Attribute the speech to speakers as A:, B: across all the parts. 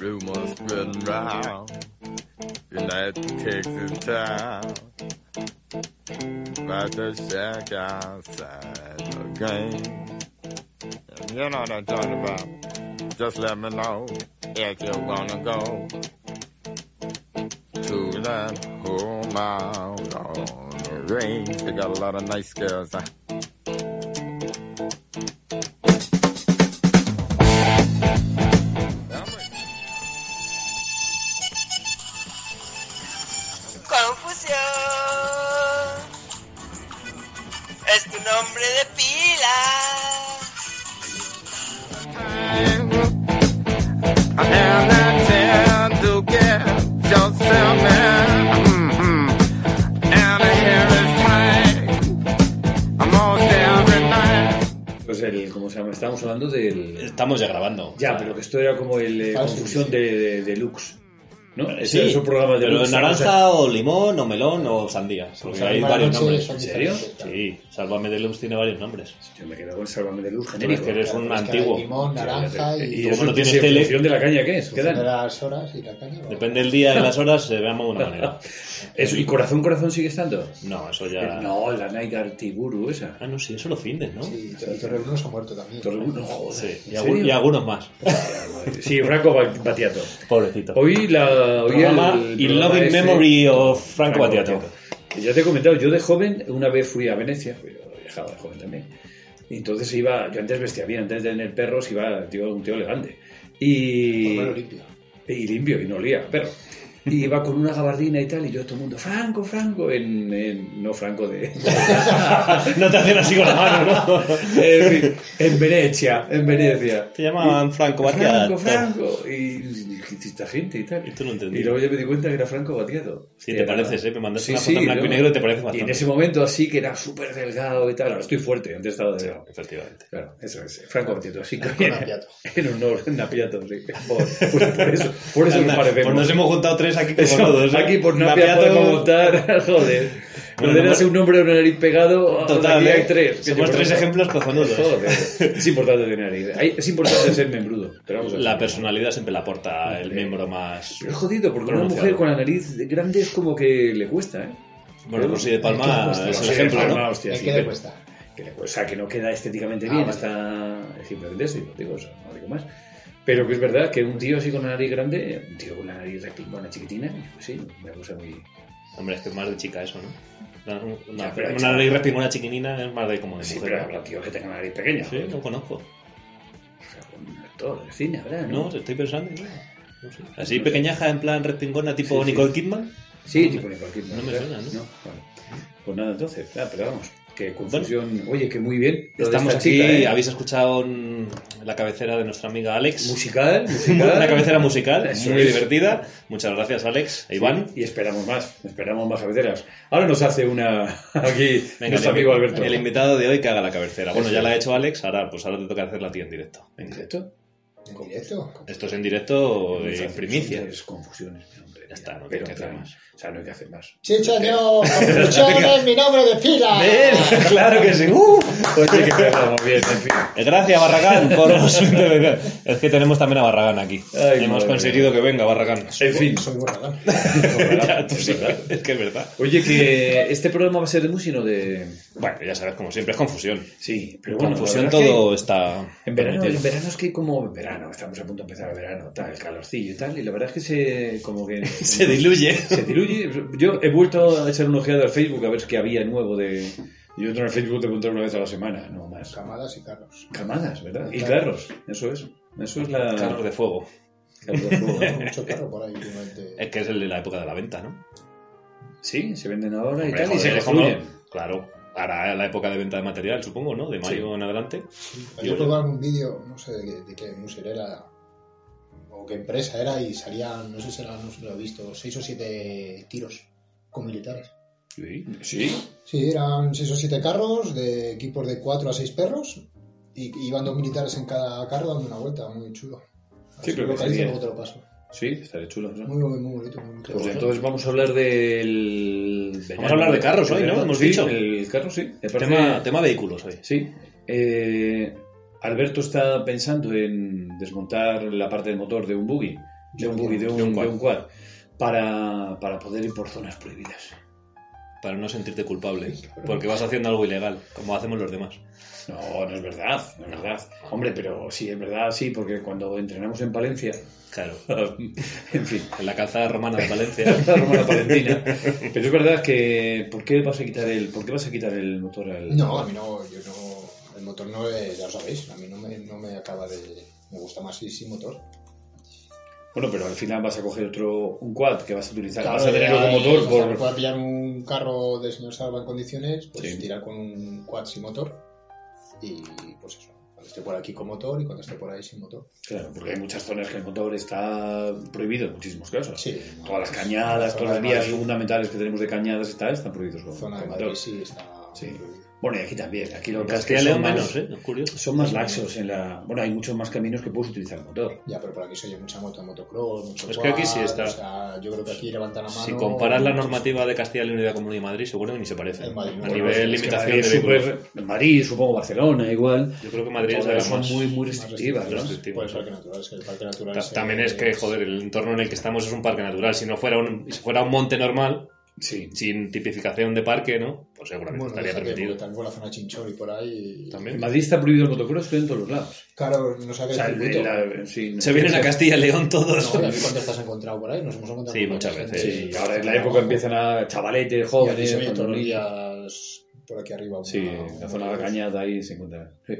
A: rumors spreading round. Your night takes its time. About to shack outside again. You know what I'm talking about. Just let me know if you wanna go to that home out on the range. They got a lot of nice girls. huh?
B: Confusión. Es tu nombre de pila.
A: And I tend to get yourself in. Mm-hmm. And here is mine. Almost every night.
C: Pues el, ¿cómo se llama? Estábamos hablando del...
D: Estamos ya grabando.
C: Ya, pero que esto era como el eh,
E: Ah, sí,
C: confusión
E: sí.
C: de, de, de Lux. ¿No?
D: Eh, Sí,
C: es un programa de
D: pero
C: Lux.
D: naranja o limón o melón o sandía.
C: Pues
D: O sea, hay
E: Mala
D: varios
E: Noche
D: nombres.
E: son
C: ¿En serio?
E: diferentes, claro.
D: Sí, Sálvame de Lux tiene varios nombres.
C: Yo me quedo con Sálvame de Luz
D: Tú eres
C: genérico.
D: que eres un
E: Claro, es que
D: antiguo.
E: hay Limón, naranja y, Pues
C: Y
D: como
C: eso
D: no
C: no
D: tienes
C: tiene
D: tele-
C: función de la caña que es. ¿Qué
E: de
C: dan?
E: las horas y la caña.
D: Depende del día y las horas, se veamos de una manera.
C: Eso, ¿Y corazón, corazón sigue estando? Eh,
D: No, eso ya.
C: No, la Naika Artiburu esa.
D: Ah, no, sí, eso lo finden, ¿no? Sí,
E: Sí, el Torre Bruno se ha muerto también.
C: Torre- No, joder.
D: y,
C: ¿en
D: algún-
C: serio?
D: y algunos más.
C: Sí, Franco Bat- Batiato.
D: Pobrecito.
C: Hoy la. Hoy
D: Programa
C: el
D: In
C: programa
D: Loving
C: este-
D: Memory of Franco Battiato.
C: Que Ya te he comentado, yo de joven una vez fui a Venecia, pero viajaba de joven también. Y entonces iba, yo antes vestía bien, antes de tener perros iba tío, un tío elegante. Y,
E: Torre limpio.
C: y limpio, y no olía a perro. Y iba con una gabardina y tal, y yo todo el mundo, Franco, Franco, en, en- no Franco de...
D: No te hacen así con la mano, ¿no?
C: en, fin, en Venecia, en Venecia.
D: Te llamaban Franco
C: Franco,
D: Battiato.
C: Franco, y, y- y esta gente y tal.
D: Y tú no entendías.
C: Y luego yo me di cuenta que era Franco Batiato.
D: Sí, te pareces, ¿eh? Me mandaste una foto en blanco y
C: ¿no?
D: negro y te pareces
C: Y en
D: bastante.
C: ese momento así que era súper delgado y tal. Ahora estoy fuerte, antes estaba delgado.
D: Efectivamente.
C: Claro, eso es. Franco Batiato, sí.
E: Franco
C: que-
E: Napiato.
C: En honor, Napiato, sí. Por, por- por eso, por eso nos
D: Anda,
C: parecemos.
D: pues nos hemos juntado tres aquí como
C: Eso,
D: todos. ¿eh?
C: aquí por Napiato
D: Napiato-
C: podemos votar, joder.
D: Bueno,
C: Podrías
D: nomás-
C: ser un nombre de una nariz pegado, oh,
D: Total,
C: aquí
D: ¿eh?
C: hay tres. Que
D: Somos
C: yo
D: tres
C: conozco.
D: ejemplos cojonudos.
C: Joder, es importante tener nariz. Hay- Es importante ser membrudo. Pero vamos a
D: La
C: hacer.
D: personalidad siempre la aporta el miembro más.
C: Pero es jodido, porque una
D: Pronunciado.
C: mujer con la nariz grande es como que le cuesta, ¿eh?
D: Bueno, Rosy de Palma
E: Claro,
D: es un
C: Sí,
D: ejemplo,
C: ah,
D: ¿no?
C: ah, hostia,
E: ¿En
C: sí,
E: qué le
C: pero-
E: cuesta?
C: que le- o sea, que no queda estéticamente
E: Ah,
C: bien,
E: vale.
C: está simplemente eso, digo, digo eso, no digo más. Pero que es verdad que un tío así con la nariz grande, un tío con la nariz rectilínea chiquitina, pues sí, una cosa muy...
D: Hombre, es que es más de chica eso, ¿no? Una, una,
C: Ya, pero
D: una
C: chica.
D: nariz respingona chiquinina es más de como de
C: Sí,
D: mujer.
C: pero
D: ¿no?
C: habrá tíos que tengan la nariz pequeña.
D: Sí,
C: joder.
D: no conozco.
C: O sea, un actor de cine habrá, ¿no?
D: No, te estoy pensando. ¿no? No sé. Así pequeñaja, en plan respingona, tipo Nicole Kidman.
C: Sí, tipo Nicole Kidman,
D: no me
C: ¿verdad?
D: suena, ¿no?
C: Vale. Pues nada, entonces, ah, pero vamos, que confusión... Oye, que muy bien. lo de
D: Estamos
C: esta
D: aquí,
C: chica, ¿eh?
D: habéis escuchado mm, la cabecera de nuestra amiga Alex.
C: Musical, musical.
D: Una cabecera musical,
C: Eso
D: muy
C: es.
D: divertida. Muchas gracias, Alex e Iván.
C: Y esperamos más, esperamos más cabeceras. Ahora nos hace una aquí
D: Venga,
C: nuestro
D: el-
C: amigo Alberto.
D: El invitado de hoy que haga la cabecera. Bueno,
C: Eso
D: ya la
C: es.
D: ha hecho Alex, ahora pues ahora te toca hacerla a ti en directo.
C: ¿En directo?
E: ¿En directo?
D: Esto es en directo
C: Nos
D: de
C: hacen
D: primicia.
C: tres confusiones, mi hombre.
D: Ya está, no
C: Pero
D: tiene que
C: en
D: hacer
C: plan,
D: más.
C: O sea, no hay que hacer más.
E: Sí, señor. Confusión es mi nombre de fila.
D: ¿Ves? Claro que sí. ¡Uh!
C: Pues sí que empezamos bien, en fin.
D: Eh, Gracias, Barragán, por su intervención. Es que tenemos también a Barragán aquí.
C: Ay,
D: Hemos
C: madre
D: conseguido que venga Barragán.
C: En fin.
E: Soy borrador.
D: Ya, tú sí, es que es verdad.
C: Oye, que este programa va a ser de música o de.
D: Bueno, ya sabes, como siempre, es confusión.
C: Sí, pero bueno. la
D: Confusión
C: verdad es que
D: todo está.
C: En verano,
D: permitido.
C: en verano es que como en verano, estamos a punto de empezar el verano, tal, el calorcillo y tal, y la verdad es que se como que
D: Se diluye.
C: se diluye. Yo he vuelto a echar un ojeado al Facebook a ver qué había nuevo de. Yo entro en el Facebook de contar una vez a la semana, no más.
E: Camadas y carros.
C: Camadas, ¿verdad? Y
E: Claro.
C: carros, eso es. Eso es la.
D: Carros de fuego.
C: Carros de fuego.
E: Mucho carro por ahí últimamente.
D: Es que es el de la época de la venta, ¿no?
C: Sí, se venden ahora Ah, y
D: Hombre,
C: tal, y
D: joder,
C: se
D: ¿cómo no?
C: destruyen.
D: Claro. Ahora es la época de venta de material, supongo, ¿no? De mayo
C: Sí.
D: en adelante.
E: Yo he probado algún vídeo, no sé de qué, de qué user era o qué empresa era y salían, no sé si era, no sé si lo he visto, seis o siete tiros con militares.
C: Sí, sí.
E: Sí, eran seis o siete carros de equipos de cuatro a seis perros y y iban dos militares en cada carro dando una vuelta, muy chulo.
C: Sí,
E: Así
C: creo que
E: lo localizo y
C: sería.
E: luego te lo paso.
C: sí, estaré chulo. ¿no?
E: Muy, muy, muy bonito, muy bonito.
C: Pues entonces vamos a hablar del. verano.
D: a hablar de carros hoy, ¿no?
C: Verano,
D: Hemos
C: sí,
D: dicho.
C: El carro, sí. Me parece-
D: Tema, tema vehículos hoy.
C: Sí. Eh, Alberto está pensando en desmontar la parte del motor de un buggy de un buggy, de un, de un quad, para, para poder ir por zonas prohibidas.
D: Para no sentirte culpable. Porque vas haciendo algo ilegal, como hacemos los demás.
C: No, no es verdad, no es verdad. Hombre, pero sí, es verdad, sí, porque cuando entrenamos en Palencia,
D: Claro.
C: en fin,
D: En la calzada romana de Valencia.
C: la Romana Palentina, pero es verdad que ¿por qué vas a quitar el, por qué vas a quitar el motor al
E: No, a mí no, yo no. El motor no, es- ya lo sabéis, a mí no me, no me acaba de. Me gusta más ir sin motor.
C: Bueno, pero al final vas a coger otro un quad que vas a utilizar,
E: Claro,
C: vas a tener
E: ya,
C: locomotor
E: ya,
C: por
E: Puedes pillar un carro del señor Salva en condiciones, pues
D: Sí.
E: tirar con un quad sin motor. Y pues eso, cuando esté por aquí con motor y cuando esté por ahí sin motor.
C: Claro, porque hay muchas zonas que el motor está prohibido en muchísimos casos.
E: Sí,
C: Todas las cañadas,
E: Zona
C: todas las
E: de
C: vías
E: Madrid.
C: fundamentales que tenemos de cañadas y tal, están prohibidos con,
E: Zona de
C: con
E: Madrid
C: motor.
E: sí está.
C: Sí.
E: prohibido.
C: Bueno, y aquí también, aquí lo
D: En
C: que pasa es
D: Castilla
C: que
D: y León
C: son más-
D: menos, ¿eh? Es curioso.
C: Son más laxos en la. Bueno, hay muchos más caminos que puedes utilizar el motor.
E: Ya, pero por aquí se oye mucha moto, motocross, mucho
D: Es que aquí sí
E: quad,
D: está.
E: O sea, yo creo que aquí levantan la mano.
D: Si comparas la normativa de Castilla y León y de la Comunidad de Madrid, seguro que ni se parecen.
E: En Madrid no,
D: a
E: no,
D: nivel
E: es que
D: limitación
C: Madrid,
D: de vehículos.
C: súper- Madrid, supongo Barcelona, igual.
D: Yo creo que Madrid es de
C: Todas
D: las
C: son
D: más...
C: muy, muy
E: más
C: restrictivas, ¿no?
D: restrictivas.
E: Por el parque natural, es que el parque natural.
D: Ta-
E: se-
D: También es que, joder, el entorno en el que estamos es un parque natural. Si no fuera un, si fuera un monte normal,
C: Sí.
D: sin tipificación de parque, ¿no? Pues seguramente
E: Bueno,
D: estaría
E: fíjate, porque
D: permitido.
E: También por la zona de Chinchori por ahí.
C: En
D: También.
C: Madrid está prohibido el motocross pero en todos los lados.
E: Claro, no
C: O
E: sabes
C: sea,
E: el circuito.
C: el- la- sí,
D: Se vienen a Castilla y León todos.
E: No, David, ¿cuántas te has encontrado por ahí? Nos hemos encontrado
D: Sí,
E: con
D: muchas
E: gente.
C: Sí,
D: veces.
C: ahora en la época empiezan a chavaletes,
E: Y aquí
C: jóvenes,
E: se oye todos los
C: con-
E: días por aquí arriba.
C: Sí,
E: una-
C: en la zona de la cañada ahí se encuentra. Sí.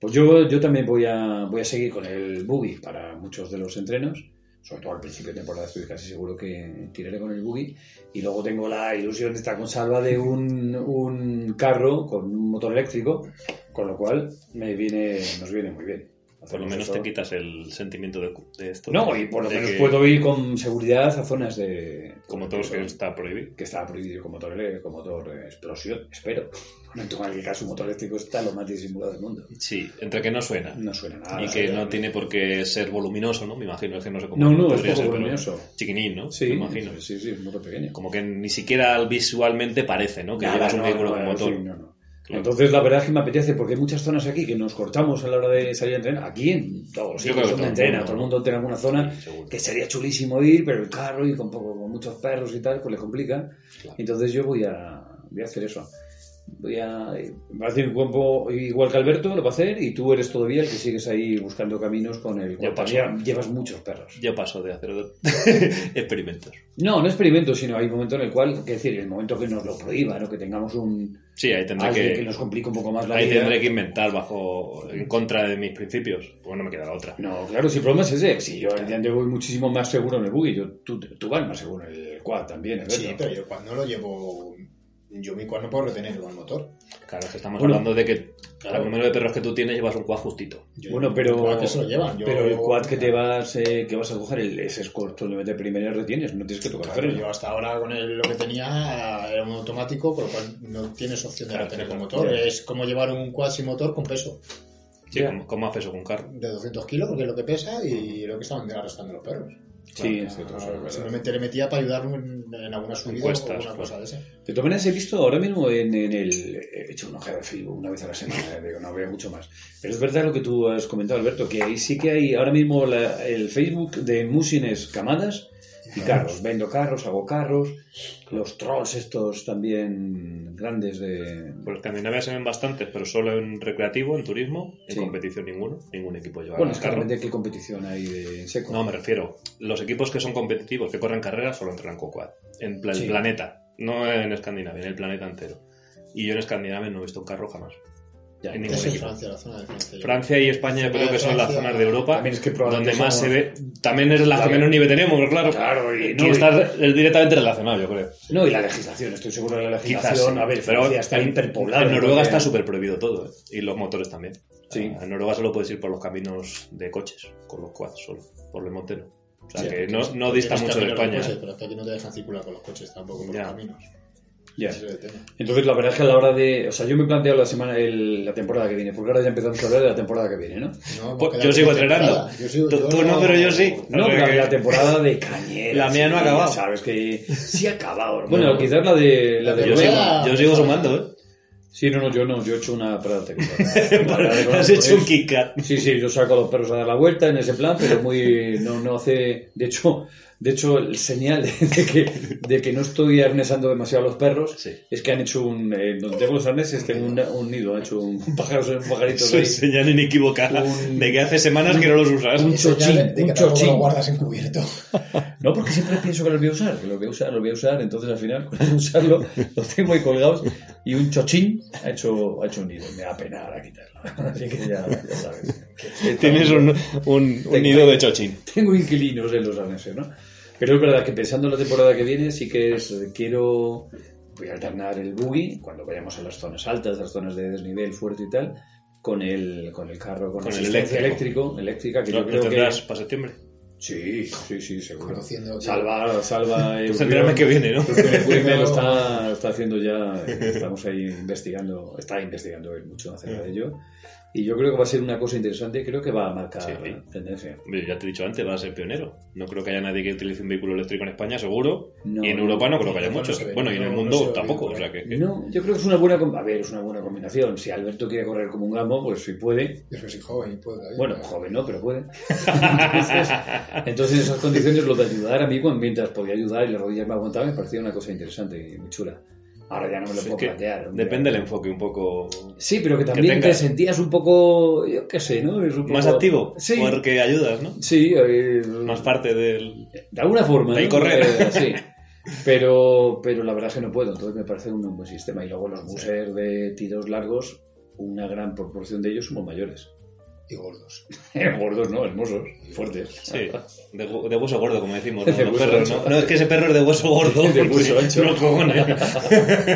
C: Pues yo, yo también voy a, voy a seguir con el buggy para muchos de los entrenos. Sobre todo al principio de temporada estoy casi seguro que tiraré con el buggy. Y luego tengo la ilusión de estar con salva de un, un carro con un motor eléctrico, con lo cual me viene, nos viene muy bien.
D: Por lo
C: Hacemos
D: menos
C: eso.
D: te quitas el sentimiento de, de esto.
C: No, y por lo
D: De
C: menos
D: que,
C: puedo ir con seguridad a zonas de...
D: Como todos que
C: eso,
D: está prohibido.
C: que estaba prohibido con motor, ele- con motor eh, explosión, espero. Bueno, en cualquier caso, un motor eléctrico está lo más disimulado del mundo.
D: Sí, entre que no suena.
C: No suena nada. eh,
D: y que no tiene por qué ser voluminoso, ¿no? Me imagino, es que no sé cómo
C: No, no, es
D: podría
C: poco
D: ser, pero
C: voluminoso.
D: Chiquinín, ¿no?
C: Sí,
D: Me imagino.
C: Sí, sí, es un motor pequeño.
D: Como que ni siquiera visualmente parece, ¿no? Que
C: Nada,
D: llevas un
C: no,
D: vehículo
C: no,
D: con
C: no,
D: motor.
C: sí, no, no.
D: Claro.
C: Entonces, la verdad es que me apetece, porque hay muchas zonas aquí que nos cortamos a la hora de salir a entrenar. Aquí en todos los
D: Yo
C: sitios
D: creo que
C: donde
D: todo el
C: entrena,
D: mundo,
C: todo el
D: ¿no?
C: mundo entrena en alguna zona,
D: Sí, seguro.
C: que sería chulísimo ir, pero el carro y con, poco, con muchos perros y tal, pues le complica.
D: Claro.
C: Entonces yo voy a, voy a hacer eso. Voy a, me parece un cuerpo igual que Alberto, lo va a hacer, y tú eres todavía el que sigues ahí buscando caminos con el cuerpo.
D: paso.
C: Ya Llevas muchos perros.
D: Yo paso de hacer experimentos.
C: No, no experimento, sino hay un momento en el cual, que decir, el momento que nos lo prohíban o que tengamos un
D: Sí, ahí tendré
C: alguien
D: que,
C: Ah, que, nos complique un poco más la
D: ahí
C: vida.
D: tendré que inventar bajo en contra de mis principios. Bueno, no me queda otra.
C: No, claro, si el problema es ese. Si yo evidentemente voy muchísimo más seguro en el buggy, yo, tú, tú vas más seguro en el quad también, Alberto.
E: Sí, pero yo cuando lo llevo. Yo mi cuad no puedo retener con el motor.
D: Claro, es que estamos
C: Bueno.
D: hablando de que cada número de perros que tú tienes llevas un cuad justito.
E: Yo
C: Bueno,
E: mi
C: pero-
E: quad que se lo llevan. Yo-
C: Pero el quad que te vas, eh, que vas a coger, el, ese es corto, de primera retienes, no tienes que tocar
E: Claro,
C: freno.
E: yo hasta ahora con el- lo que tenía era un automático, por lo cual no tienes opción de
D: Claro,
E: retener con
D: claro,
E: motor.
C: ya.
E: Es como llevar un quad sin motor con peso
D: Sí,
C: Ya.
D: ¿cómo, cómo haces eso con un carro?
E: de 200 kilos, porque es lo que pesa y lo que estaban arrastrando los perros.
C: Sí,
E: Ah,
C: es cierto, eso es verdad.
E: Simplemente le metía para ayudar en, en alguna subida
D: Encuestas, pues.
E: o alguna
D: claro.
E: cosa de esa.
C: De todas maneras, he visto ahora mismo en, en el. He hecho un ojeada de Facebook una vez a la semana, eh, digo, no veo mucho más. Pero es verdad lo que tú has comentado, Alberto, que ahí sí que hay ahora mismo la- el Facebook de Musines Camadas y carros. Vendo carros, hago carros. Los trolls, estos también grandes de.
D: Por Pues Escandinavia se ven bastantes, pero solo en recreativo, en turismo, en
C: Sí.
D: competición ninguno. Ningún equipo lleva
C: Bueno, es que
D: carro.
C: depende de qué competición hay de en seco.
D: No, me refiero. Los equipos que son competitivos, que corren carreras, solo entrenan con quad. En pla- el
E: Sí.
D: planeta. No en Escandinavia, en el planeta entero. Y yo en Escandinavia no he visto un carro jamás.
C: Ya,
D: en ningún
E: Eso es
D: equipo.
E: Francia, la zona de Francia.
D: Francia y España yo creo que son las zonas de Europa
C: También es que probablemente
D: donde más se
C: somos-
D: ve. También es las que menos nieve tenemos, claro.
C: Claro, y, no,
D: Y está re- directamente relacionado, yo creo.
C: no, y la legislación, estoy seguro de la legislación.
D: Quizás. sí.
C: A ver,
D: pero
C: Francia está
D: en-
C: hiperpoblada.
D: En Noruega
C: entonces-
D: está súper prohibido todo, ¿eh? y los motores también.
C: Sí.
D: Ah, En Noruega solo puedes ir por los caminos de coches, con los quads solo, por el monte no. O sea
E: Sí,
D: que
E: porque
D: no,
E: tienes-
D: no dista
E: tienes
D: mucho de
E: caminos
D: España.
E: coches,
D: ¿eh?
E: pero hasta aquí no te dejan circular con los coches tampoco por
D: Ya.
E: los caminos.
C: Ya.
E: Ese es el tema.
C: Entonces, la verdad es que a la hora de. O sea, yo me he planteado la semana, el- la temporada que viene, porque ahora ya empezamos a hablar de la temporada que viene, ¿no?
E: No, hemos
D: Pues,
E: quedado
D: yo sigo
E: con
D: entrenando.
E: temporada. Yo sigo-
D: Tú-
E: yo
D: tú no, pero yo sí.
C: No,
D: Hombre,
C: pero
D: que-
C: la temporada de cañera.
D: La mía no ha acabado.
C: Sabes que sí ha acabado. Bueno, quizás la de. La de
E: Pero
D: Yo
E: voy
D: sigo,
E: a-
D: yo sigo sumando, ¿eh?
C: Sí, no, no, yo no, yo he hecho una parada técnica. Parada de
D: Has
C: corazón,
D: hecho un
C: ¿eh?
D: kick
C: Sí, sí, yo saco a los perros a dar la vuelta en ese plan, pero muy no, no hace. De hecho, de hecho, el señal de que, de que no estoy arnesando demasiado a los perros
D: Sí.
C: es que han hecho un. eh, donde tengo los arneses tengo un, un nido, han hecho un, pájaros, un pajarito
D: Es una
C: ahí.
D: señal inequívoca
C: Un-
D: de que hace semanas que no los usas.
C: un-
E: Señal
C: chochín,
E: de- de
C: un
E: que tampoco
C: chochín.
E: lo guardas encubierto.
C: No, porque siempre pienso que los voy a usar, que los voy a usar, los voy a usar, entonces al final, cuando voy a usarlo, los tengo ahí colgados y un chochín ha hecho, ha hecho un nido. Me da pena ahora quitarlo. Así que ya, ya sabes.
D: Tienes un, un- un nido de chochín.
C: tengo inquilinos en los aneses, ¿no? Pero es verdad que pensando en la temporada que viene, sí que es, eh, quiero, voy a alternar el buggy, cuando vayamos a las zonas altas, las zonas de desnivel fuerte y tal, con el, con el carro, con,
D: Con el
C: asistencia
D: eléctrico.
C: eléctrico, eléctrica, que
D: Lo,
C: yo
D: lo
C: creo
D: tendrás
C: que...
D: para septiembre.
C: Sí, sí, sí, seguro.
E: Conociendo-
C: Salva, salva... el
D: Pues el verano que viene, ¿no?
C: el Wilmer lo está, está haciendo ya, estamos ahí investigando, está investigando él mucho acerca de ello. Y yo creo que va a ser una cosa interesante, creo que va a marcar
D: Sí.
C: tendencia.
D: Hombre, Ya te he dicho antes, va a ser pionero. No creo que haya nadie que utilice un vehículo eléctrico en España, seguro.
C: No.
D: y en Europa no creo que haya
E: No, no
D: muchos. eh,
E: se ve.
D: bueno, y en el
E: No, no
D: mundo
E: se ve.
D: tampoco. O sea que, que-
C: No, yo creo que es una buena com- a ver, es una buena combinación. Si Alberto quiere correr como un gamo, pues si puede.
E: Yo soy joven y puedo todavía.
C: Bueno, joven no, pero puede. Entonces, entonces esas condiciones lo de ayudar a mí cuando- mientras podía ayudar y las rodillas me aguantaban, me parecía una cosa interesante y muy chula. Ahora ya no me lo
D: es
C: puedo
D: que
C: plantear. hombre.
D: depende del enfoque un poco.
C: Sí, pero que también
D: tenga-
C: te sentías un poco, yo qué sé, ¿no? Es un
D: Más
C: poco-
D: activo.
C: Sí,
D: Porque ayudas, ¿no?
C: sí. eh,
D: Más parte del.
C: de alguna forma.
D: De ahí
C: ¿no?
D: correr.
C: Eh, sí. Pero, pero la verdad es que no puedo, entonces me parece un buen sistema. Y luego los buses de tiros largos, una gran proporción de ellos somos mayores. Eh,
E: Y gordos.
C: Gordos, no, hermosos, fuertes.
D: Sí, de, hu- de hueso gordo, como decimos. ¿no?
C: De
D: Los
C: hueso
D: perros,
C: ancho.
D: ¿no? No, es que ese perro es de hueso gordo.
C: De
D: porque
C: hueso ancho.
D: No cojones.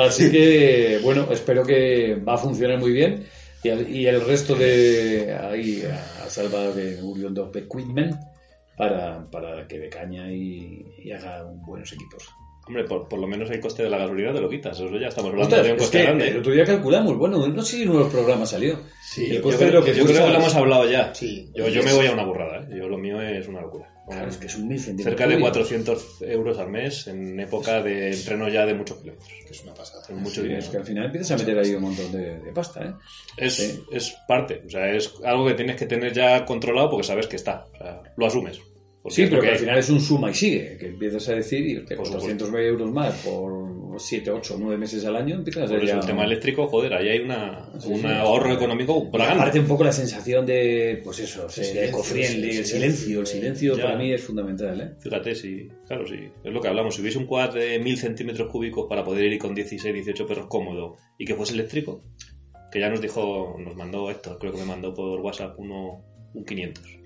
C: Así que, bueno, espero que va a funcionar muy bien. Y, al- y el resto de ahí a, a salva de Union Dog Equipment para, para que de caña y, y haga un- buenos equipos.
D: Hombre, por, por lo menos el coste de la gasolina te lo quitas. Eso ya estamos hablando
C: Ostras,
D: de un
C: es
D: coste
C: que
D: grande.
C: el otro día calculamos, bueno, no sé si en uno de los programas salió.
E: Sí,
C: el
E: yo
C: coste
D: yo
C: de lo que
D: yo creo que lo hemos
C: cuesta-
D: hablado ya.
E: Sí.
D: Yo, yo me voy a una burrada, ¿eh? Yo lo mío es una locura.
C: Claro, es que es un mil centímetros
D: Cerca de
C: cúbicos.
D: 400 euros al mes en época de entreno ya de muchos kilómetros.
E: Que es una pasada.
D: Es mucho
C: Sí,
D: dinero.
C: es que al final empiezas a meter ahí un montón de, de pasta, ¿eh?
D: Es,
C: Sí.
D: es parte, o sea, es algo que tienes que tener ya controlado porque sabes que está, o sea, lo asumes. Porque
C: Sí,
D: es lo
C: pero que
D: que
C: al
D: hay.
C: final es un suma y sigue, que empiezas a decir, y hostia,
D: Por
C: con
D: supuesto.
C: 200 euros más por 7, 8, 9 meses al año, empiezas a
D: Por
C: hacer
D: eso
C: ya...
D: el tema eléctrico, joder, ahí hay una,
C: Sí,
D: un
C: sí.
D: ahorro económico
C: Aparte
D: grande.
C: un poco la sensación de, pues eso,
E: Sí,
C: ser
E: silencio,
C: ecofriendly,
E: sí,
C: el silencio, el silencio
D: Ya.
C: para mí es fundamental, ¿eh?
D: Fíjate, sí, claro, sí, es lo que hablamos. Si hubiese un quad de 1000 centímetros cúbicos para poder ir con 16, 18 perros cómodo y que fuese eléctrico, que ya nos dijo, nos mandó Héctor, creo que me mandó por WhatsApp uno, un 500.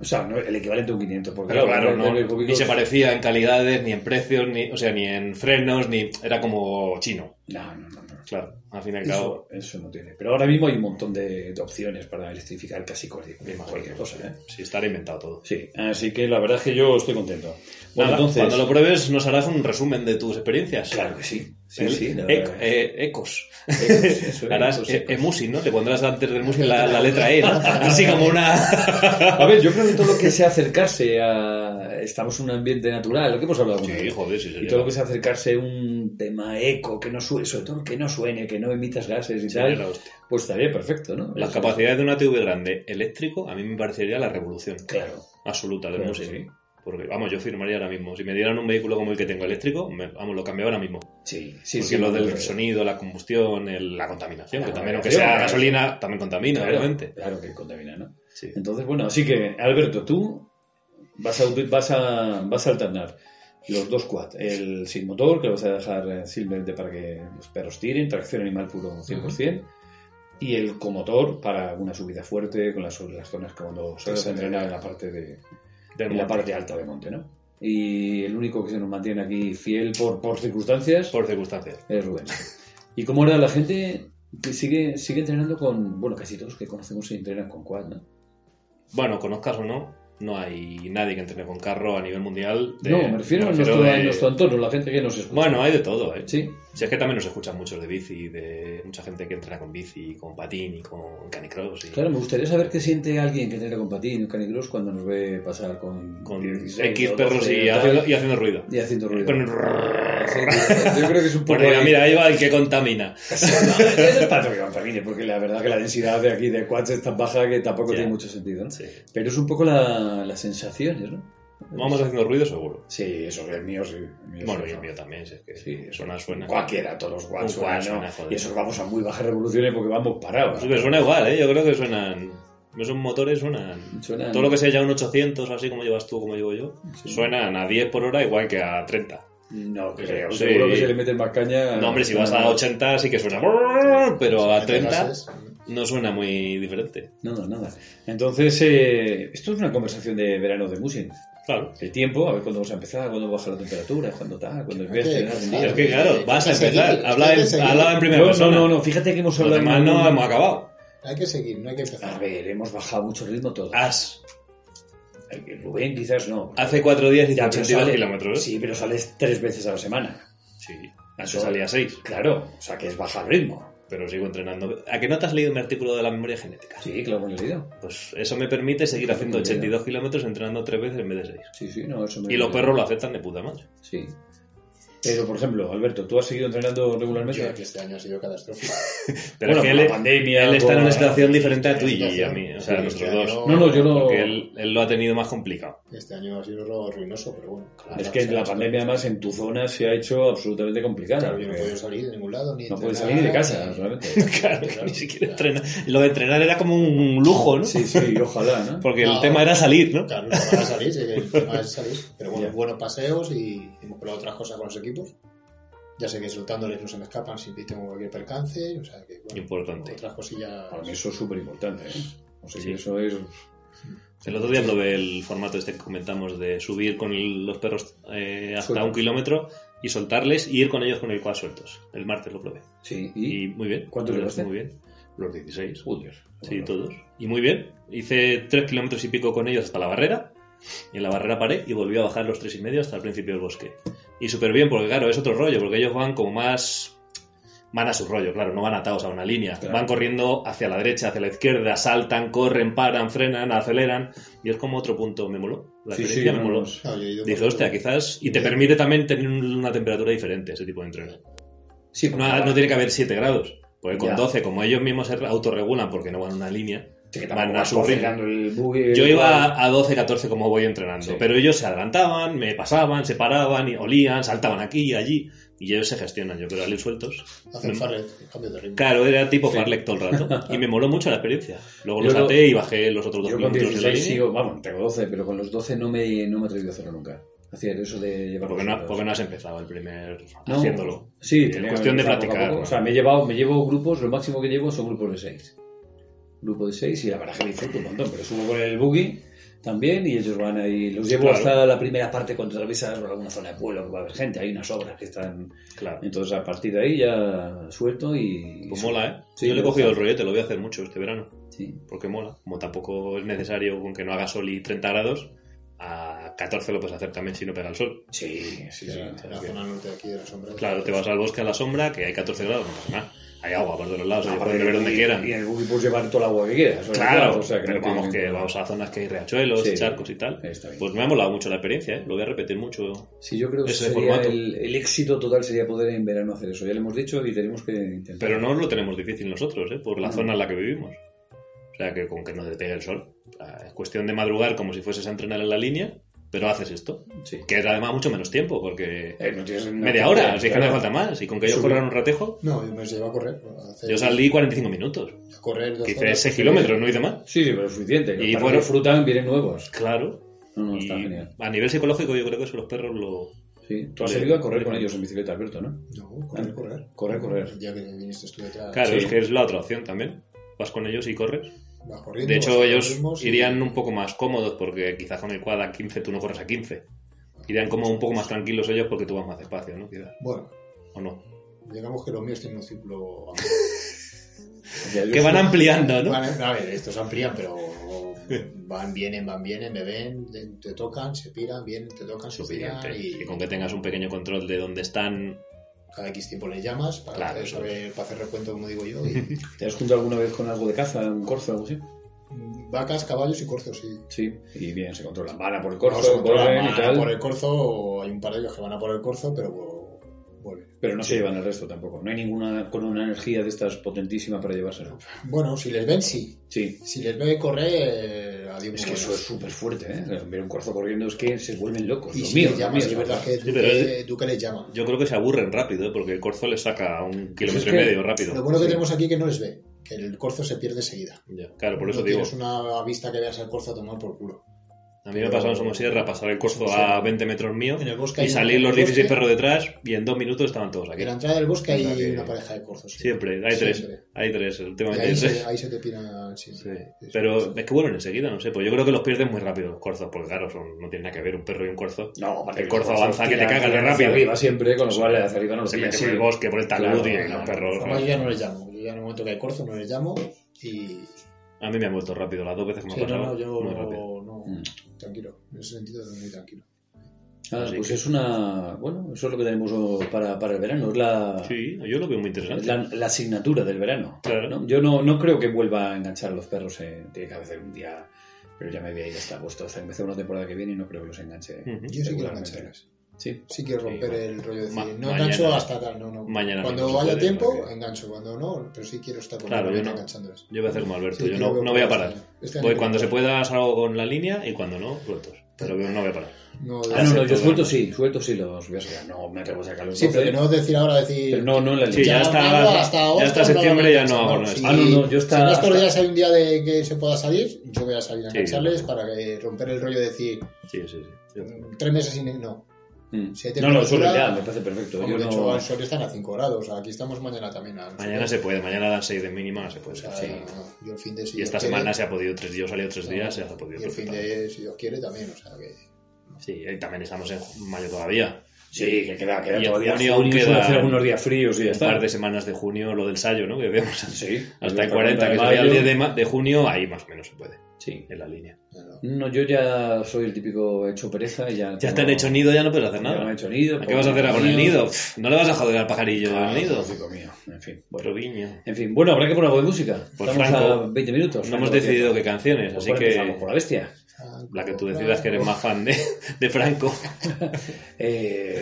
C: O sea, no, el equivalente a un 500, porque
D: Pero claro,
C: el- el- el
D: no,
C: cúbico-
D: ni se parecía en calidades, ni en precios, ni, o sea, ni en frenos, ni era como chino.
C: No, no, no, no.
D: Claro, al fin y al cabo.
C: Eso, eso no tiene. Pero ahora mismo hay un montón de, de opciones para electrificar casi cualquier,
D: me imagino.
C: cualquier cosa, ¿eh?
D: Sí, estará inventado todo.
C: Sí, así que la verdad es que yo estoy contento.
D: Nada, Cuando lo pruebes, nos harás un resumen de tus experiencias.
C: Claro que sí. Sí,
D: El-
C: sí. la
D: ec-
C: verdad.
D: eh, ecos.
C: Ecos, eso eh, es,
D: Harás
C: ecos,
D: e-
C: ecos.
D: emusin, ¿no? Te pondrás antes del musin la, la letra E, ¿no? Así como una.
C: A ver, yo creo que todo lo que sea acercarse a... Estamos en un ambiente natural, lo que hemos hablado. alguna
D: Sí,
C: vez.
D: joder, sí,
C: Y
D: señor.
C: todo lo que sea acercarse a un tema eco, que no suene, sobre todo que no suene, que no emitas gases y
D: Señor, la
C: tal,
D: hostia.
C: pues estaría perfecto, ¿no?
D: Las
C: Eso es.
D: capacidades de una TV grande eléctrico, a mí me parecería la revolución
C: Claro.
D: absoluta del
C: Claro que
D: musin.
C: sí.
D: Porque, vamos, yo firmaría ahora mismo. Si me dieran un vehículo como el que tengo eléctrico, me- vamos, lo cambiaba ahora mismo.
C: Sí, sí,
D: Porque
C: sí.
D: lo del
C: claro.
D: sonido, la combustión, el- la contaminación,
C: La
D: que también, aunque sea
C: contaminación, claro.
D: gasolina, también contamina,
C: Claro,
D: obviamente.
C: Claro que contamina, ¿no?
D: Sí.
C: Entonces, bueno, así que, Alberto, tú vas a, vas a, vas a alternar los dos quad. El sin motor, que lo vas a dejar eh, simplemente para que los perros tiren, tracción animal puro 100%. Y el comotor para una subida fuerte con las, las zonas que cuando se
E: Exacto.
C: entrenar en la parte de
D: Del
C: en la
D: monte.
C: parte alta del monte, ¿no? Y el único que se nos mantiene aquí fiel por, por circunstancias
D: Por circunstancias.
C: es Rubén. ¿Y cómo era la gente que sigue, sigue entrenando con, bueno, casi todos los que conocemos se entrenan con quad, ¿no?
D: Bueno, conozcas o no, no hay nadie que entrene con carro a nivel mundial. de-
C: no, me refiero,
D: me
C: a, nuestro,
D: de-
C: a nuestro entorno, la gente que nos escucha.
D: Bueno, hay de todo, ¿eh?
C: sí,
D: Si es que también nos escuchan muchos de bici, de mucha gente que entrena con bici, con patín y con canicross. Y...
C: claro, me gustaría saber qué siente alguien que entrena con patín o canicross cuando nos ve pasar con,
D: Con
C: 16
D: X
C: o
D: perros
C: 12
D: y
C: tal,
D: haciendo, y haciendo ruido.
C: y haciendo ruido.
D: Con el-
C: Yo creo que es un poco.
D: Bueno, mira,
C: ahí.
D: mira, ahí va el que contamina.
C: No, eso es para que contamine, porque la verdad que la densidad de aquí de Quats es tan baja que tampoco
D: Ya.
C: tiene mucho sentido. ¿no?
D: Sí.
C: Pero es un poco la, las sensaciones, ¿no?
D: Vamos haciendo ruido seguro.
C: Sí, eso es mío, sí. el mío,
D: Bueno,
C: sí,
D: y el
C: no.
D: mío también, si es que
C: Sí, eso
D: suena, suena.
C: Cualquiera, todos los Quats
D: Un Quad
C: suenan, ¿no?
D: suena, joder.
C: Y eso que vamos a muy bajas revoluciones porque vamos parados.
D: Pues que suena igual, ¿eh? Yo creo que suenan... Esos motores suenan...
C: Suenan-
D: Todo lo que sea ya un 800 o así como llevas tú, como llevo yo, suenan a 10 por hora igual que a 30.
C: No creo,
D: Sí.
C: seguro que si le metes más caña.
D: No, hombre, si vas a 80 sí que suena... Pero a 30 no suena muy diferente.
C: Nada, nada. Entonces, eh, esto es una conversación de verano de música.
D: Claro.
C: El tiempo, a ver cuándo vamos a empezar, cuándo baja la temperatura, cuándo tal, cuándo empieza.
E: Ok,
C: tal,
E: sí,
C: tal.
D: Es que claro, vas
C: Pues
D: a empezar. Habla en, habla en primera
C: No, no,
D: persona.
C: no, pues no, fíjate que hemos
D: Los
C: hablado.
D: demás no hemos acabado.
E: Hay que seguir, no hay que empezar.
C: A ver, hemos bajado mucho el ritmo todo.
D: Has.
C: El Rubén quizás no.
D: Hace cuatro días hice
C: Ya, pero
D: 82
C: sale-
D: kilómetros.
C: Sí, pero sales tres veces a la semana.
D: Sí.
C: Eso-
D: Antes salía seis.
C: Claro, o sea que es bajar el ritmo.
D: Pero sigo entrenando. ¿A qué no te has leído mi artículo de la memoria genética?
C: Sí, claro, hemos leído.
D: Pues eso me permite seguir haciendo 82 kilómetros entrenando tres veces en vez de seis.
C: Sí, sí, no, eso me-
D: Y los perros lo aceptan de puta madre.
C: Sí. Pero, por ejemplo, Alberto, ¿tú has seguido entrenando
E: Yo,
C: regularmente?
E: que este año ha sido catastrófico.
D: Pero
C: Bueno,
D: es
C: con
D: que él,
C: la pandemia,
D: él está en
C: con
D: una
C: la-
D: situación diferente a tú y a
E: situación.
D: mí. O sea,
E: Sí,
D: nosotros
E: este
D: dos.
E: año-
C: No, no, yo no.
D: Porque él, él lo ha tenido más complicado.
E: Este año ha sido algo ruinoso, pero bueno. claro,
C: Es que
E: se ha
C: la
E: hecho.
C: pandemia, además, en tu zona se ha hecho absolutamente complicada.
E: Claro, yo no
C: porque
E: puedo salir de ningún lado. Ni
C: No puedes
E: entrenar,
C: salir de casa,
E: ni-
C: solamente.
D: Claro, que ni siquiera entrenar. Lo de entrenar era como un lujo, ¿no?
C: Sí, sí, ojalá, ¿no?
D: Porque el
E: No.
D: tema era salir, ¿no?
E: Claro, no van a salir, sí, el tema es salir. Pero bueno,
C: Ya.
E: buenos paseos y hemos probado otras cosas con los equipos. Ya sé que soltándoles no se me escapan si tengo cualquier percance. O sea que, bueno,
D: Importante.
E: otras cosillas.
C: Para mí eso es súper importante, ¿eh? O sea, que
D: Sí.
C: eso es...
D: El otro día probé el formato este que comentamos de subir con el- los perros eh, hasta
C: Sueltos.
D: un kilómetro y soltarles y ir con ellos con el quad sueltos. El martes lo probé.
C: Sí,
D: Y,
C: y...
D: muy bien.
C: ¿Cuánto
D: Muy
C: llevaste?
D: bien, Muy bien. Los 16.
C: Joder.
D: Sí,
C: Bueno,
D: todos. Y muy bien. Hice 3 kilómetros y pico con ellos hasta la barrera. Y en la barrera paré y volví a bajar los tres y medio hasta el principio del bosque. Y súper bien, porque claro, es otro rollo, porque ellos van como más. Van a su rollo, claro, no van atados a una línea.
C: Claro.
D: Van corriendo hacia la derecha, hacia la izquierda, saltan, corren, paran, frenan, aceleran. Y es como otro punto, me moló. La
C: Sí, sí,
D: experiencia me moló.
C: vamos.
E: No, yo he ido
D: Dije,
E: por-
D: hostia, quizás. Y te permite también tener un- una temperatura diferente ese tipo de entreno.
C: Sí,
D: No, no tiene que haber 7 grados. Porque con
C: Ya.
D: 12, como ellos mismos se autorregulan porque no van a una línea,
C: Sí, que
D: van
C: tampoco
D: a
C: vas
D: su ritmo.
C: cocinando el buggy,
D: yo
C: el cual.
D: iba a 12, 14 como voy entrenando,
C: Sí.
D: pero ellos se adelantaban, me pasaban, se paraban, y olían, saltaban aquí y allí, y ellos se gestionan, yo creo, al ir sueltos.
E: Hacen farret, cambio de ritmo.
D: Claro, era tipo
C: Sí.
D: Farlek todo el rato, y me moló mucho la experiencia. Luego
C: Yo
D: los
C: lo-
D: até y bajé los otros dos
C: Yo con
D: kilómetros de la
C: 16
D: línea,
C: sigo... Vamos, tengo 12, pero con los 12 no me, no me he atrevido a hacerlo nunca. Hacía eso de llevar...
D: porque
C: los
D: no,
C: otros.
D: porque no has empezado el primer
C: No.
D: haciéndolo.
C: Sí,
D: Es
C: tenía
D: cuestión
C: que
D: de
C: empezar poco a
D: practicar,
C: poco.
D: ¿no?
C: O sea, me he llevado, me llevo grupos, lo máximo que llevo son grupos de seis. Grupo de seis y la verdad que disfruto un montón, pero subo con el buggy también y ellos van ahí. Los llevo
D: Claro.
C: hasta la primera parte cuando atraviesas alguna zona de pueblo que va a haber gente, hay unas obras que están.
D: Claro.
C: Entonces a partir de ahí ya suelto y.
D: Pues mola, ¿eh?
C: Sí,
D: yo le he
C: me
D: cogido el
C: gusta.
D: rollete, lo voy a hacer mucho este verano,
C: Sí.
D: porque mola. Como tampoco es necesario, aunque no haga sol y 30 grados, a 14 lo puedes hacer también si no pega el sol.
C: Sí, sí, sí.
E: Sí, en la zona norte de aquí de la sombra.
D: Claro, te vas al bosque a la sombra, que hay 14 grados, no pasa nada. Hay agua por todos lados, ellos
C: Aparte
D: pueden beber
C: del
D: donde
C: buggy-
D: quieran.
C: Y en el buggy puedes llevar toda el agua que quieras. o sea,
D: Claro,
C: o sea, que
D: pero
C: no tiene
D: vamos, que
C: ningún-
D: vamos a zonas que hay riachuelos,
C: Sí.
D: charcos y tal.
C: Está bien.
D: Pues me ha molado mucho la experiencia, ¿eh? lo voy a repetir mucho.
C: Sí, yo creo que
D: Ese
C: sería
D: formato.
C: el, el éxito total sería poder en verano hacer eso. Ya lo hemos dicho y tenemos que intentar.
D: Pero no lo tenemos difícil nosotros, ¿eh? por la
C: No.
D: zona en la que vivimos. O sea, que con que no te pegue el sol. Ah, Es cuestión de madrugar como si fueses a entrenar en la línea, pero haces esto.
C: Sí.
D: Que era además mucho menos tiempo, porque
C: Eh, no tienes nada
D: media
C: que
D: hora,
C: hacer,
D: así que no
C: claro.
D: hace falta más. Y con que ellos
C: Subir.
D: corran un ratejo,
E: No, yo me llevo a correr. a hacer-
D: yo salí 45 minutos.
E: a correr dos
D: Que hice
E: horas.
D: 6 kilómetros, no hice más.
C: Sí, sí, pero es suficiente.
D: Y
C: Y para
D: bueno-
C: disfrutan, vienen nuevos.
D: Claro,
C: No, no,
D: Y
C: está genial.
D: a nivel psicológico yo creo que eso los perros lo...
C: Sí. Tú has
D: Le-
C: salido a correr
D: le-
C: con ellos en bicicleta, Alberto, ¿no?
E: No, correr, correr.
C: Correr, correr.
E: Ya que viniste tú detrás.
D: Claro,
C: Sí.
D: es que es la otra opción también. Vas con ellos y corres.
E: vas corriendo,
D: De
E: vas
D: hecho,
E: a
D: ellos
E: ritmos y-
D: irían un poco más cómodos porque quizás con el quad a 15 tú no corres a 15. Irían como un poco más tranquilos ellos porque tú vas más despacio, ¿no? Quizás.
E: Bueno,
D: ¿O no?
E: digamos que los míos tienen un círculo.
C: Ya yo
D: Que van
C: soy-
D: ampliando, ¿no?
E: Van- a ver, estos amplían, pero van, vienen, van, vienen, me ven, te, te tocan, se piran, vienen, te tocan, se piran.
D: Suficiente.
E: Y
D: Y con que tengas un pequeño control de dónde están...
E: cada X tiempo les llamas para,
D: Claro,
E: hacer,
D: eso
E: saber- para hacer recuento, como digo yo. y-
C: ¿Te has juntado alguna vez con algo de caza, un corzo o algo así?
E: vacas, caballos y corzos, sí.
C: Sí. Y bien, se controlan. Van a por el
E: No, se
C: corzo,
E: controlan,
C: corren
E: van
C: y
E: a
C: tal.
E: por el corzo, hay un par de ellos que van a por el corzo, pero
C: Pero no se llevan el resto tampoco. No hay ninguna con una energía de estas potentísima para llevárselo.
E: Bueno, si les ven, sí.
C: Sí.
E: Si les ve correr, eh, adiós.
C: Es que eso es
E: buenas.
C: súper fuerte, ¿eh? Ver un corzo corriendo es que se vuelven locos.
E: Y
C: Lo
E: si
C: mío,
E: les
C: lo
E: llamas,
C: mío,
E: es
C: lo
E: verdad
C: mío.
E: que
D: Sí, pero
E: Duque, Duque les llama.
D: Yo creo que se aburren rápido, ¿eh? porque el corzo les saca un kilómetro
E: Pues Es que
D: y medio
E: Lo
D: rápido.
E: bueno que
C: Sí.
E: tenemos aquí es que no les ve, que el corzo se pierde enseguida.
D: Ya, Claro, por eso
E: no
D: digo,
E: Tienes una vista que veas al corzo a tomar por culo.
D: a mí me pasaba en Somosierra pasar el corzo a 20 metros mío
E: En el bosque
D: y
E: hay-
D: salir los
E: en el
D: 16
E: bosque-
D: perros detrás y en dos minutos estaban todos aquí.
E: En la entrada del bosque hay
D: O sea que-
E: una pareja de corzos.
D: Siempre, hay tres,
E: Siempre.
D: hay tres, últimamente
E: Y
D: hay
E: ahí,
D: tres.
E: se, ahí se te piran
D: Sí,
E: siempre. Eso
D: pero
E: pasa.
D: es que vuelven enseguida, no sé, pues yo creo que los pierden muy rápido los corzos, porque claro, son, no tiene nada que ver un perro y un corzo.
C: No, aparte
D: El
C: que los
D: corzo
C: corzos
D: avanza que te
C: tiran
D: cagas de
C: hacia
D: rápido.
C: arriba siempre, con lo cual hacia arriba no lo
D: Se
C: pillas,
D: mete
C: sí.
D: por el bosque, por el talud
C: Claro,
D: y
C: claro.
D: los perros.
E: Además, yo ya no les llamo. Yo ya en el momento que hay corzo no les llamo. Y.
D: A mí me han vuelto rápido, las dos veces que me
E: Sí,
D: ha
E: no,
D: pasado.
E: no, yo
D: muy rápido. Mm.
E: no, no.
C: Mm.
E: Tranquilo. En ese sentido, muy tranquilo.
C: Ah,
D: Así
C: pues
D: que-
C: es una. Bueno, eso es lo que tenemos oh, para, para el verano. Es la,
D: Sí, yo lo veo muy
C: es
D: interesante.
C: la, la asignatura del verano.
D: Claro.
C: ¿no? Yo no, no creo que vuelva a enganchar a los perros. eh, Tiene que hacer un día. Pero ya me voy a ir hasta agosto. Hasta empecé una temporada que viene y no creo que los enganche.
D: Ujú.
E: Yo sí quiero
C: Seguramente.
E: engancharles.
C: Sí.
E: Sí quiero
D: Sí,
E: romper
D: bueno.
E: el rollo de decir,
D: Ma-
E: no
D: mañana-
E: engancho hasta tal, no, no.
D: mañana
E: Cuando
D: mismo se
E: vaya
D: puede,
E: tiempo,
D: porque-
E: engancho. Cuando no, pero sí quiero estar por
D: Claro,
E: la
D: yo
E: mañana
D: no.
E: enganchándoles.
D: Yo voy a hacer como Alberto,
E: Sí,
D: yo
E: creo
D: no,
E: que
D: no voy a
E: este
D: parar.
E: año- este año
D: Voy
E: no
D: cuando se
E: creo.
D: pueda salgo con la línea y cuando no, sueltos. Pero yo no voy a parar.
E: No,
C: Ah,
E: de-
C: no,
D: sé
C: no, yo
D: todo.
C: suelto sí, suelto sí los voy a sacar. No me atrevo a sacar los
E: Sí, pero que
C: 12,
E: no decir ahora, decir.
C: pero no, no en la
D: Sí,
C: línea.
D: ya está-
E: nada,
D: ya
E: agosto
D: está
E: no
D: septiembre,
E: lo
D: ya no
E: enganchan,
D: hago nada.
E: Si-
C: Ah, no, no, yo está-
E: Si en estos
C: hasta-
E: días hay un día de que se pueda salir, yo voy a salir a
D: Sí,
E: engancharles
D: yo
E: para que romper el rollo de decir
D: Sí, sí, sí. Yo-
E: mm, tres meses sin. No.
C: Mm.
E: Si hay
C: No, no, suelo
E: temperatura-
C: ya, me parece perfecto.
D: ¿eh?
E: Como
C: Yo
E: de hecho,
C: no...
E: al sol están a 5 grados. Aquí estamos mañana también. al sol.
D: Mañana se puede, mañana dan 6 de mínima, se
E: O
D: puede.
E: sea,
D: sí.
E: no, yo el fin de si
D: Y esta
E: Dios quiere-
D: semana se ha podido tres días, yo he salido tres días, se ha podido
E: Y el fin
D: perfectamente.
E: de si Dios quiere también. O sea, que.
D: Sí, y también estamos en mayo todavía.
C: Sí, que queda, queda
D: Y en
C: todavía
D: junio
C: junio,
D: queda-
C: suele hacer algunos días fríos y ya
D: un par
C: está.
D: de semanas de junio, lo del sayo, ¿no? Que vemos hasta
C: Sí,
D: el 40, que
C: de
D: sería el
C: mayo.
D: 10 de, ma- de junio, ahí más o menos se puede,
C: Sí.
D: en la línea.
E: bueno,
C: No, yo ya soy el típico hecho pereza y ya...
D: Ya
C: tengo-
D: están hecho nido, ya no puedes hacer
C: ya me he
D: nada.
C: hecho nido.
D: ¿A ¿Qué vas a hacer ahora con el nido? Pff, No le vas a joder al pajarillo
C: Ah,
D: al nido.
C: hijo mío. En fin, bueno.
D: Proviño.
C: En fin, bueno, habrá que poner algo de música.
D: Pues,
C: Estamos
D: Franco,
C: a 20 minutos.
D: No hemos decidido qué canciones, así
C: Pues Empezamos
D: que
C: por la bestia.
D: la que tú decidas que eres más fan de, de Franco.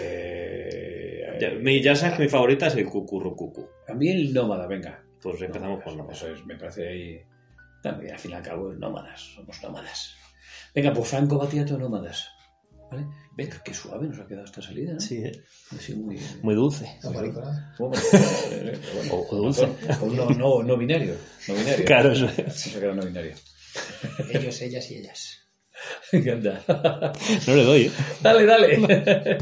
C: Eh...
D: Ya, mi- ya sabes que mi favorita es el cucurrucucu.
C: A mí el nómada, venga.
D: Pues empezamos con
C: Nómadas,
D: Nómadas.
C: Eso es, me parece ahí. También, al fin y al cabo, nómadas, somos nómadas. Venga, pues Franco Batiato, nómadas. ¿Vale? Venga, qué suave nos ha quedado esta salida, ¿no?
D: Sí, ¿eh?
C: Así muy.
D: muy dulce.
E: no, maricona.
C: Bueno, eh, bueno,
D: O dulce.
C: o no, no, no binario. No binario.
D: Claro, eso es.
C: Nos ha quedado no binario.
E: Ellos, ellas y ellas.
C: Me encanta.
D: no le doy. ¿eh?
C: Dale, dale.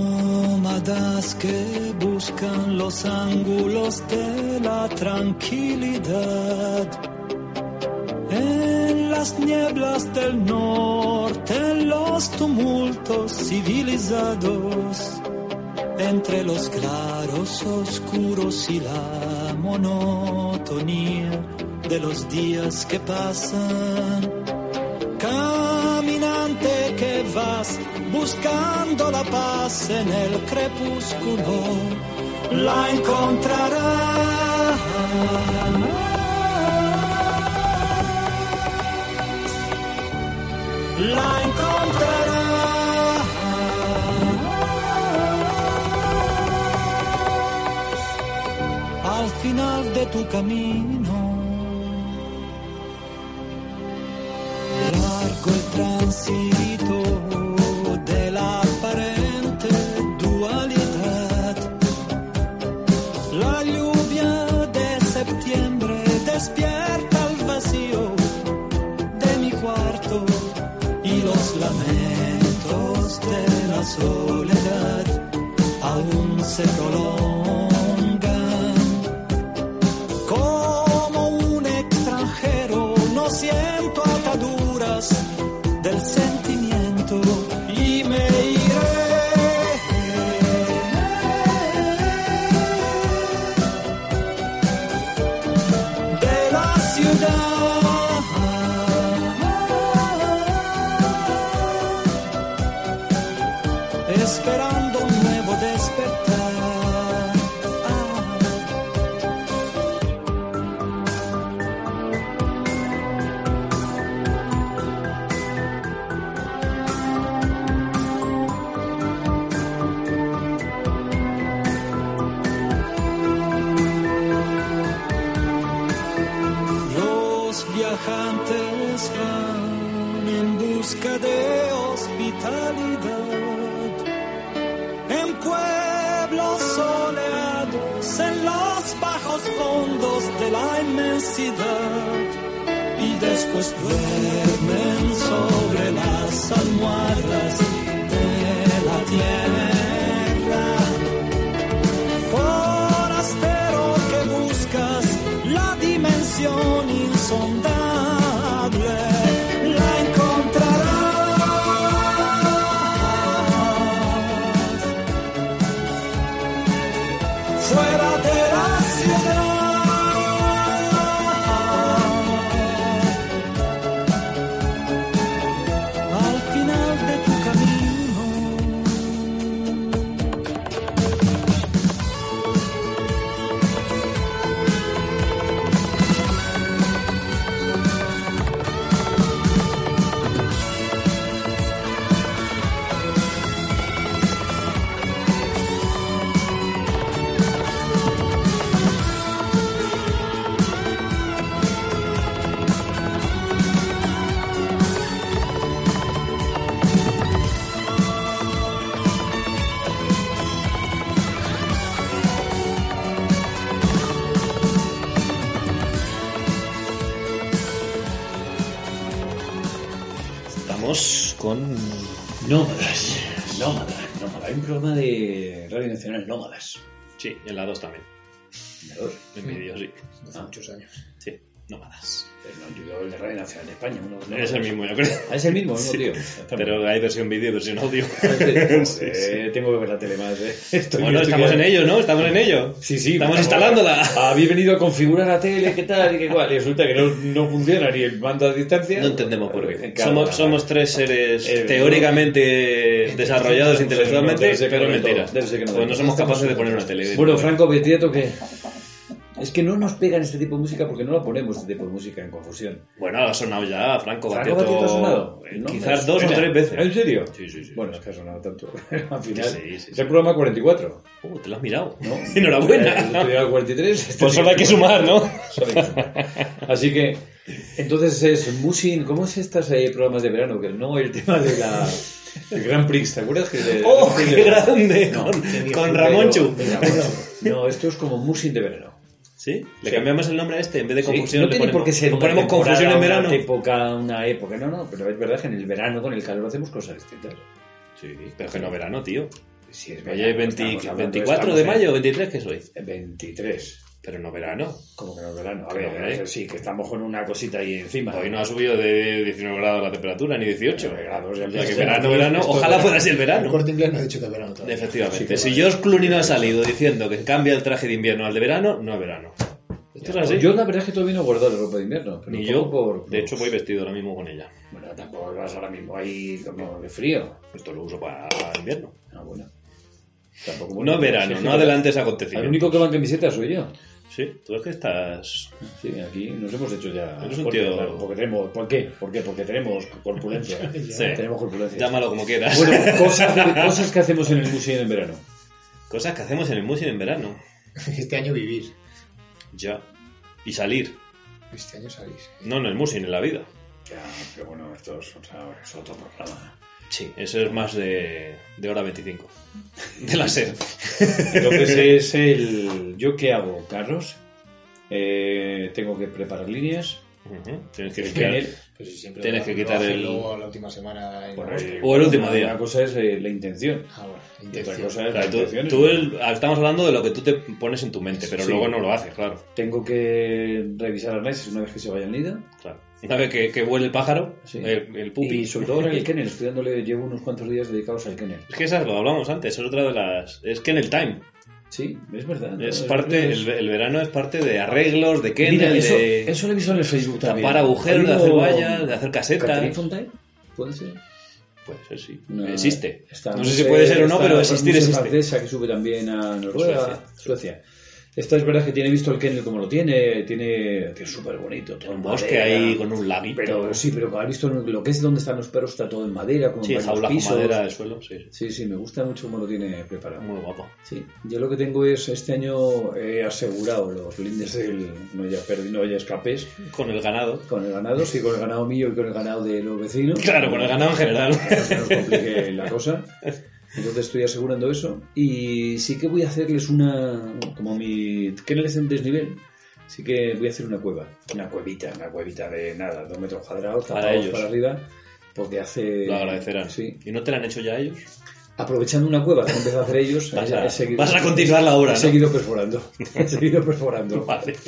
F: Nómadas que buscan los ángulos de la tranquilidad. En las nieblas del norte, en los tumultos civilizados, entre los claros oscuros y la monotonía de los días que pasan caminante que vas buscando la paz en el crepúsculo, la encontrarás. La encontrarás al final de tu camino. Largo el tránsito de la aparente dualidad. La lluvia de septiembre despierta el vacío de mi cuarto y los lamentos de la soledad aún se prolongan como un extranjero no siento ataduras del sentimiento y me iré de la ciudad esperando un nuevo despertar. Ah. Los viajantes van en busca de hospitalidad. En pueblos soleados, en los bajos fondos de la inmensidad. Y después duermen sobre las almohadas de la tierra forastero que buscas la dimensión insondable. La encontrarás fuera de la ciudad. Al final de tu camino.
D: Estamos con.
C: Nómadas, nómadas, nómadas. Hay un programa de Radio Nacional Nómadas.
D: Sí, en la 2 también. En vídeo, sí.
E: hace muchos años.
D: Sí, nómadas.
C: Pero eh, no, yo veo el de Radio Nacional de España. uno de los
D: Es el
C: nómadas.
D: mismo, yo creo.
C: Ah, es el mismo, el mismo,
D: Sí.
C: tío.
D: Pero hay versión vídeo y versión audio.
C: Joder,
D: Sí, sí.
C: Tengo que ver la tele más, eh. Estoy-
D: Bueno,
C: estoy-
D: estamos en ello, ¿no? Estamos en ello.
C: Sí, sí.
D: Estamos
C: por favor.
D: instalándola.
C: Habéis venido a configurar la tele, ¿qué tal? Y qué cual. Y resulta que no, no funciona ni el mando a distancia.
D: No entendemos por qué.
C: Claro,
D: somos,
C: claro.
D: somos tres seres
C: Eh,
D: teóricamente desarrollados
C: no, no,
D: intelectualmente,
C: no sé que
D: pero
C: no de
D: mentiras.
C: todo, no sé que no de
D: Pues no
C: todo.
D: somos capaces de poner una tele.
C: Bueno, Franco Betieto, que. Es que no nos pegan este tipo de música porque no la ponemos este tipo de música en confusión.
D: Bueno, ha sonado ya,
C: ¿Franco
D: Franco Batieto.
C: Batieto ha sonado?
D: Eh,
C: No me
D: Quizás dos o
C: suena.
D: tres veces.
C: ¿En serio?
D: Sí, sí, sí.
C: Bueno, es que ha sonado tanto. Al final.
D: Sí, sí, sí.
C: es el programa 44.
D: Uh, te lo has mirado.
C: ¿no? El
D: Enhorabuena.
C: otro día el 43. este
D: Pues
C: día
D: solo hay
C: el
D: que sumar, ¿no?
C: Así que, entonces es Musin, ¿cómo es estas eh, programas de verano? Que no el tema de la el Grand Prix, ¿te acuerdas? Que de-
D: ¡Oh,
C: de-
D: qué grande!
C: No,
D: con
C: de-
D: con
C: pero-
D: Ramonchu.
C: de Ramonchu. No, esto es como Musin de verano.
D: ¿Sí? Le
C: Sí.
D: cambiamos el nombre a este en vez de
C: Sí,
D: confusión.
C: no
D: le
C: tiene
D: ponemos,
C: por qué ser
D: le
C: una
D: ponemos
C: temporada,
D: confusión en
C: una
D: verano.
C: época, una época, no, no, pero es verdad que en el verano con el calor hacemos cosas distintas.
D: Sí, pero es que no verano, tío.
C: Sí, es
D: Oye,
C: verano, pues
D: 20
C: estamos hablando,
D: 24
C: estamos
D: de
C: en-
D: mayo, 23 que soy.
C: en 23,
D: Pero no verano.
C: como que no es verano. A
D: Que no,
C: ver,
D: ¿eh?
C: sí, que estamos con una cosita ahí encima.
D: Hoy no ha subido de 19 grados la temperatura, ni 18.
C: 19 grados, ya
D: O sea, que
C: empieza.
D: verano, verano, ojalá fuera así el
E: El
D: verano.
E: corte inglés no ha dicho que verano todavía.
C: Sí,
D: Efectivamente.
C: que
D: Si
C: vale.
D: George Clooney no ha salido diciendo que cambia el traje de invierno al de verano, no es verano. Esto es así.
C: Yo la verdad es que todavía no he guardado la ropa de invierno. Pero
D: Ni
C: un
D: yo.
C: poco por-
D: De hecho, voy vestido ahora mismo con ella.
C: Bueno, tampoco vas ahora mismo ahí como de frío.
D: Esto lo uso para invierno.
C: Ah, bueno. Tampoco
D: No es verano, no adelantes
C: El
D: acontecimientos.
C: único que va en camiseta soy yo.
D: Sí, tú es que estás...
C: Sí, aquí nos hemos hecho ya.
D: Eres un
C: porque,
D: tío-
C: claro, porque tenemos, ¿Por qué? ¿Por qué? Porque tenemos corpulencia.
D: Sí.
C: Tenemos corpulencia.
D: Llámalo como quieras.
C: Bueno, cosas, cosas que hacemos en el museo en verano.
D: Cosas que hacemos en el museo en verano.
E: Este año vivir.
D: Ya. Y salir.
E: Este año salís.
D: No en el museo, en la vida.
C: Ya, pero bueno, esto es, o sea, es otro programa.
D: Sí, eso es más de, de hora 25. De la sed.
C: Entonces es el. ¿Yo qué hago, Carlos? Eh, tengo que preparar líneas.
D: Ujú. Tienes que
C: Tener-
D: limpiar.
E: Pero si siempre
D: Pues Tienes
E: lo-
D: que
E: lo
D: quitar
E: hacen
D: el-
E: Luego la última semana en
C: Bueno,
E: agosto.
C: eh,
D: O el último día.
C: Una cosa es eh, la intención.
E: Ah, bueno,
C: Y otra
E: intención.
C: cosa es la
D: Claro, tú,
C: intención.
D: tú el- estamos hablando de lo que tú te pones en tu mente, pero
C: Sí.
D: luego no lo haces, claro.
C: Tengo que revisar las meses una vez que se vaya al nido.
D: claro. Una vez que, que vuele el pájaro,
C: Sí.
D: el, el pupi.
C: Y sobre todo ahora el kennel. Estoy dándole, llevo unos cuantos días dedicados al kennel.
D: Es que esas lo hablamos antes, es otra de las. Es que en el time.
C: Sí, es verdad. ¿no?
D: Es parte, el, el verano es parte de arreglos, de
C: Mira,
D: kennel,
C: eso,
D: de
C: eso lo he visto en el Facebook
D: tapar
C: también.
D: agujeros, de
C: Hay
D: hacer
C: uno-
D: vallas, de hacer casetas.
C: Catherine Fontaine, puede ser.
D: Puede ser, sí.
C: No,
D: Existe.
C: está-
D: no sé si puede ser o no,
C: está
D: pero
C: la
D: existir
C: música
D: existe.
C: francesa que sube también a Noruega, Suecia.
D: Suecia.
C: Esta es verdad que tiene visto el Kennel como lo tiene, tiene que es súper bonito. todo
D: Un
C: en
D: bosque
C: madera.
D: ahí con un laguito.
C: Pero sí, pero has visto lo que es donde están los perros, está todo en madera, con
D: sí,
C: varios
D: jaula con
C: pisos.
D: madera de suelo, sí. sí.
C: Sí, sí, me gusta mucho cómo lo tiene preparado.
D: Muy guapo.
C: Sí, yo lo que tengo es este año he asegurado los lindes del no ya perdí, no ya escapés
D: Con el ganado.
C: con el ganado, sí, con el ganado mío y con el ganado de los vecinos.
D: Claro, con el ganado en general.
C: Para que no nos complique la cosa. Entonces estoy asegurando eso. Y sí que voy a hacerles una. Como mi. ¿Qué le en desnivel? Sí que voy a hacer una cueva. Una cuevita, una cuevita de nada, dos metros cuadrados,
D: Para
C: tapados
D: ellos.
C: para arriba. Porque hace.
D: Lo agradecerán.
C: Eh, Sí.
D: ¿Y no te la han hecho ya ellos?
C: Aprovechando una cueva que han empezado a hacer ellos,
D: Vas
C: he-
D: a,
C: he seguido-
D: vas a continuar la obra,
C: He
D: ¿no?
C: seguido perforando. He seguido perforando.
D: Vale.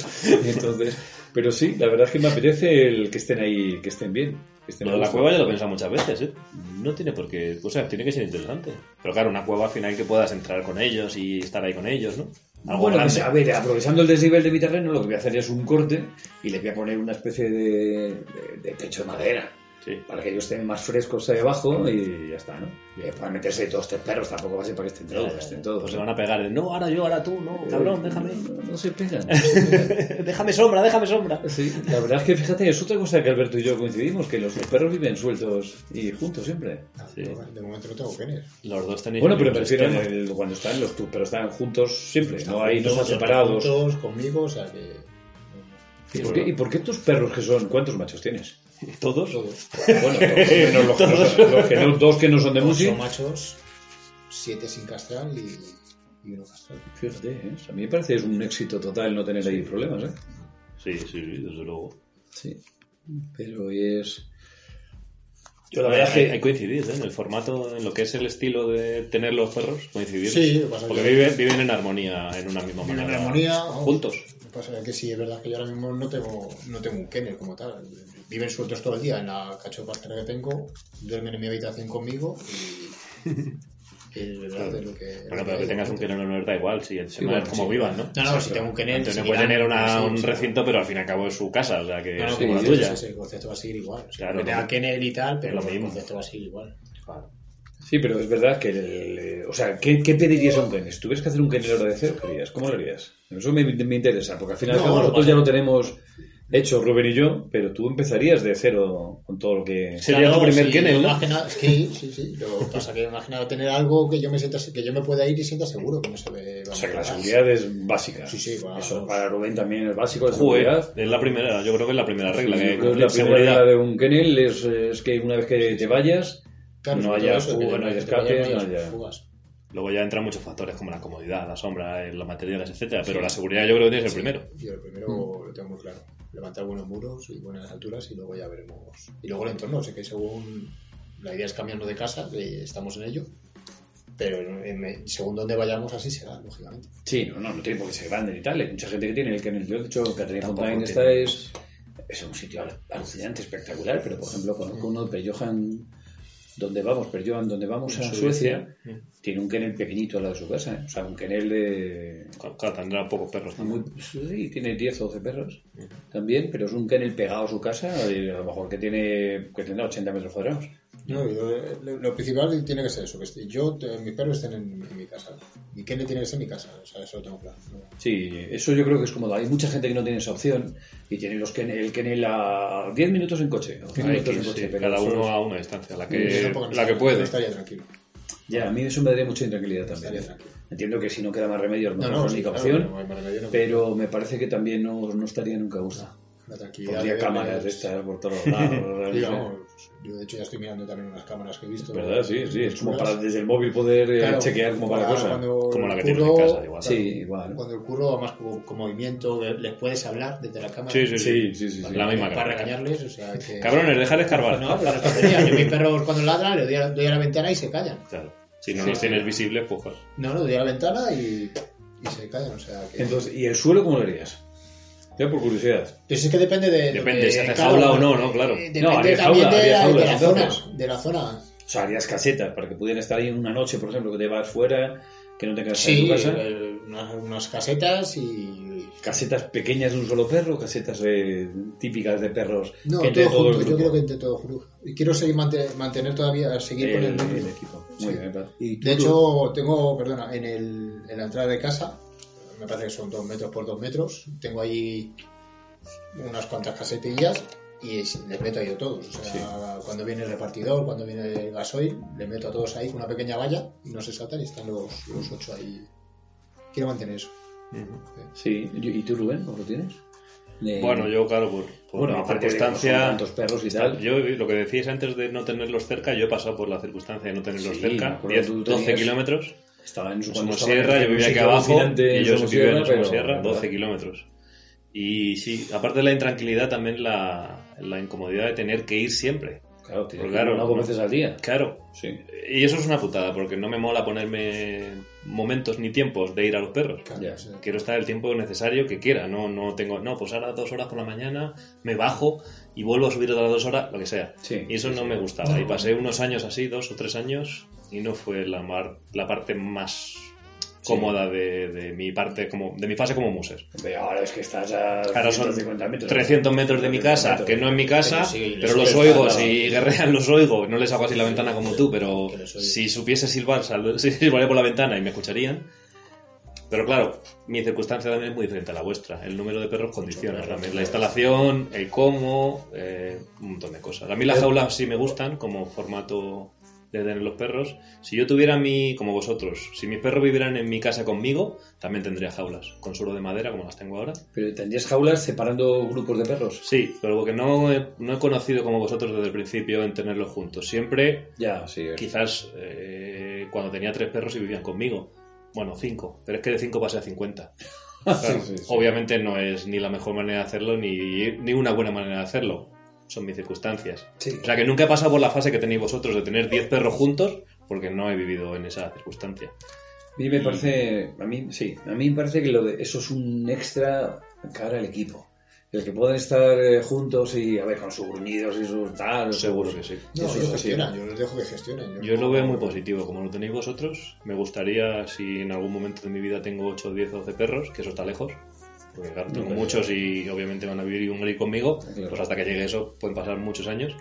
C: Entonces, pero sí, la verdad es que me apetece el que estén ahí, que estén bien. que estén
D: Lo
C: a
D: de la
C: gusto.
D: cueva ya lo he pensado muchas veces, ¿eh? No tiene por qué... O sea, tiene que ser interesante. Pero claro, una cueva al final que puedas entrar con ellos y estar ahí con ellos, ¿no? Algo
C: Bueno,
D: grande.
C: pues, a ver, aprovechando el desnivel de mi terreno, lo que voy a hacer es un corte y le voy a poner una especie de, de- de techo de madera
D: Sí.
C: para que ellos estén más frescos ahí abajo y ya está, ¿no? Y para meterse todos tres perros tampoco va a ser para que estén todos, que estén todos.
D: Pues se
C: ¿no?
D: van a pegar. de, No, ahora yo, ahora tú,
E: Eh,
D: no, cabrón, déjame.
C: No, no se pegan.
D: déjame sombra, déjame sombra.
C: Sí, la verdad es que fíjate, es otra cosa que Alberto y yo coincidimos, que los perros viven sueltos y juntos siempre.
D: Sí.
E: De momento no tengo genes.
D: Los dos tenéis...
C: Bueno,
D: el
C: pero
D: mismo
C: prefiero
D: sistema.
C: cuando están los tu- pero están juntos siempre, no hay
E: ahí
C: no están separados.
E: Juntos, conmigo, o sea que.
C: ¿Y por, qué, ¿Y por qué tus perros que son? ¿Cuántos machos tienes?
D: ¿Todos?
E: Todos.
C: Bueno, todos, menos los, que no son- los que no- dos que no son de
E: Todos
C: Musi.
E: son machos, siete sin castrar y, y uno castral.
C: Fíjate, ¿eh? a mí me parece que es un éxito total no tener ahí problemas, ¿eh?
D: Sí, sí, sí, desde luego.
C: Sí. Pero es... Yo
D: Hay
C: la verdad es que-
D: hay coincidís, ¿eh? En el formato, en lo que es el estilo de tener los perros, coincidir.
E: Sí, lo que pasa
D: Porque
E: es que-
D: viven, viven en armonía, en una misma
E: Viven en
D: manera.
E: armonía, Eh, vamos.
D: Juntos.
E: Lo que pasa es que sí, es verdad que yo ahora mismo no tengo, no tengo un kennel como tal. Viven sueltos todo el día en la cachopastera que tengo, duermen en mi habitación conmigo y. y es verdad de lo que.
D: Bueno, pero que tengas un kennel o no da igual, si el tema
E: bueno,
D: es como
E: eh, sí.
D: vivan, ¿no?
E: No, no, si tengo un kennel.
D: Antonio puede
E: seguirán.
D: tener una-
E: Sí,
D: un
E: sí.
D: recinto, pero al fin y al cabo es su casa, o sea que
E: No, no,
D: es
E: que
D: como la
E: sí,
D: tuya.
E: sí, sí, el concepto va a seguir igual. O sea,
D: Claro,
E: que tenga
D: no.
E: kennel y tal, pero
D: Lo
E: el
D: mismo.
E: concepto va a seguir igual.
D: Claro.
C: Sí, pero es verdad que... el- el- o sea, ¿qué, qué pedirías a un kennel? Si tuvieras que hacer un kennel ahora de cero, ¿qué harías? ¿Cómo lo harías? Eso me, me interesa, porque al final
E: No,
C: cabo,
E: lo
C: nosotros
E: pasa-
C: ya lo tenemos hecho, Rubén y yo, pero tú empezarías de cero con todo lo que...
D: Sería tu primer kennel, ¿no?
E: sí, sí, sí. Lo que pasa es que he imaginado tener algo que yo me sienta, que yo me pueda ir y sienta seguro, que no se ve.
C: O sea, que la seguridad es básica.
E: Sí, pues. sí, vamos.
C: Eso para Rubén también es básico, la
D: Joder,
C: seguridad.
D: es la primera, yo creo que es la primera regla. que
C: Yo creo que la primera
D: seguridad.
C: regla de un kennel es, es que una vez que te vayas,
E: Claro,
C: no
E: sobre
C: haya
E: todo eso, que
C: fuga, no haya
E: te vayan
C: escapes, no
E: varias
C: haya-
E: fugas.
D: Luego ya entran muchos factores como la comodidad, la sombra, eh, los materiales, etcétera, pero la seguridad yo creo que tiene que ser el primero.
E: Yo el primero lo tengo muy claro. Levantar buenos muros y buenas alturas y luego ya veremos. Y luego el entorno, sé que según la idea es cambiarnos de casa, que estamos en ello, pero en- en- según donde vayamos así será, lógicamente.
C: sí, no, no, no tiene por qué ser grande ni tal. Hay mucha gente que tiene el kennel. Yo, de hecho, Catalina
D: Tampoco
C: Fontaine
D: tiene.
C: esta es, es un sitio al- alucinante, espectacular, pero por ejemplo, conozco uno, Perjohan, donde vamos, Perjohan, donde vamos
D: En
C: a Suecia,
D: Suecia.
C: tiene un kennel pequeñito al lado de su casa. ¿eh? O sea, un kennel de...
D: Claro, tendrá pocos perros también.
C: Muy, sí, tiene 10 o 12 perros también, pero es un kennel pegado a su casa, eh, a lo mejor que tiene que tendrá 80 metros cuadrados.
E: No, yo- lo, lo principal tiene que ser eso, que est- yo, te- mis perros estén en, en mi casa. Mi kennel tiene que ser mi casa, o sea, eso lo tengo claro. No-
C: Sí, eso yo creo que es cómodo. Hay mucha gente que no tiene esa opción y tiene los ken- el kennel a 10 minutos en coche. o 15
D: Hay
C: minutos
D: que
C: en
D: ir,
C: coche
D: sí,
C: pero
D: cada
C: eso
D: uno
C: es-
D: a una distancia, la
C: Eh,
E: yo
D: que,
E: tampoco-
D: la que
E: no
D: puede.
E: estaría tranquilo.
C: Ya, a mí eso me daría mucha intranquilidad también. ¿eh?
E: Estaría tranquilo.
C: Entiendo que si no queda más remedio, a lo
E: No,
C: mejor es
E: no,
C: la
E: sí,
C: única
E: claro,
C: opción,
E: no, me remedio no-
C: pero me parece que también no, no estaría nunca a gusto.
E: la tranquilidad
C: Podría
E: de-
C: cámaras de estas por todos lados.
E: Sí,
C: no sé.
E: vamos, yo de hecho ya estoy mirando también unas cámaras que he visto.
C: ¿Verdad? Sí, sí. Es como
E: Chulas.
C: para desde el móvil poder eh,
E: Claro,
C: chequear como para
E: para
C: cosa.
E: cuando
D: Como la que
E: el
D: tienes en
E: curro-
D: casa, igual.
C: Sí, igual.
E: Cuando el curro, además con, con movimiento, le- les puedes hablar desde la cámara.
D: Sí, sí,
C: Sí, sí, sí. sí.
D: La misma
E: Para
D: cámara.
E: regañarles, o sea que...
D: Cabrones, dejar escarbar.
E: No, pero no tontería. Yo mis perros cuando ladran le doy a, doy a la ventana y se callan.
D: Claro. Si no
E: Sí,
D: los
E: sí.
D: tienes visibles, pues joder.
E: No, no, doy a la ventana y, y se callan, o sea que...
C: Entonces, ¿y el suelo cómo lo harías? Ya por curiosidad.
E: Pero si es que depende de...
D: Depende
E: de-
D: si hace
E: claro,
D: jaula o no, ¿no? Claro.
E: eh, Depende
C: No, haría
E: también
C: jaula,
E: de,
C: haría
E: la-
C: jaula,
E: de la
C: entonces.
E: zona. De la zona.
C: O sea, harías casetas para que pudieran estar ahí una noche, por ejemplo, que te vas fuera que no tengas en
E: Sí,
C: tu casa.
E: el- unas, unas casetas y.
C: Casetas pequeñas de un solo perro, casetas eh, típicas de perros
E: No,
C: que entre
E: todo
C: todo el
E: junto, yo
C: grupo.
E: creo que entre todo junto. Y quiero seguir mante- mantener todavía, seguir
C: el,
E: con el
C: el equipo. Muy
E: Sí.
C: bien, Paz.
G: ¿Y tú,
E: De
G: Cruz?
E: hecho, tengo, perdona, en, el, en la entrada de casa, me parece que son dos metros por dos metros, tengo ahí unas cuantas casetillas y es- les meto ahí a todos. O sea, cuando viene el repartidor, cuando viene el gasoil, les meto a todos ahí con una pequeña valla y no se saltan y están los, los ocho ahí. Quiero mantener eso.
C: Sí, ¿y tú, Rubén, cómo lo tienes? De-
D: Bueno, yo, claro, por, por
C: Eh, bueno,
D: la
C: aparte de que son
D: circunstancia.
C: tantos perros y tal.
D: Yo, lo que decías antes de no tenerlos cerca, yo he pasado por la circunstancia de no tenerlos
C: Sí, me
D: cerca,
C: acuerdo,
D: 10,
C: tú
D: 12
C: tenías-
D: kilómetros.
C: Estaba en su
D: Somos
C: estaba en
D: Sierra, yo
C: un
D: vivía aquí
C: sitio
D: abajo
C: alucinante
D: y yo
C: Somos
D: vivía en
C: pero-
D: Somosierra, 12 kilómetros. Y sí, aparte de la intranquilidad, también la, la incomodidad de tener que ir siempre.
C: Claro, tienes
D: Porque
C: que ir
D: claro,
C: una o dos
D: no-
C: veces al día.
D: Claro,
C: Sí.
D: y eso es una putada, porque no me mola ponerme momentos ni tiempos de ir a los perros.
C: Ya.
E: o sea,
D: Quiero estar el tiempo necesario que quiera, no, no tengo, no, pues ahora dos horas por la mañana me bajo y vuelvo a subir otras dos horas, lo que sea.
C: Sí.
D: Y eso no me gustaba. Y pasé unos años así, dos o tres años, y no fue la, mar- la parte más cómoda de, de mi parte, como, de mi fase como muser.
C: Pero ahora es que estás a
D: Ahora son
C: 150 metros.
D: 300 metros de mi
C: 300
D: casa,
C: metros.
D: que no es mi casa,
E: Pero sí,
D: pero
E: les
D: los
E: oigo,
D: oigo,
E: claro.
D: si guerrean los oigo, no les hago así la
E: Sí,
D: ventana como
E: sí,
D: tú, pero
E: que les oigo.
D: si supiese silbar, sal- sí, silbaría por la ventana y me escucharían. Pero claro, mi circunstancia también es muy diferente a la vuestra. El número de perros condiciona también la instalación, el cómo, eh, un montón de cosas. A mí las jaulas sí me gustan como formato de tener los perros. Si yo tuviera mi, como vosotros, si mis perros vivieran en mi casa conmigo, también tendría jaulas, con suelo de madera como las tengo ahora.
C: Pero tendrías jaulas separando grupos de perros.
D: Sí, pero porque no he, no he conocido como vosotros desde el principio en tenerlos juntos. Siempre,
C: Ya, sí. es-
D: quizás, eh, cuando tenía tres perros y vivían conmigo. Bueno, cinco, pero es que de cinco pasé a cincuenta. Claro,
C: Sí, sí, sí.
D: Obviamente no es ni la mejor manera de hacerlo, ni, ni una buena manera de hacerlo. Son mis circunstancias.
C: Sí.
D: O sea que nunca he pasado por la fase que tenéis vosotros de tener diez perros juntos, porque no he vivido en esa circunstancia.
C: A mí me parece, a mí, sí, a mí me parece que lo de, eso es un extra cara al equipo. El que puedan estar eh, juntos y, a ver, con sus gruñidos y sus tal.
D: Seguro que sí.
E: No,
C: Eso
E: ellos
C: es así.
E: gestionan, yo les dejo que gestionen.
D: Yo
E: no-
D: lo veo muy positivo, como lo tenéis vosotros. Me gustaría, si en algún momento de mi vida tengo 8, 10, 12 perros, que eso está lejos, porque claro, tengo
C: Nunca
D: muchos y obviamente van a vivir y un gris conmigo,
C: Claro.
D: pues hasta que llegue eso pueden pasar muchos años.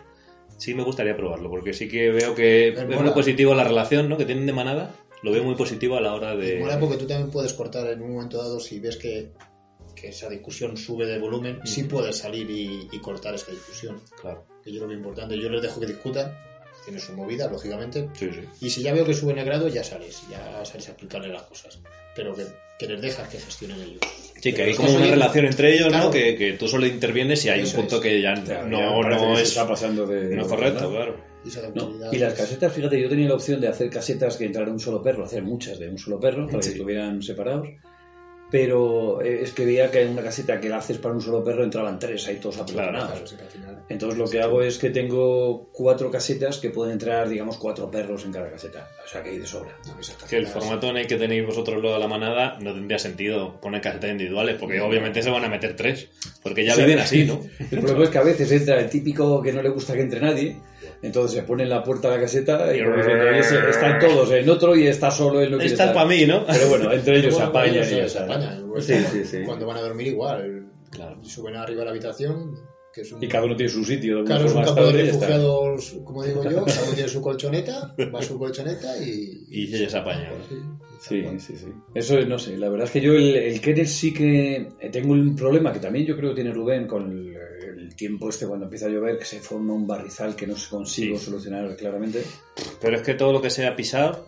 D: Sí me gustaría probarlo, porque sí que veo que
E: Pero
D: es
E: mola.
D: muy positivo la relación ¿no? que tienen de manada, lo veo muy positivo a la hora
E: Y mola
D: de...
E: porque tú también puedes cortar en un momento dado si ves que, que esa discusión sube de volumen,
D: Mm.
E: sí puedes salir y, y cortar esta discusión.
D: Claro,
E: Que yo lo veo importante. Yo les dejo que discutan, tienen su movida, lógicamente.
D: sí, sí.
E: Y si ya veo que suben el grado, ya sales, ya sales a explicarle las cosas. Pero que, que les dejas que gestionen ellos.
D: Sí, que
E: Pero
D: hay
E: los
D: como
E: que
D: una
E: son-
D: relación entre ellos,
E: Claro.
D: ¿no? Que, que tú solo intervienes y hay
E: Eso
D: un punto
E: es.
D: que ya
C: Claro, ya
D: no,
C: parece que
D: no
C: se
D: es,
C: está pasando de...
D: no es correcto, claro.
E: Y esa
C: No,
E: tranquilidad,
C: Y las
E: pues,
C: casetas, fíjate, yo tenía la opción de hacer casetas que entrara un solo perro, hacer muchas de un solo perro, para
D: Sí.
C: que estuvieran separados. Pero eh, es que veía que en una caseta que la haces para un solo perro entraban tres, ahí todos aplanados.
E: claro, sí, que al final-
C: Entonces lo que hago es que tengo cuatro casetas que pueden entrar, digamos, cuatro perros en cada caseta. O sea que hay de sobra.
E: no, esas
D: Que el
E: cajitas-
D: formato en el que tenéis vosotros luego la manada no tendría sentido poner casetas individuales, porque obviamente se van a meter tres, porque ya
C: Sí.
D: viven así, ¿no?
C: El problema es que a veces entra el típico que no le gusta que entre nadie, entonces se pone en la puerta de la caseta y como diciendo, "Oye, se- están todos en otro y está solo en lo que
D: Esta es para mí, ¿no?
C: Pero bueno, entre ellos
E: Bueno,
C: apañan
E: ellos
C: y ya
E: se
C: saben.
E: apañan, pues,
C: Sí, sí, sí.
E: Cuando van a dormir igual.
D: Claro.
E: Suben arriba a la habitación, que es un...
C: Y cada uno tiene su sitio. de alguna
E: Claro, es un
C: forma,
E: campo de
C: hasta donde ya está.
E: refugiados, como digo yo, cada uno tiene su colchoneta, va a su colchoneta y...
D: Y se les apaña, ¿no?
E: Sí,
C: Sí, sí, sí. Eso es, no sé, la verdad es que yo el, el kennel sí que eh, tengo un problema que también yo creo que tiene Rubén con el, el tiempo este cuando empieza a llover que se forma un barrizal que no se consigo
D: Sí.
C: solucionar claramente.
D: Pero es que todo lo que sea pisar,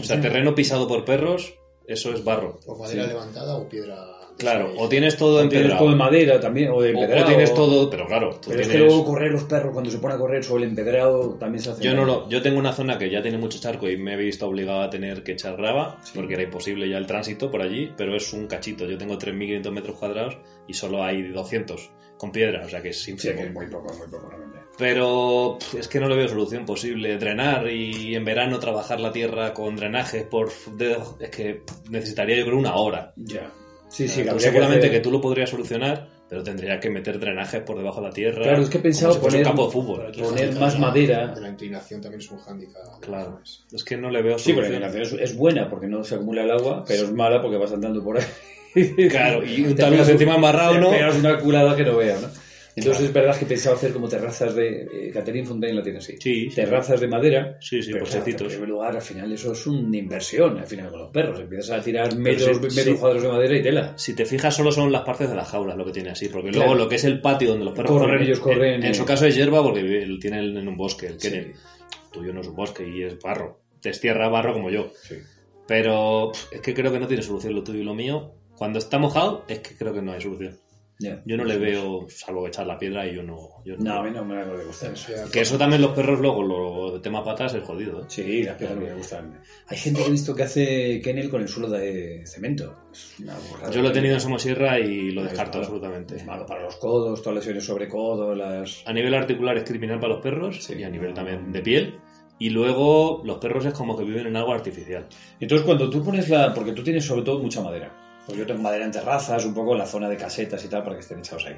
D: o sea, terreno pisado por perros, eso es barro.
E: O madera
C: Sí.
E: levantada o piedra... de
D: Claro,
E: esas-
D: o tienes todo
C: O tienes todo de
D: empedrado,
C: madera también, o de
D: o-
C: empedrado.
D: o tienes todo, pero claro, tú
C: Pero es que
D: tienes-
C: luego correr los perros, cuando se pone a correr sobre el empedrado, también se hace.
D: Yo no lo, yo tengo una zona que ya tiene mucho charco y me he visto obligado a tener que echar raba porque era imposible ya el tránsito por allí, pero es un cachito. Yo tengo 3.500 metros cuadrados y solo hay 200 con piedra, o sea que es
C: Sí, que
D: ínfimo.
C: es muy poco, muy poco realmente.
D: Pero pf, es que no le veo solución posible. Drenar y en verano trabajar la tierra con drenajes por de- es que pf, necesitaría yo creo una hora.
C: Ya. Sí, sí,
D: Tú
C: habría
D: seguramente que,
C: hacer-
D: tú lo podrías solucionar, Pero tendría que meter drenajes por debajo de la tierra.
C: Claro, es que he pensado
D: como si fuese un
C: poner-
D: campo de fútbol.
E: Aquí
C: Poner
E: el
C: más
E: hándicap de la-
C: madera.
E: De la inclinación también es un hándicap.
D: Claro. Es que no le veo
C: Sí, pero la
D: solución.
C: inhalación es, es buena porque no se acumula el agua, pero es mala porque vas andando por ahí.
D: Claro, y un
C: Te
D: talón
C: pegas
D: encima embarrado,
C: te
D: Ah, ¿no?
C: pegas una culada que no veas, ¿no? Entonces es verdad que he pensado hacer como terrazas de... eh, Catherine Fontaine la tiene así.
D: Sí, sí,
C: Terrazas de madera.
D: sí, sí,
C: pero, claro, en
D: porchecitos.
C: primer lugar, al final eso es una inversión, al final con los perros. Empiezas a tirar metros,
D: sí,
C: metros
D: sí.
C: cuadrados de madera y tela.
D: Si te fijas, solo son las partes de las jaulas lo que tiene así, porque
C: Claro.
D: luego lo que es el patio donde los perros
C: Corren, ellos corren,
D: En,
C: eh.
D: en su caso es hierba porque vive- lo tienen en un bosque. El que
C: Sí.
D: el tuyo no es un bosque y es barro. Te estierra barro como yo.
C: Sí.
D: Pero pff, es que creo que no tiene solución lo tuyo y lo mío. Cuando está mojado, es que creo que no hay solución.
C: Ya.
D: Yo no le veo, salvo echar la piedra y yo no. yo no-
C: No, a mí no me no me gusta eso.
D: Que eso también los perros luego, lo de tema patas, es jodido, ¿eh?
C: Sí, las piedras no me gustan. Hay gente que he visto que hace kennel con el suelo de cemento. Es una burrada.
D: Yo lo he tenido en Somosierra y lo
C: Es
D: descarto
C: malo.
D: absolutamente.
C: Es malo para los codos, todas las lesiones sobre codo, las...
D: A nivel articular es criminal para los perros
C: Sí.
D: y a nivel también de piel. Y luego los perros es como que viven en algo artificial.
C: Entonces cuando tú pones la... Porque tú tienes sobre todo mucha madera. Pues yo tengo madera en terrazas, un poco en la zona de casetas y tal, para que estén echados ahí.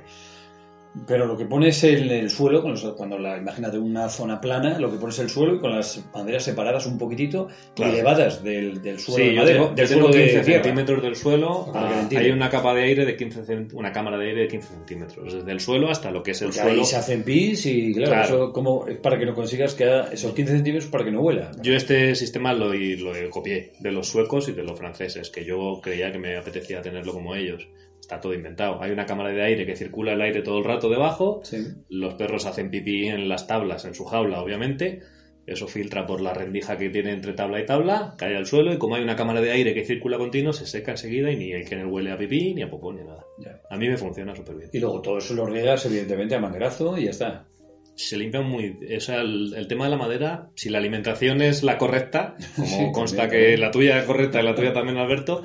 C: Pero lo que pones en el suelo, con los- cuando la imagínate una zona plana, lo que pones el suelo y con las maderas separadas un poquitito,
D: Claro.
C: elevadas del, del suelo
D: sí,
C: de
D: yo
C: madera,
D: tengo,
C: del
D: yo tengo
C: suelo de
D: 15
C: tierra.
D: centímetros del suelo.
C: Para
D: a-
C: que me entiendan.
D: hay una capa de aire de 15 cent- una cámara de aire de 15 centímetros. Desde el suelo hasta lo que es el
C: Porque
D: suelo.
C: ahí se hacen pis y claro,
D: Claro.
C: eso como es para que no consigas que haga esos 15 centímetros para que no huela.
D: Yo este sistema lo, y lo copié de los suecos y de los franceses, que yo creía que me apetecía tenerlo como ellos. Está todo inventado. Hay una cámara de aire que circula el aire todo el rato debajo
C: Sí.
D: Los perros hacen pipí en las tablas, en su jaula, obviamente. Eso filtra por la rendija que tiene entre tabla y tabla, cae al suelo y como hay una cámara de aire que circula continuo, se seca enseguida y ni el que huele a pipí, ni a popó, ni nada.
C: Ya.
D: A mí me funciona súper bien.
C: Y luego todo eso lo riegas, evidentemente, a manguerazo y ya está.
D: Se limpian muy... O sea, el, el tema de la madera, si la alimentación es la correcta, como
C: Sí,
D: consta
C: también,
D: que la tuya es correcta y la tuya también, Alberto,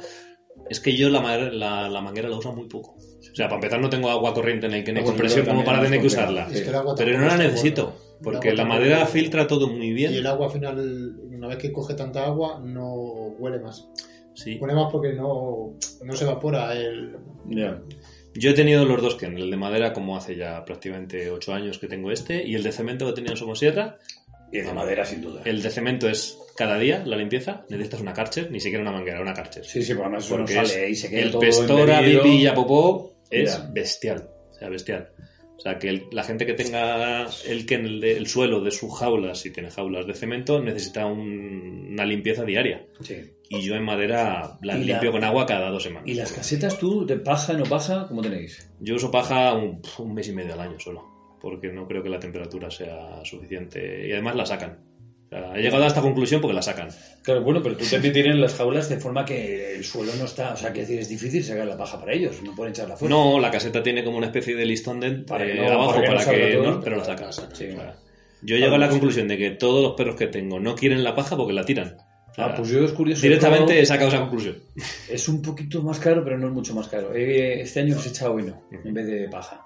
D: es que yo la, madera- la, la manguera la uso muy poco. O sea, para empezar no tengo agua corriente en el que no
C: Ah,
D: con
C: bueno,
D: presión
C: pero
D: como para
C: también
D: tener que
C: es complicado.
D: usarla.
C: Sí.
D: Pero
C: Este
D: no la necesito, porque la madera filtra todo muy
E: Y el
D: bien.
E: agua al final, una vez que coge tanta agua, no huele más.
D: Sí.
E: Huele más porque no, no se evapora el.
C: Ya.
D: Yo he tenido los dos Ken, el de madera como hace ya prácticamente 8 años que tengo este, y el de cemento que tenía en Somosierra.
C: Y de madera, sin duda.
D: El de cemento es cada día la limpieza, necesitas una cárcher, ni siquiera una manguera, una cárcher.
C: Sí, sí, porque además eso no
D: Porque es
C: sale y se queda
D: el
C: todo
D: pestora,
C: embebido.
D: pipí y apopó es
C: Ya.
D: bestial, o sea, bestial. O sea, que el- la gente que tenga el que el, de- el suelo de sus jaulas, si tiene jaulas de cemento, necesita un- una limpieza diaria.
C: Sí.
D: Y yo en madera la
C: Y la-
D: limpio con agua cada dos semanas.
C: ¿Y las casetas tú, de paja, no paja, cómo tenéis?
D: Yo uso paja un, un mes y medio al año solo, porque no creo que la temperatura sea suficiente. Y además la sacan. O sea, he llegado a esta conclusión porque la sacan.
C: Claro, bueno, pero tú también tienes las jaulas de forma que el suelo no está... O sea, que es difícil sacar la paja para ellos, no pueden echarla fuera.
D: No, la caseta tiene como una especie de listón de,
C: Para que
D: eh,
C: no-
D: abajo
C: para que no
D: para
C: salga
D: que...
C: todo.
D: no, pero la sacan.
C: Sí.
D: O sea, Yo llego a la conclusión de que todos los perros que tengo no quieren la paja porque la tiran. O sea,
C: Ah, pues yo es curioso.
D: directamente he sacado esa conclusión.
C: Es un poquito más caro, pero no es mucho más caro. Eh, Este año os he echado heno en vez de paja.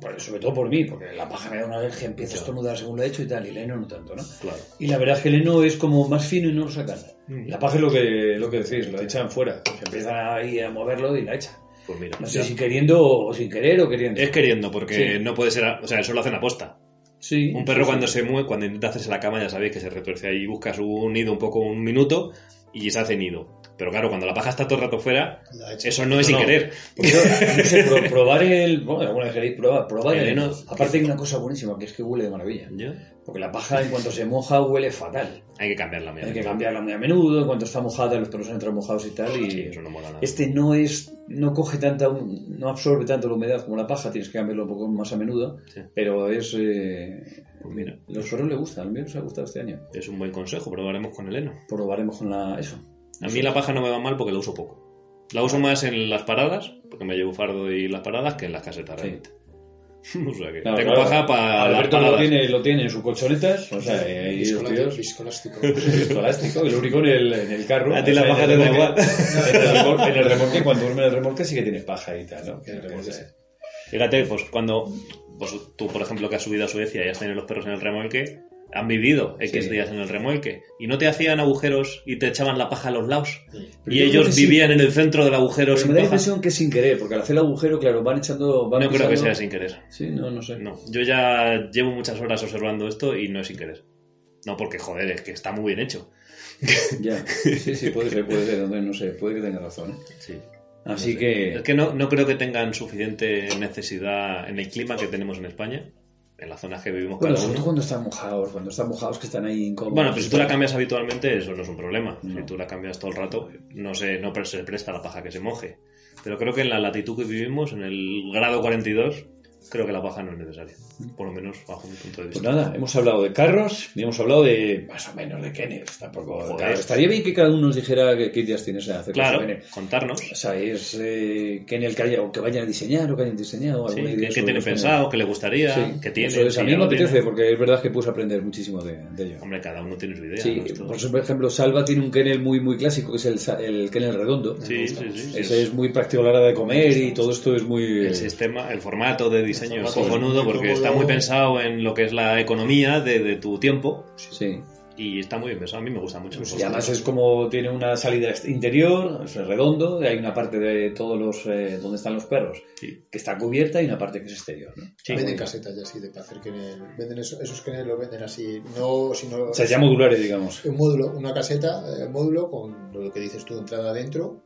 C: Por- Sobre todo por mí, porque la paja me da una alergia, empiezo a estornudar según lo he hecho y tal, y el heno no tanto, ¿no?
D: Claro.
C: Y la verdad es que el heno es como más fino y no lo sacan.
D: Mm.
C: La paja es lo que, lo que decís, lo echan fuera. Se empiezan ahí a moverlo y la echan.
D: Pues mira.
C: No sé
D: ya.
C: si queriendo o sin querer o queriendo.
D: Es queriendo, porque
C: Sí.
D: no puede ser... a- O sea, eso lo hacen aposta.
C: Sí.
D: Un perro cuando se mueve, cuando intenta hacerse la cama, ya sabéis que se retuerce ahí, busca su nido un poco, un minuto, y se hace nido. Pero claro, cuando la paja está todo el rato fuera,
E: La hecha.
D: eso no es sin
C: No, no.
D: querer.
C: Porque, no sé, pro- probar el. Bueno, alguna vez queréis probar, probar
D: El
C: el,
D: heno.
C: Aparte hay una cosa buenísima, que es que huele de maravilla. Porque la paja, en cuanto se moja, huele fatal.
D: Hay que cambiarla, mira.
C: Hay que cambiarla muy a menudo, en cuanto está mojada, los perros entran mojados y tal.
D: Sí,
C: Y
D: eso no mola nada.
C: este no es, no coge tanta, hum- no absorbe tanto la humedad como la paja, tienes que cambiarlo un poco más a menudo.
D: Sí.
C: Pero es. Eh,
D: Pues mira.
C: Los perros le gustan, a mí nos ha gustado este año.
D: Es un buen consejo, probaremos con el heno.
C: Probaremos con la. Eso.
D: A mí la paja no me va mal porque la uso poco. La uso más en las paradas, porque me llevo fardo y las paradas, que en las casetas
C: Sí.
D: realmente. o sea que
C: Claro,
D: tengo
C: claro.
D: paja para las
C: Alberto lo
D: paradas.
C: tiene, lo tiene en sus colchonetas, o sea,
D: eh,
C: ahí los
E: Piscolati-
C: tíos.
E: piscolástico.
C: Escolástico, el único en el, en el carro.
D: A ti la
C: O sea,
D: paja
C: en
D: te
C: el
D: da igual.
C: remolque- En el remolque, en el remolque, cuando duerme en el remolque sí que tienes paja y tal, ¿no?
E: En el remolque, sí.
D: Fíjate, pues cuando pues, tú, por ejemplo, que has subido a Suecia y has tenido los perros en el remolque, han vivido X
C: Sí.
D: días en el remolque y no te hacían agujeros y te echaban la paja a los lados.
C: Pero
D: y
C: yo creo que
D: ellos
C: sí.
D: vivían en el centro del agujero
C: Pero
D: sin
C: me da la
D: paja.
C: impresión que sin querer, porque al hacer el agujero, claro, van echando. Van
D: No creo que
C: pisando-
D: sea sin querer.
C: Sí, no, no sé.
D: No, yo ya llevo muchas horas observando esto y no es sin querer. No, porque joder, es que está muy bien hecho.
C: Ya. Sí, sí, puede ser, puede ser, entonces no sé, puede que tenga razón. ¿eh?
D: Sí.
C: Así
D: No sé.
C: que.
D: Es que no, no creo que tengan suficiente necesidad en el clima que tenemos en España, en las zonas que vivimos
C: Bueno,
D: cada
C: sobre todo
D: uno.
C: cuando están mojados, cuando están mojados que están ahí incómodos. pues
D: Bueno, pero si tú la cambias habitualmente, eso no es un problema.
C: No.
D: Si tú la cambias todo el rato, no se, no se presta la paja que se moje. Pero creo que en la latitud que vivimos, en el grado 42, creo que la paja no es necesaria. Por lo menos bajo mi punto de
C: Pues
D: vista.
C: nada, hemos hablado de carros y hemos hablado de más o menos de Kenneth. Tampoco.
D: Joder.
C: Claro, estaría bien que cada uno nos dijera qué qué ideas tienes acerca
D: Claro,
C: de Kenneth.
D: contarnos.
C: O sea, es eh, Kenneth que haya, o que vaya a diseñar o que hayan diseñado. alguna
D: Sí, ¿Qué,
C: idea sobre
D: qué tiene
C: los Kenneth.
D: pensado? ¿Qué le gustaría?
C: Sí,
D: ¿Qué tiene?
C: eso es,
D: si
C: a mí
D: ya
C: me
D: lo tiene.
C: apetece porque es verdad que puedes aprender muchísimo de, de ello.
D: Hombre, cada uno tiene su idea.
C: Sí,
D: ¿no? Esto-
C: por eso, por ejemplo, Salva tiene un kennel muy muy clásico, que es el, sa- el kennel redondo.
D: Sí, sí, sí, sí,
C: Ese es muy práctico a la hora de comer y todo esto es muy...
D: el sistema, el formato de diseño
E: El
D: es
E: formato,
D: cojonudo
E: el
D: porque
E: cómodo.
D: está muy pensado en lo que es la economía de, de tu tiempo
C: Sí.
D: y está muy bien pensado. A mí me gusta mucho.
C: Y además es como tiene una salida ex- interior, es redondo, y hay una parte de todos los... eh, donde están los perros,
D: Sí.
C: que está cubierta y una parte que es exterior. ¿no?
E: venden casetas ya así de para hacer kennel. Venden eso- esos kennel los venden así. No, sino.
C: O sea, ya modulares, digamos.
E: Un módulo, una caseta, eh, módulo con lo que dices tú, entrada adentro.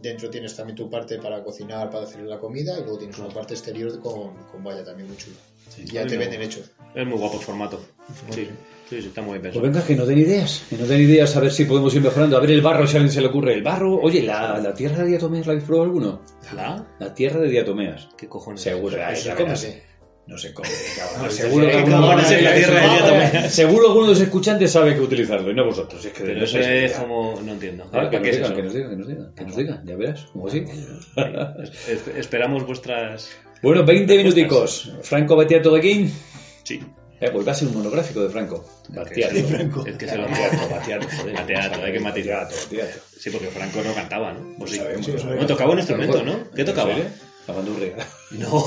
E: Dentro tienes también tu parte para cocinar, para hacer la comida y luego tienes una parte exterior con, con valla también muy chula. Y ya te venden hecho.
D: Es muy guapo el formato. Sí, sí, sí, está muy bien
C: Pues
D: pensado.
C: venga, que no den ideas, que no den ideas a ver si podemos ir mejorando. A ver el barro, si a alguien se le ocurre el barro. Oye, la, la tierra de diatomeas, ¿la habéis probado alguno?
D: ¿La?
C: La tierra de diatomeas.
D: ¿Qué cojones?
C: Seguro, ya
E: Eso,
C: verás.
E: cómete.
C: No se come. Ah, seguro que
E: Hay
C: alguno-
E: cabrones en la tierra de
D: Diatomeas.
C: Seguro alguno de los escuchantes sabe que utilizarlo, y no vosotros. Es que
D: Pero
C: no
D: eso
C: sabéis
D: es
C: idea.
D: como... No entiendo.
C: Ah, que
D: ¿Qué
C: nos
D: es
C: digan,
D: eso?
C: que nos digan, que nos digan, que nos digan, ya verás, como sí.
D: Es- Esperamos vuestras...
C: Bueno, 20 minuticos. Franco batía todo aquí.
D: Sí.
C: Eh, pues va a ser un monográfico de Franco. Batiato.
D: Es que- Es que se lo
C: Batiato, batiato, joder.
D: Bateato, hay que matizar.
C: Batiato, batiato.
D: Sí, porque Franco no cantaba, ¿no? Pues sí.
C: Sabemos,
E: sí,
C: sabemos.
D: Bueno, tocaba un instrumento, ¿no? ¿Qué tocaba?
C: ¿En serio? La bandurria.
D: No.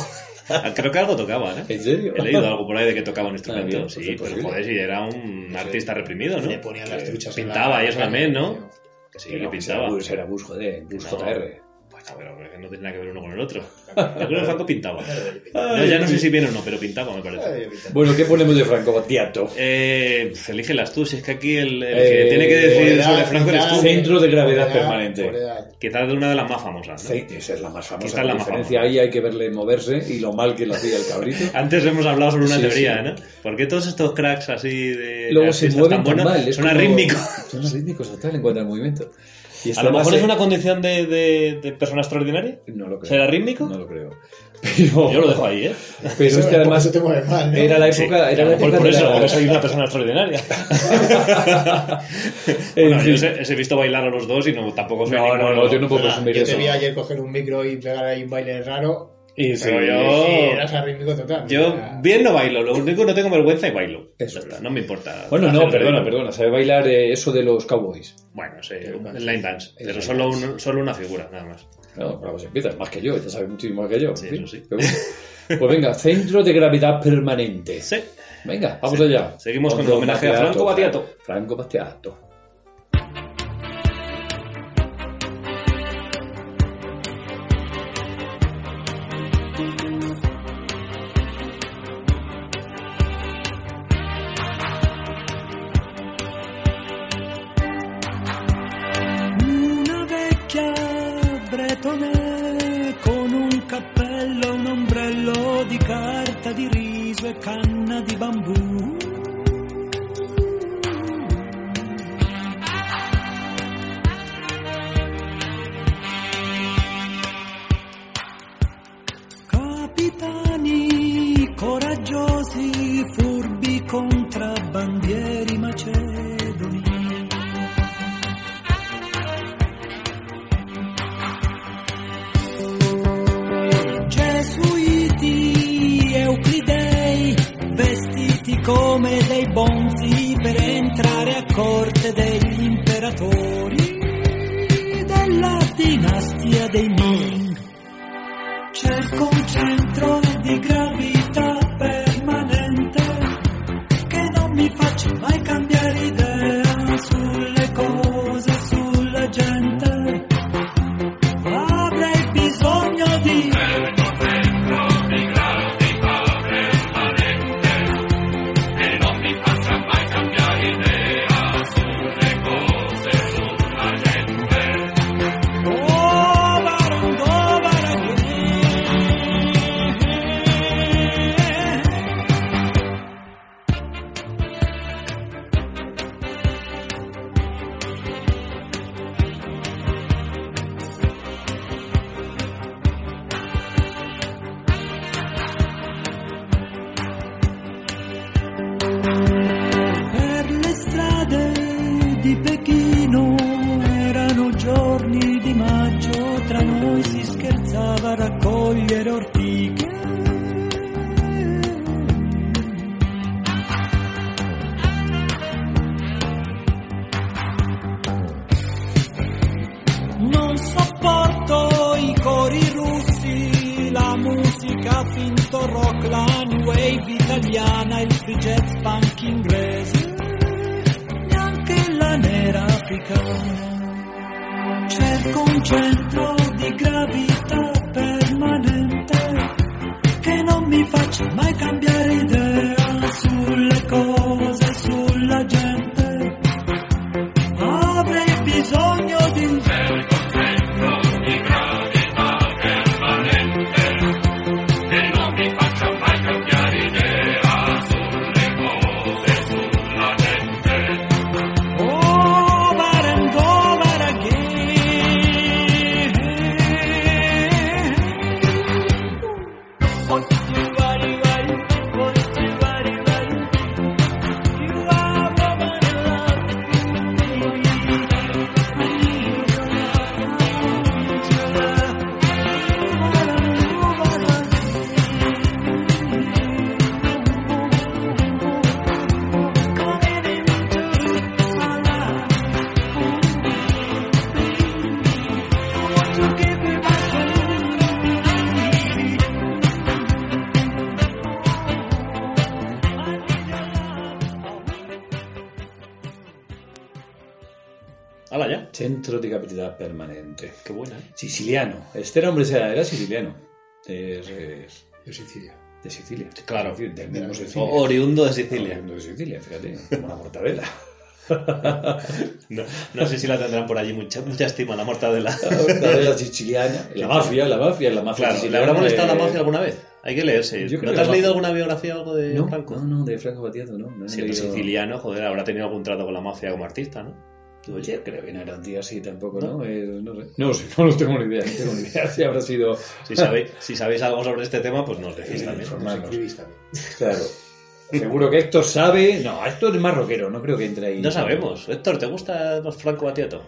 D: Creo que algo tocaba, ¿no?
C: ¿En serio?
D: He leído algo por ahí de que tocaba un instrumento.
C: Ah, bien, pues
D: sí,
C: es
D: pero
C: posible.
D: joder, si era un artista reprimido, ¿no?
E: Le ponían las truchas. en la-
D: Pintaba y eso también, ¿no? Que sí,
C: Que
D: que
C: no, que
D: pintaba.
C: Era Bus, era Bus, joder, Bus
D: No.
C: JR.
D: Bueno, pero no tenía nada que Pues ver uno con el otro. Yo creo que Franco pintaba.
E: Ay,
D: No, ya no sé si viene o no, pero pintaba, me
E: ay,
D: parece.
E: pintaba.
C: Bueno, ¿qué ponemos de Franco Batiato?
D: Eh, pf, elígelas tú, si es que aquí el, el que
C: Eh,
D: tiene que decidir
C: edad,
D: sobre Franco eres tú.
C: edad. Centro de gravedad
E: Por edad,
C: permanente.
E: por edad.
D: Quizás de una de las más famosas, ¿no?
C: Sí, esa es la más famosa.
D: Esta es la
C: la
D: más
C: diferencia
D: famosa. Ah,
C: ahí hay que verle moverse y lo mal que lo hacía el cabrito.
D: Antes hemos hablado sobre una
C: Sí,
D: teoría,
C: sí.
D: ¿no? ¿Por qué todos estos cracks así de
C: Luego
D: de
C: se
D: artistas
C: mueven tan
D: buenos
C: mal. es
D: son
C: como-
D: arrítmicos?
C: Son arrítmicos total en cuanto al movimiento. Y esta
D: A lo mejor
C: base-
D: es una condición de, de, de persona extraordinaria.
C: No lo creo.
D: ¿Será rítmico?
C: No lo creo. Pero,
D: Yo lo dejo ahí, ¿eh?
C: Pero es
E: Eso-
C: que
E: por
C: además
E: eso te mueves mal, ¿no?
C: era la
D: Sí,
C: época...
D: a
C: era
D: lo
C: la
D: mejor
C: época
D: por
C: de
D: eso,
C: la-
D: porque soy una persona extraordinaria.
C: En
D: bueno, yo
C: fin.
D: os he, os he visto bailar a los dos y no, tampoco soy
C: No,
D: ninguno
C: no,
D: de
C: no,
D: los
C: yo no puedo
E: Nada,
C: presumir
E: yo te
C: eso.
E: vi ayer coger un micro y pegar ahí un baile raro.
C: Y
D: Pero
C: sí.
D: yo- Oh.
E: Sí, eras arrítmico total.
D: Yo
E: Era-
D: bien no bailo, lo único que no tengo vergüenza y bailo.
C: Eso
D: Ya está,
C: es.
D: no me importa.
C: Bueno, no,
D: Hacer
C: Ah, perdona,
D: ridículo.
C: perdona. Sabe bailar eh, eso de los cowboys.
D: Bueno, sí,
E: Line dance.
D: line dance, pero
C: line
D: solo, un- solo una figura, nada más.
C: No, bravo, se empiezas pues más que yo, ya sabes muchísimo más que yo.
D: Sí,
C: en fin.
D: eso sí.
C: Pero bueno. Pues venga, centro de gravedad permanente.
D: Sí.
C: Venga, vamos
D: Sí.
C: allá.
D: Seguimos con el homenaje a Franco Battiato.
C: Franco Batiato.
F: Una vecchia bretone con un cappello, un ombrello di carta di riso e canna di bambù. Capitani coraggiosi, furbi contrabbandieri macedoni. Gesuiti, euclidei, vestiti come dei bonzi per entrare a corte degli imperatori della dinastia dei Ming. Cerco un centro di gravità permanente che non mi fa Pechino erano giorni di maggio, tra noi si scherzava a raccogliere ortiche. Non sopporto i cori russi, la musica finto rock, la new wave italiana, il free jazz punk inglese, neanche la nera africana. Cerco un centro di gravità permanente che non mi faccia mai cambiare idea sulle cose, sulla gente. Avrei bisogno di un over and over again. What you are, you are, what you are, you are. You are woman in love.
D: ¡Hala ya!
C: Centro de capitalidad permanente.
D: ¡Qué buena, eh!
C: Siciliano. Este era hombre era era siciliano. De, eh,
E: Yo Sicilia.
C: de Sicilia.
D: Claro.
C: Es decir, Del mismo Sicilia.
D: O- oriundo de
C: Sicilia.
D: Sicilia.
C: De Sicilia, fíjate. Como una mortadela.
D: No, no sé si la tendrán por allí mucha, mucha estima, la mortadela.
C: La mortadela siciliana. La mafia, la mafia, la mafia
D: Claro, ¿le
C: siciliana.
D: habrá molestado la
C: eh,
D: mafia alguna vez? Hay que leerse.
C: Yo creo
D: ¿No
C: que
D: te has
C: la
D: leído
C: mafia-
D: alguna biografía o algo de
C: No,
D: Franco?
C: no, no, de Franco Batiato, no. no he
D: Siendo
C: leído-
D: siciliano, joder, habrá tenido algún trato con la mafia como artista, ¿no? Digo,
C: Yo
D: yo.
C: creo que no era un tío así tampoco, ¿no? Eh, no, sé. no, sé, no lo tengo ni idea, no tengo ni idea si habrá sido...
D: Si sabéis, si sabéis algo sobre este tema, pues nos decís también.
E: Los
C: Informarnos.
E: escribís también.
C: Claro. Seguro que Héctor sabe... No, Héctor es más rockero, no creo que entre ahí.
D: No sabemos. Héctor, ¿te gusta los Franco Batiato?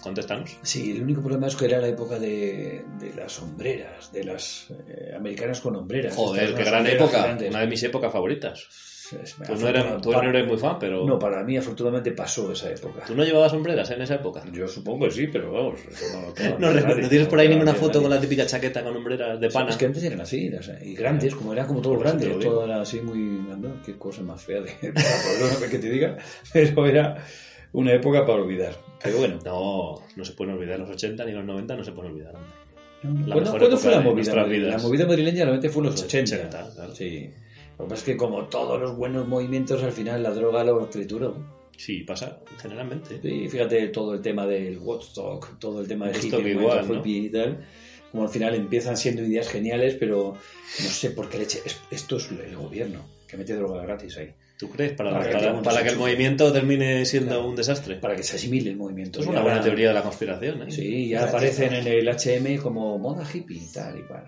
D: Contéstanos.
C: Sí, el único problema es que era la época de, de las hombreras, de las eh, americanas con hombreras.
D: Joder,
C: Estas
D: qué
C: unas
D: gran
C: hombreras
D: época.
C: gigantes.
D: Una de mis épocas favoritas.
C: Es-
D: Tú no, eras, tú no eres muy fan, pero...
C: No, para mí afortunadamente pasó esa época.
D: ¿Tú no llevabas sombreras en esa época?
C: Yo supongo que sí, pero vamos. eso No, lo clava
D: No,
C: nadie,
D: recuerdo. ¿No tienes por ahí
C: no lo
D: ninguna
C: clava
D: foto
C: nadie.
D: con la típica chaqueta con hombreras de pana?
C: Es que antes eran así, o sea, y grandes, como eran como todos
D: Por eso te lo
C: grandes,
D: digo.
C: todo era así muy. anda, qué cosa más fea de. Perdóname que te diga, pero era una época para olvidar. Pero bueno,
D: No, no se pueden olvidar los 80 ni los 90, no se pueden olvidar. hombre.
C: ¿cuándo,
D: La
C: cuándo
D: mejor
C: fue la
D: época de
C: movida?
D: nuestras
C: madrileña? La
D: vidas.
C: movida madrileña realmente fue en los 80.
D: 80, claro.
C: Sí. Lo que pasa es que, como todos los buenos movimientos, al final la droga lo trituró.
D: Sí, pasa, generalmente.
C: Y fíjate todo el tema del Woodstock, todo el tema de
D: Woodstock
C: hippie,
D: igual,
C: Wonderful
D: ¿no?
C: Hippie y tal. Como al final empiezan siendo ideas geniales, pero no sé por qué leche. Es- Esto es el gobierno que mete droga gratis ahí.
D: ¿Tú crees? Para,
C: Para que
D: para-
C: tengamos
D: para que el
C: mucho-
D: movimiento termine siendo
C: Claro.
D: un desastre.
C: para que se asimile el movimiento.
D: Esto es
C: Y
D: una buena
C: ahora-
D: teoría de la conspiración. ¿eh?
C: Sí, ya
E: Gratis,
C: aparecen
E: ¿no?
C: en el HM como moda hippie y tal y cual.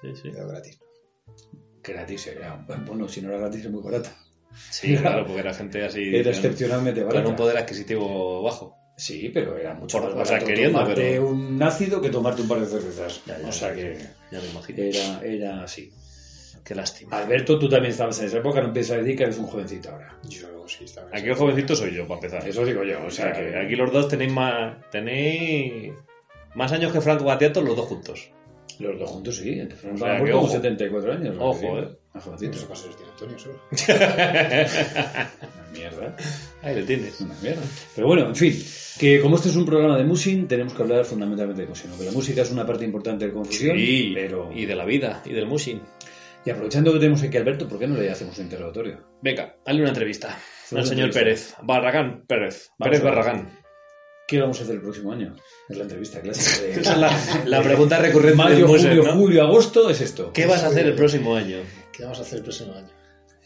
D: sí, sí.
E: Era gratis.
C: Gratis era. Bueno, si no era gratis, es muy barata.
D: Sí, claro, porque era gente así
C: Era
D: con,
C: excepcionalmente
D: con
C: barata.
D: un poder adquisitivo bajo.
C: Sí, pero era mucho
D: Por-
C: más
D: o sea,
C: barato
D: queriendo,
C: tomarte
D: pero-
C: un ácido que tomarte un par de cervezas.
D: Ya, ya,
C: o sea
D: ya.
C: que
D: Ya me imagino.
C: era, era así.
D: Qué lástima.
C: Alberto, tú también estabas en esa época, no empiezas a decir que eres un jovencito ahora.
E: Yo sí estaba. en
D: Aquí
E: esa
D: el jovencito soy yo, para empezar.
C: Eso digo yo,
D: O sea, que aquí los dos tenéis más, tenéis más años que Franco Batiato los dos juntos.
C: los dos juntos sí. Nos
D: sea,
C: han
D: que
C: muerto con
D: ojo.
C: 74 años. ¿no?
D: Ojo,
C: Sí,
D: eh. eh.
C: Más
E: época. No
C: jovencitos.
E: sé cuántos tiene Antonio solo.
C: Una mierda.
D: Ahí le tienes.
C: Una mierda. Pero bueno, en fin, que como este es un programa de musing, tenemos que hablar fundamentalmente de musing. Aunque la música es una parte importante de confusión,
D: Sí,
C: pero.
D: Y de la vida, y del mushing.
C: Y aprovechando que tenemos aquí a Alberto, ¿por qué no le hacemos un interrogatorio?
D: Venga, hazle una entrevista
C: Una
D: al señor
C: entrevista.
D: Pérez. Barragán Pérez.
C: Vamos
D: Pérez
C: a ver.
D: Barragán.
C: ¿Qué vamos a hacer el próximo año? Es la entrevista clásica de.
D: Esa es la, la pregunta recurrente del
C: Mayo,
D: Moser,
C: julio,
D: ¿no?
C: julio, agosto es esto.
D: ¿Qué vas a hacer el próximo año?
E: ¿Qué vamos a hacer el próximo año?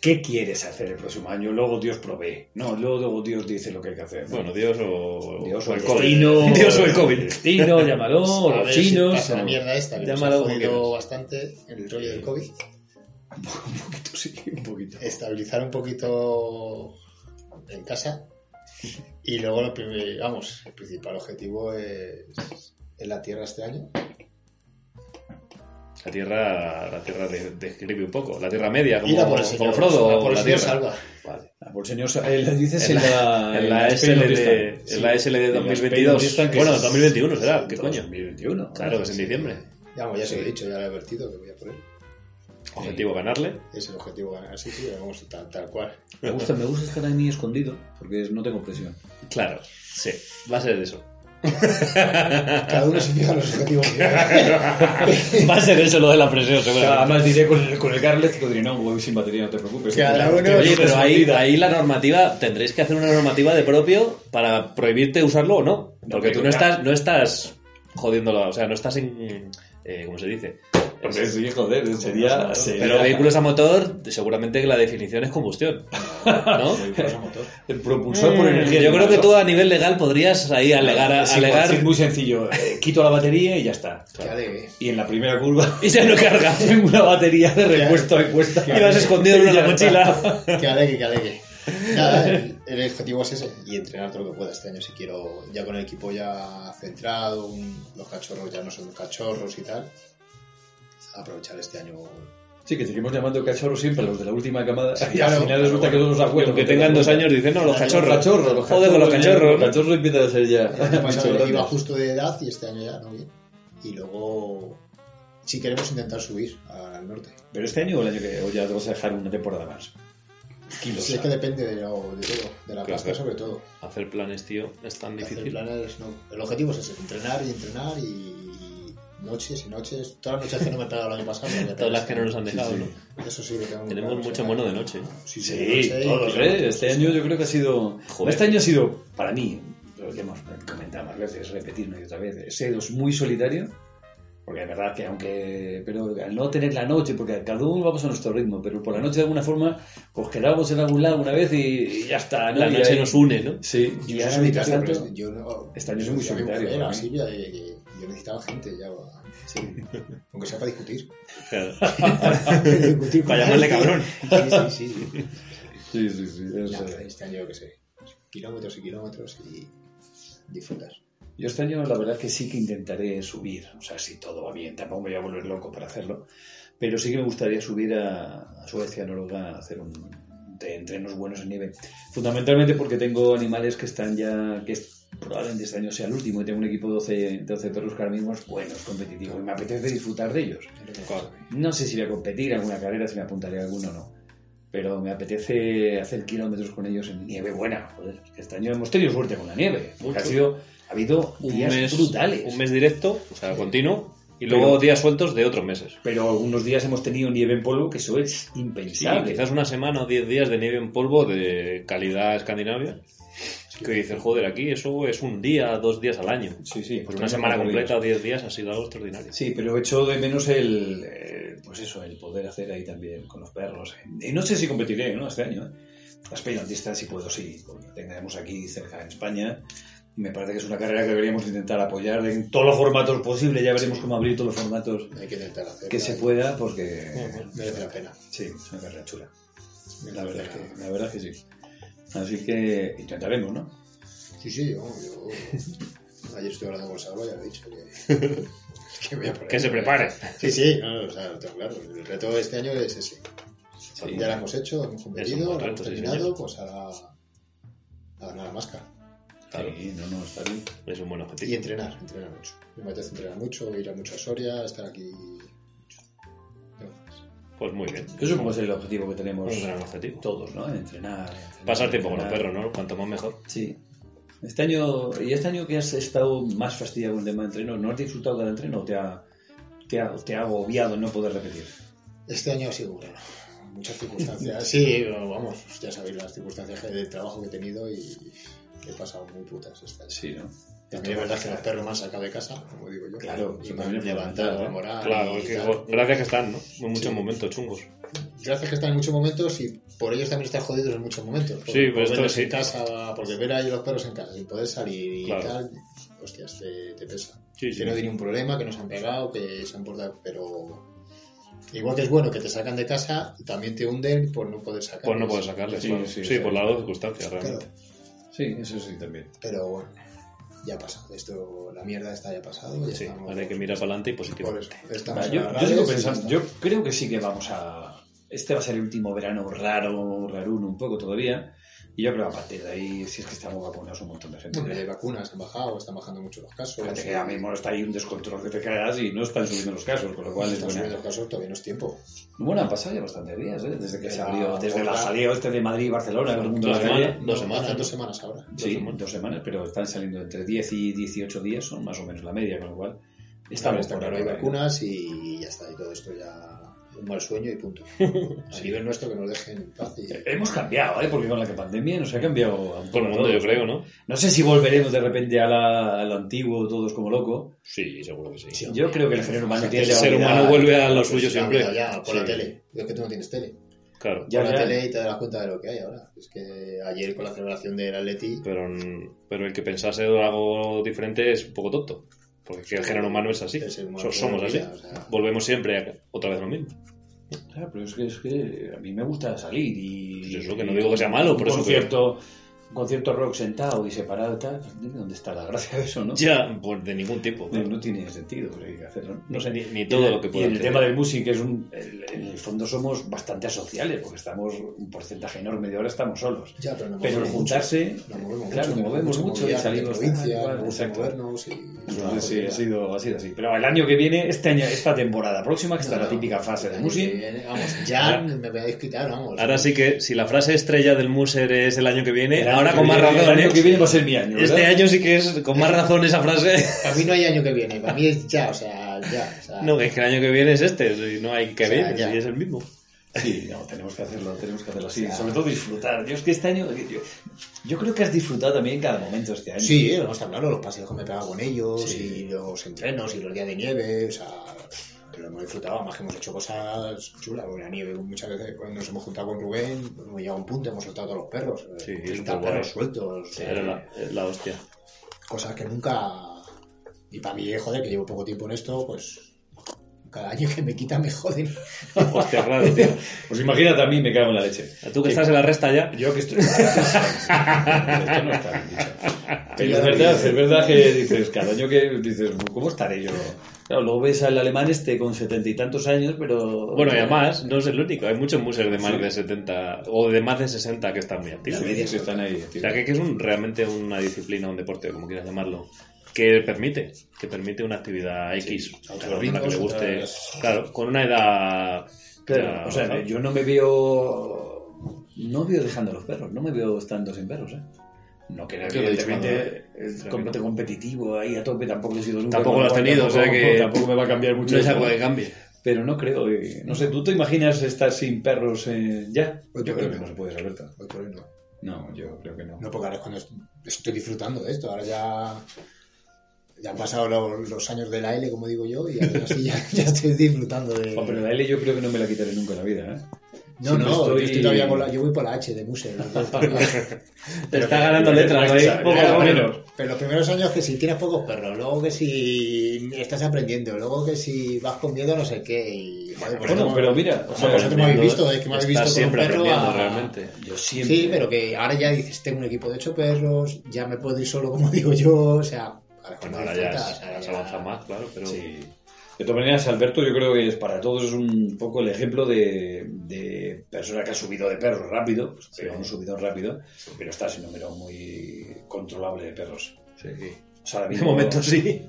C: ¿Qué quieres hacer el próximo año? Luego Dios provee. No, luego, luego Dios dice lo que hay que hacer. ¿no?
D: Bueno, Dios o,
C: Dios o
D: o
C: el
D: el COVID.
C: destino.
D: Dios o el COVID.
C: Chino, llámalo, o
E: A
C: los
E: ver si
C: chinos.
E: pasa la
C: o-
E: mierda esta, que nos
D: Llámalo
E: ha
D: como
E: jodido
D: quieras.
E: bastante el rollo del COVID.
C: Un poquito, sí, un poquito.
E: Estabilizar un poquito en casa Y luego, lo primer- vamos, el principal objetivo es, es la Tierra este año.
D: La tierra, la tierra de- describe un poco. La tierra media, como,
E: Ir a por el
D: como
E: señor,
D: Frodo.
E: a por el
D: la
E: señor
D: tierra.
E: Salva.
D: Vale.
C: Ah, por el señor, Sa- él dices
D: En
C: en la,
D: la, en la
C: Spain
D: SL de,
C: Notice Time.
D: en la SL de
C: En la
D: 2022.
C: Spain Notice Time, que
D: Bueno,
C: es-
D: 2021 será, ¿qué coño?
C: 2021.
D: Claro, que es en diciembre.
E: Ya, vamos, ya se lo he dicho, ya lo he advertido que voy a por él.
D: Objetivo ganarle.
E: Es el objetivo ganar. Sí, sí, vamos, tal, tal cual.
C: Me gusta, me gusta estar a mí escondido, porque es- no tengo presión.
D: Claro, sí, va a ser eso.
E: Cada uno se fija los objetivos. que
D: Va a ser eso lo de la presión, seguramente.
C: Además diré con el, con el Carlet que diré, no, voy sin batería, no te preocupes.
E: Cada uno-
D: Oye, pero ahí, ahí la normativa, tendréis que hacer una normativa de propio para prohibirte usarlo o no. Porque tú no estás, no estás jodiéndolo, o sea, no estás en. Eh, ¿Cómo se dice?
C: Porque sí, joder, sería... sería-
D: Pero vehículos a motor, seguramente que la definición es combustión. ¿No?
E: Vehículos a motor.
C: Propulsor por energía.
D: Eh, Yo creo que
C: ¿no?
D: tú a nivel legal podrías ahí alegar,
C: Es igual,
D: alegar
C: sí, Es muy sencillo. Eh, Quito la batería y ya está.
E: Que ADE.
C: Y en la primera curva
D: y se lo cargas.
C: tengo una batería de repuesto a cuesta.
D: Y vas escondido en
C: Y
D: una
C: ya está.
D: mochila.
E: Que alegue, que alegue. Nada, el, el objetivo es ese. Y entrenar todo lo que pueda este año si quiero. Ya con el equipo ya centrado, un- los cachorros ya no son cachorros y tal. Aprovechar este año.
C: Sí, que seguimos llamando cachorros siempre a los de la última camada. y
E: claro.
C: al final resulta que son los abuelos.
D: Aunque tengan dos años, dicen, no, los
C: Los
D: cachorros.
C: cachorros, los
D: Joder con los
C: Los
D: cachorros.
C: cachorros empiezan a ser ya.
E: El año pasado
C: bichos
E: iba
C: grandes.
E: justo de edad y este año ya no bien. Y luego, si queremos intentar subir al norte.
C: ¿Pero este año o el año que o ya te vas a dejar una temporada más? Kilos.
E: Si es que depende de, lo- de todo, de la
D: Claro.
E: pasta sobre todo.
D: Hacer planes, tío, es tan
E: Hacer
D: difícil.
E: planes, no. El objetivo es ese, entrenar y entrenar y noches y noches. Todas las noches que no me he pegado el año pasado. me voy a pegar
D: Todas las
E: este
D: que no
E: año.
D: nos han dejado, ¿no?
E: Eso sí, lo tengo
D: Tenemos
E: claro,
D: mucho
E: o sea,
D: mono de noche.
E: Sí,
C: Sí,
E: sí,
C: todos,
E: pero-
C: ¿eh? Este año yo creo que ha sido.
D: Joder.
C: Este año ha sido, para mí, lo que hemos comentado más veces, repetirme y otra vez, he sido muy solitario. Porque es verdad que, aunque. Pero al no tener la noche, porque cada uno vamos a nuestro ritmo, pero por la noche de alguna forma, pues quedábamos en algún lado una vez y, y ya está. ¿no?
D: La
C: Y
D: noche
C: ahí-
D: nos une, ¿no?
C: Sí,
E: Yo
C: y
E: soy
C: ahora
D: este
C: mientras
E: solitario,
C: tanto.
E: pero yo no-
C: este año soy muy
E: yo tenía
C: solitario,
E: mujer,
C: ¿no?
E: a Silvia, y- y- y yo necesitaba gente ya. Aunque sea para discutir. discutir con
D: Para llamarle cabrón.
E: alguien. Sí, sí,
C: Sí,
E: sí.
C: sí, sí. es-
E: Nada, este año, que sé. Kilómetros y kilómetros y disfrutar.
C: Yo este año la verdad que sí que intentaré subir, o sea, si todo va bien, tampoco me voy a volver loco para hacerlo, pero sí que me gustaría subir a, a Suecia, a Noruega, a hacer un, de entrenos buenos en nieve. Fundamentalmente porque tengo animales que están ya, que es- probablemente este año sea el último, y tengo un equipo de 12, 12 perros que ahora mismo es bueno, es competitivo, y me apetece disfrutar de ellos. No sé si voy a competir en alguna carrera, si me apuntaré a alguno o no. Pero me apetece hacer kilómetros con ellos en nieve buena. Joder, este año hemos tenido suerte con la nieve. porque
D: Mucho.
C: Ha, sido, ha habido
D: Un
C: días
D: mes,
C: brutales.
D: un mes directo, o sea, continuo, y luego
C: Pero-
D: días sueltos de otros meses.
C: Pero algunos días hemos tenido nieve en polvo, que eso es
D: Sí,
C: impensable.
D: quizás una semana o diez días de nieve en polvo de calidad escandinavia. Que dicen, joder, aquí eso es un día, dos días al año.
C: Sí, sí,
D: Pues una semana completa o diez días ha sido algo extraordinario.
C: Sí, pero echo de menos el, eh, pues eso, el poder hacer ahí también con los perros. Y no sé si competiré, ¿no? Este año. ¿eh? Las penaltistas, si puedo, sí, porque la tengamos aquí cerca en España. Me parece que es una carrera que deberíamos intentar apoyar en todos los formatos posibles. Ya veremos cómo abrir todos los formatos
E: Hay que intentar hacer.
C: que se pueda, porque
E: Merece la pena.
C: sí, es una carrera chula.
E: merece
C: La verdad es
E: pena.
C: que, la verdad es que sí. Así que intentaremos, ¿no?
E: Sí, sí, yo, yo- Ayer estuve hablando con Salva y ya le he dicho que. que voy a por
D: Que
E: ahí.
D: se prepare.
E: Sí, sí, no, no, o sea, lo tengo claro. El reto de este año es ese.
D: Sí.
E: Ya lo hemos hecho, hemos
D: Es un
E: competido,
D: buen
E: lo hemos
D: reto, sí,
E: terminado,
D: señor.
E: pues ahora. a ganar la máscara.
D: Claro.
C: Sí, no, no, está bien.
D: Es un buen objetivo.
E: Y entrenar, entrenar mucho. Me apetece entrenar mucho, ir a mucho a Soria, estar aquí.
D: Pues muy bien.
C: Yo supongo que es el objetivo que tenemos
D: Un gran objetivo.
C: todos, ¿no? Entrenar. entrenar,
D: Pasar tiempo con los
C: entrenar.
D: perros, ¿no? Cuanto más mejor.
C: Sí. Este año, ¿Y este año que has estado más fastidiado con el tema de entreno, no has disfrutado del entreno o te ha, te ha, te ha agobiado no poder repetir?
E: Este año ha sido bueno. Muchas circunstancias. Sí, bueno, vamos, ya sabéis las circunstancias que- del trabajo que he tenido y que he pasado muy putas este año.
C: ¿no?
E: También es verdad que los perros me han sacado de casa, como digo yo.
C: Claro,
E: y
C: eso
E: me
C: también
E: han
C: es
E: levantado
C: fundamental,
E: la
C: ¿eh?
E: moral.
D: Claro,
E: y
D: es que,
E: tal.
D: jo, gracias que están, ¿no? En muchos
E: Sí.
D: momentos chungos.
E: Gracias que están en muchos momentos y por ellos también están jodidos en muchos momentos. Por-
D: Sí,
E: por
D: pues esto
E: verlos
D: sí.
E: en casa, porque ver a ellos los perros en casa sin poder salir y
D: Claro.
E: tal, hostias, te, te pesa.
D: Sí, sí.
E: Que no tiene un problema, que no se han pegado, que se han portado, pero. Igual que es bueno que te sacan de casa, también te hunden por no poder sacar.
D: Pues no puedes sacarles,
C: Sí,
D: claro.
C: sí,
D: Sí,
C: sí.
D: por las dos circunstancias, realmente.
E: Claro.
C: Sí, eso sí también.
E: Pero bueno, ya ha pasado. Esto, la mierda está ya ha pasado. pues Ya
D: Sí,
E: estamos-
D: ahora hay que mirar para adelante y positivo.
E: Por eso. Estamos en
C: yo,
E: las
C: yo sigo
E: redes y
C: pensando,
E: ya
C: yo creo que sí que vamos a... Este va a ser el último verano raro, raruno un poco todavía. Y yo creo que a partir de ahí, si es que estamos vacunados un montón de
E: está. Bueno, hay
C: gente.
E: vacunas, han bajado, están bajando mucho los casos.
C: Fíjate que ahora mismo está ahí un descontrol que te cagas y no están subiendo los casos, con lo cual es
E: Están subiendo
C: buena.
E: los casos, todavía no es tiempo.
C: Bueno, han pasado ya bastantes días, ¿eh? Desde que
E: Ya,
C: se abrió, desde el
E: ahora-
C: jaleo este de Madrid y Barcelona, con el mundo de la
D: Dos
C: calle.
D: semanas. Dos
E: No,
D: semanas,
E: Hace
D: ¿no?
E: dos semanas ahora.
C: Sí,
D: semanas.
C: dos semanas, pero están saliendo entre 10 y 18 días, son más o menos la media, con lo cual
E: Está,
C: estamos
E: está
C: por
E: claro,
C: ahí.
E: hay vacunas y ya está. Y todo esto ya un mal sueño y punto. A nivel nuestro que nos dejen en paz. Y...
C: Eh, Hemos cambiado, ¿eh? Porque con la que pandemia nos ha cambiado un poco
D: Todo el mundo,
C: todo.
D: yo creo, ¿no?
C: No sé si volveremos de repente a la- al antiguo, todos como loco.
D: Sí, seguro que sí.
E: Sí.
C: Yo creo que el género humano
E: El
C: tiene
D: el ser humano vuelve a lo suyo
E: Pues, ya,
D: siempre.
E: Ya, por
C: Sí.
E: la tele. Yo es que tú no tienes tele.
D: Claro.
C: Ya,
E: por la
C: ya.
E: tele y te das cuenta de lo que hay ahora. Es que ayer con la celebración del Atleti.
D: Pero, mm, pero el que pensase algo diferente es un poco tonto. Porque es que el género humano es así.
E: el ser humano
D: So-
E: que
D: somos así.
E: mira, o sea,
D: Volvemos siempre a- otra vez lo mismo.
C: Claro, pero es que, es que a mí me gusta salir y...
D: Pues eso, que no digo que sea malo,
C: un
D: por eso que-
C: concierto, un concierto rock sentado y separado y tal, pues, ¿dónde está la gracia de eso, no?
D: Ya, pues de ningún tipo.
C: No, no tiene sentido pues, hay que hacerlo. No sé,
D: ni, ni todo lo que
C: Y
D: pueda
C: en el
D: hacer.
C: tema del music es un... el- En el fondo somos bastante asociales, porque estamos un porcentaje enorme de ahora estamos solos.
E: Ya, pero nos
C: Pero el
E: movemos mucho.
C: juntarse...
E: Nos movemos
C: claro,
E: mucho.
C: nos movemos mucho y
E: movilidad,
C: salimos...
E: de provincia,
C: tal,
E: nos gusta
C: exacto.
E: movernos y.
C: Entonces, sí, ha sido, ha sido así. Pero el año que viene, este año, esta temporada próxima, que está la típica fase de eh,
E: música.
C: música.
E: Vamos, ya me voy a quitar, vamos.
D: Ahora sí que, si la frase estrella del Muser es el año que viene,
C: el año
D: ahora
C: que
D: con más
C: viene-
D: razón,
C: El año
D: ¿eh?
C: que viene pues, va a ser mi año.
D: Este
C: ¿verdad?
D: año sí que es con más razón esa frase.
E: Para mí no hay año que viene, para mí es ya, o sea, ya. O sea,
D: No,
C: eh.
D: que es que el año que viene es este, si no hay que
E: O sea,
D: ver,
E: ya.
D: si es el mismo.
C: Sí, no, tenemos que hacerlo, tenemos que hacerlo así.
E: O sea,
C: sobre todo disfrutar. Yo es que este año. Yo, yo creo que has disfrutado también cada momento este año.
E: Sí, vamos a hablar, los paseos que me pegaba con ellos,
C: Sí.
E: y los entrenos, y los días de nieve, o sea, lo hemos disfrutado, además que hemos hecho cosas chulas, con la nieve, muchas veces cuando nos hemos juntado con Rubén, hemos llegado a un punto, hemos soltado a todos los perros,
D: Sí,
E: eh,
D: es
E: 30
D: muy guay.
E: perros sueltos, eh,
D: Era la, la hostia.
E: cosas que nunca, y para mí, joder, que llevo poco tiempo en esto, pues cada año que me quitan me joden.
D: Hostia, claro, tío.
C: Pues imagínate a mí, me cago en la leche.
D: Tú que estás en la resta ya.
C: Yo que estoy. Esto no está bien dicho. Pero es
E: Claro,
C: verdad,
E: sí.
C: es verdad que dices, cada año que dices, ¿cómo estaré yo? Claro, luego ves al alemán este con setenta y tantos años, pero.
D: Bueno, y además, no es el único. Hay muchos musers de más de 70 o de más de 60 que están muy
C: La
D: activos.
C: media que están ahí.
D: O
C: tío.
D: sea, que, que es un- realmente una disciplina, un deporte, como quieras llamarlo, que permite, que permite una actividad X,
E: otros
D: a la persona que
E: ritmos,
D: le guste.
E: otras-
D: Claro, con una edad.
C: Claro,
D: ya,
C: o sea,
D: ¿no?
C: yo no me veo. No veo dejando a los perros, no me veo estando sin perros, ¿eh? No, que
D: Yo lo he dicho
C: evidentemente es com- competitivo ahí a tope, tampoco he sido nunca.
D: Tampoco
C: con
D: lo has
C: cual
D: tenido, o sea
C: tampoco-
D: que-
C: Tampoco me va a cambiar mucho.
D: no es
C: eso, ¿eh?
D: algo
C: ¿no?
D: que cambie.
C: Pero no creo. eh, No sé, ¿tú te imaginas estar sin perros eh, ya?
E: Yo creo que no.
C: puede, Roberto.
E: Hoy por hoy no.
C: No, yo creo que no.
E: No, porque ahora es cuando est- estoy disfrutando de esto. Ahora ya, ya han pasado lo- los, años de la L, como digo yo, y ahora sí ya, ya estoy disfrutando de.
C: Joder, pero la L yo creo que no me la quitaré nunca en la vida, ¿eh?
E: no, no,
C: siempre
E: yo
C: estoy-
E: estoy todavía con la- yo voy por la H de Muse.
D: Te
E: Pero
D: está
E: que-
D: ganando letras, ¿no?
C: Extra,
D: Poco
C: ya,
D: a
C: bueno.
D: poco.
E: Pero los primeros años que si tienes pocos perros, luego que si estás aprendiendo, luego que si vas con miedo a no sé qué. Y, joder, pues
C: Bueno,
E: no-
C: pero mira, o
E: no,
C: sea,
E: vosotros me habéis visto, es que me habéis visto
D: Estás
E: con
D: siempre
E: un perro
D: aprendiendo,
E: a-
D: realmente.
C: yo siempre.
E: Sí, pero que ahora ya dices, tengo un equipo de ocho perros, ya me puedo ir solo como digo yo, o sea, ahora, cuando
D: Ahora ya
E: disfrutas,
D: has
E: ahora
D: has
E: ya-
D: avanzado más, claro, pero.
C: Sí. De todas maneras, Alberto, yo creo que es para todos es un poco el ejemplo de, de persona que ha subido de perros rápido, pues, pega un subidón rápido, pero está sin número muy controlable de perros. O sea, ahora mismo-
D: De este momento sí.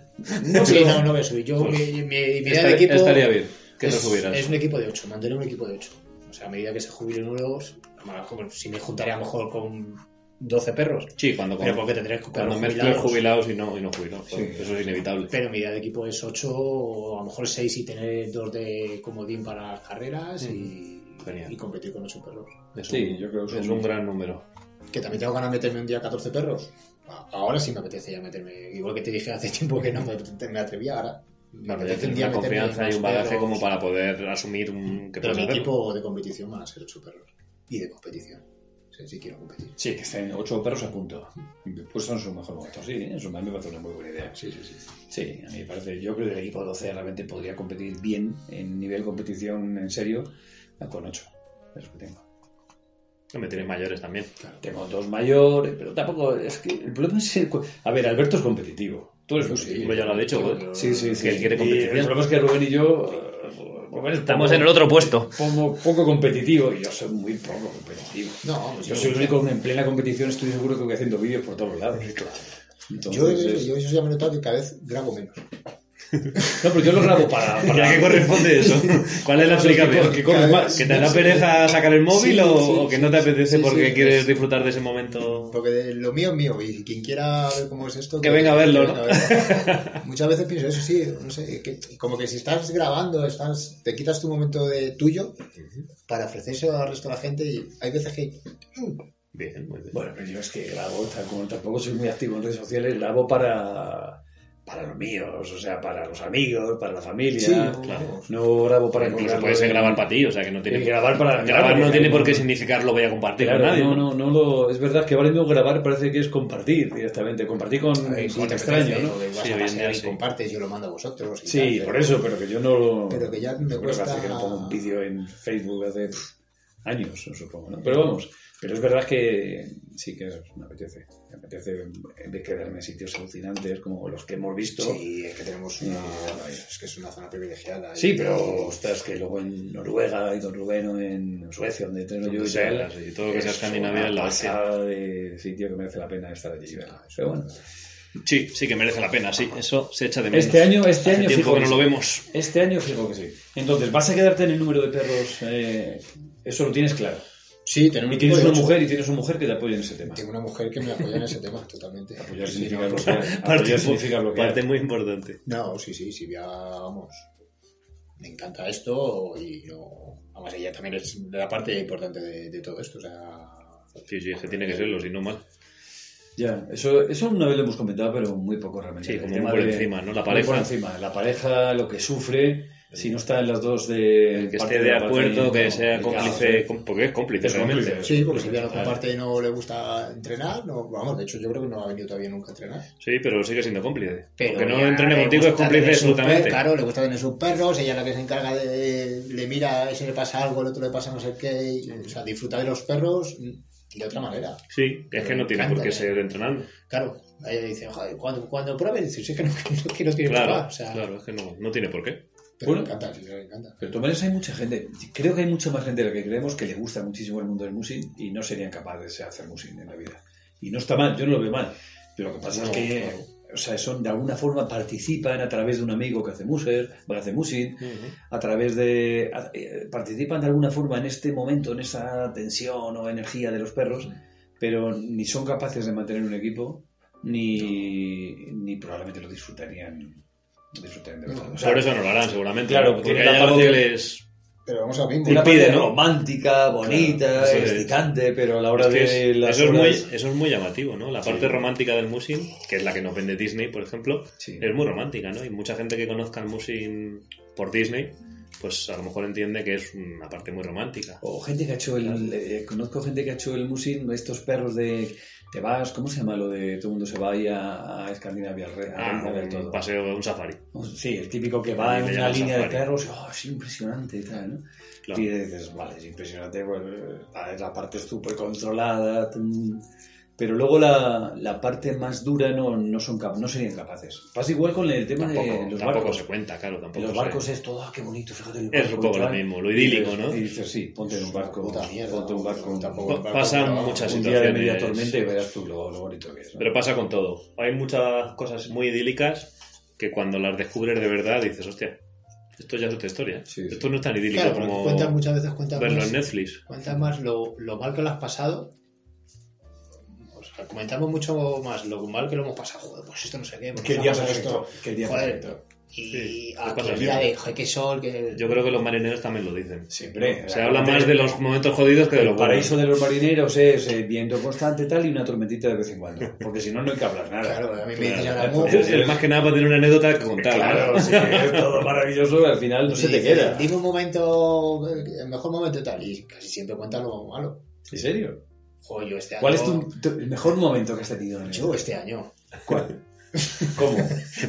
E: No, sí, no, no voy a subir. Yo,
D: Pues,
E: mi, mi- mi idea
D: Estaría,
E: de equipo.
D: estaría bien que
E: es,
D: lo subieras.
E: es un equipo de 8, mantener un equipo de 8. O sea, a medida que se jubilen nuevos, a lo mejor, si me juntaría a lo mejor con 12 perros.
D: Sí, cuando,
E: Pero porque
D: cuando,
E: tendré que
D: cuando mezclas
E: jubilados.
D: jubilados y no, y no jubilados. claro,
C: Sí.
D: Eso es inevitable.
E: Pero mi idea de equipo es 8, o a lo mejor 6 y tener 2 de comodín para las carreras y,
D: Mm, Genial.
E: y competir con 8 perros.
D: Es
C: Sí,
D: un-
C: yo creo que
D: es un gran número.
E: Que también tengo ganas de meterme un día 14 perros. A- Ahora sí me apetece ya meterme. Igual que te dije hace tiempo que no me, me atrevía, ahora. Me
D: Bueno, ya
E: apetece un
D: tienes
E: día
D: una
E: meterme
D: confianza y
E: más
D: un bagaje
E: perros.
D: como para poder asumir un... que
E: Pero
D: puedes
E: mi
D: hacerlo.
E: equipo de competición van a ser 8 perros. Y de competición. Sí, sí quiero competir.
C: Sí, que estén ocho perros a punto. Pues son su mejor momento. Sí, eso me parece una muy buena idea.
E: Sí, sí, sí.
C: Sí, a mí me parece. Yo creo que el equipo 12 realmente podría competir bien en nivel competición en serio con 8. Es lo que tengo.
D: Me tienen mayores también.
C: Tengo dos mayores, pero tampoco. Es que el problema es. el cu- A ver, Alberto es competitivo. Tú eres
E: Sí.
C: competitivo.
D: Hombre, ya lo ha dicho,
E: Sí,
D: joder.
E: pero-
C: Sí, sí, sí.
D: Que él quiere
C: Y
D: competición.
C: el problema es que Rubén y yo. eh, Rubén es
D: Estamos
C: poco-
D: en el otro puesto.
C: Poco, poco competitivo y yo soy muy poco competitivo.
E: No,
C: Yo soy el único en plena competición, estoy seguro que voy haciendo vídeos por todos lados.
E: Yo,
C: Entonces,
E: yo eso ya me he notado que cada vez grabo menos.
C: No, pero yo lo grabo para. para-
D: ¿A qué corresponde eso? ¿Cuál es la
C: Los que
D: explicación?
C: cor-
E: que corren más.
D: ¿Que te da pereza sacar el móvil
E: Sí,
D: o,
E: sí,
D: o que no te apetece
E: sí,
D: porque
E: sí,
D: quieres
E: es-
D: disfrutar de ese momento?
E: Porque de- lo mío es mío y quien quiera ver cómo es esto.
D: Que venga a verlo, ¿no?
E: verlo. Muchas veces pienso eso, sí, no sé, que- como que si estás grabando, estás, te quitas tu momento de tuyo para ofrecerse al resto de la gente y hay veces que
D: Bien, muy bien.
C: Bueno, pero yo es que grabo, tal como tampoco soy muy activo en redes sociales, grabo para, para los míos, o sea, para los amigos, para la familia.
E: sí,
D: claro.
C: No grabo para
D: Incluso
C: colgarlo
D: puede ser
C: en-
D: grabar para ti, o sea que no tiene,
C: Eh, grabar para-
D: grabar no
C: claro,
D: tiene por qué
C: no.
D: significar lo voy a compartir
C: Claro,
D: con nadie.
C: no, no, no lo, es verdad que ahora mismo grabar parece que es compartir directamente, compartir con, con extraño, ¿no?
D: Sí,
E: Sí,
D: hoy en día
E: y
D: sí.
E: compartes, yo lo mando a vosotros. y tal,
C: Sí,
E: pero-
C: por eso, pero que yo no lo...
E: Pero que ya me
C: yo creo que
E: cuesta-
C: hace que no pongo un vídeo en Facebook hace pf, años, supongo, ¿no? Pero vamos, pero es verdad que sí que me apetece. Me apetece de quedarme en sitios alucinantes como los que hemos visto.
E: Sí, es que tenemos una. Es que es una zona privilegiada. y-
C: Sí, pero ostras, que luego en Noruega y Don Rubén o en Suecia, donde tengo yo ah,
D: Donde
C: y
D: sea,
C: tal,
D: sí, todo lo que sea
C: es
D: Escandinavia
C: una
D: es la
C: pasada de sitio que merece la pena estar allí. ¿verdad? Pero bueno,
D: Sí, sí que merece la pena, sí. Eso se echa de menos.
C: este año, este
D: Hace
C: año
D: tiempo
C: fijo
D: que no
C: sí.
D: lo vemos.
C: Este año fijo que sí. Entonces, ¿vas a quedarte en el número de perros? eh, eso lo tienes claro.
E: Sí, tenemos
C: Y tienes
E: Oye,
C: una mujer y tienes una mujer que te apoya en ese tema.
E: Tengo una mujer que me apoya en ese tema, totalmente.
C: Apoyar
E: Sí,
C: significa
E: no,
C: bloquear.
D: Parte,
C: Apoyar significa bloquear.
D: parte muy importante.
E: No, sí, sí, sí, ya, vamos. Me encanta esto y no. Vamos, ella también es la parte importante de, de todo esto, o sea.
D: Sí, sí, es que tiene que serlo, si no mal.
C: Ya, eso, eso una vez lo hemos comentado, pero muy poco realmente.
D: Sí,
C: El
D: como
C: tema
D: por
C: de-
D: encima, ¿no? La
C: muy por
D: pareja.
C: encima. La pareja, lo que sufre, si no están las dos de...
D: Que
C: parte
D: esté de
C: la pareja,
D: acuerdo, que
C: no,
D: sea
C: complicado,
D: cómplice,
C: sí.
D: com- porque es cómplice
C: Es
D: realmente.
C: cómplice.
E: Sí, porque si ella no
D: Claro.
E: comparte y no le gusta entrenar, no, vamos, de hecho yo creo que no ha venido todavía nunca a entrenar.
D: Sí, pero sigue siendo cómplice.
E: Pero
D: Aunque no
E: ya
D: entrene
E: le
D: contigo es
E: gusta
D: cómplice
E: tener sus
D: absolutamente.
E: per- Claro, le gusta tener sus perros, ella es la que se encarga de. le mira, ese le pasa algo, el otro le pasa no sé qué. y- o sea, disfruta de los perros mm, de otra manera.
D: Sí, es que no tiene por qué ser entrenando.
E: Claro, ella dice, joder, cuando, cuando pruebe, dice, sí que no, no quiero tirar
D: Claro,
E: o sea,
D: claro, es que no, no tiene por qué.
E: pero
C: Bueno.
E: le encanta, sí, le encanta.
C: Pero de todas maneras hay mucha gente, creo que hay mucha más gente de la que creemos que le gusta muchísimo el mundo del musing y no serían capaces de hacer musing en la vida. Y no está mal, yo no lo veo mal. Pero lo que pasa es
D: No,
C: que,
D: claro.
C: o sea, son de alguna forma participan a través de un amigo que hace muser, que hace musing, a través de... a- eh, participan de alguna forma en este momento, en esa tensión o energía de los perros, pero ni son capaces de mantener un equipo, ni, ni probablemente lo disfrutarían, lo disfrutarían de verdad. O sea,
D: Por eso no lo harán, seguramente.
C: Claro,
D: porque
C: tiene
D: hay
C: la
D: algo
C: parte-
D: que les.
E: Pero vamos a mismo.
C: Una
D: Impide,
C: parte
D: ¿no?
C: romántica, bonita,
D: Claro, eso es.
C: excitante, pero a la hora
D: Es que
C: de
D: es-
C: las
D: eso, es muy,
C: horas-
D: eso es muy llamativo, ¿no? La parte romántica del musing, que es la que nos vende Disney, por ejemplo,
C: Sí.
D: es muy romántica, ¿no? Y mucha gente que conozca el musing por Disney, pues a lo mejor entiende que es una parte muy romántica.
C: O gente que ha hecho el... eh, conozco gente que ha hecho el musing, estos perros de... Te vas, ¿cómo se llama lo de todo el mundo se va ahí a, a Escandinavia, al re- a
D: Ah,
C: Reino, a ver
D: un
C: todo?
D: paseo, un safari.
C: Sí, el típico que va en
D: Le
C: una
D: llaman
C: línea de
D: safari.
C: perros, oh, es impresionante y tal, ¿no?
D: Claro.
C: Y dices, vale, es impresionante, pues, eh, la parte súper controlada, mm, pero luego la, la parte más dura no, no, son, cap- no serían capaces. Pasa igual con el tema de
D: Tampoco,
C: los
D: tampoco
C: barcos.
D: se cuenta, claro,
C: En
D: tampoco
C: los
D: se-
C: barcos es todo, ah, qué bonito, fíjate. el
D: Es
C: barco
D: un poco
C: y
D: lo
C: tal.
D: mismo, lo idílico, ¿no?
C: Y dices, sí, ponte en un barco,
E: Puta mierda,
C: ponte en un barco.
E: tampoco.
D: Pa- Pasan muchas
C: Un día de
D: situaciones.
C: media tormenta y verás tú lo, lo bonito que es. ¿no?
D: Pero pasa con todo. Hay muchas cosas muy idílicas que cuando las descubres de verdad dices, hostia, esto ya es otra historia.
C: Sí, sí.
D: Esto no es tan idílico
E: Claro, porque
D: como
E: cuentas muchas veces, cuentas
D: verlo en
E: más,
D: Netflix.
E: cuentas más lo, lo mal que lo has pasado. O sea, comentamos mucho más lo mal que lo hemos pasado. Joder, pues esto no sé qué. pues
C: Qué
E: nos
C: día
E: ha pasado
C: perfecto,
E: esto.
C: qué día
E: Joder,
C: perfecto.
E: Y
D: Sí,
E: ah,
D: es
E: qué
D: cosa
E: día
D: mía.
E: de, joder, qué sol, que...
D: Yo creo que los marineros también lo dicen.
C: Siempre.
D: Se habla más de los momentos jodidos que de
C: El
D: los buenos.
C: paraíso de los marineros es eh, viento constante tal y una tormentita de vez en cuando. Porque si no, no hay que hablar nada.
E: Claro, a mí me dicen ahora,
D: Claro.
E: "Mo-
D: Es- es más que nada para tener una anécdota que contar. ¿no?
C: Claro, sí, es todo maravilloso, al final
E: Pues
C: no se te
E: Dice,
C: queda.
E: Dime un momento, el mejor momento y tal. Y casi siempre cuenta lo malo.
C: ¿En serio?
E: Joder, yo este año.
C: ¿Cuál es tu, tu- el mejor momento que has tenido en el
E: Yo este año.
C: ¿Cuál? ¿Cómo?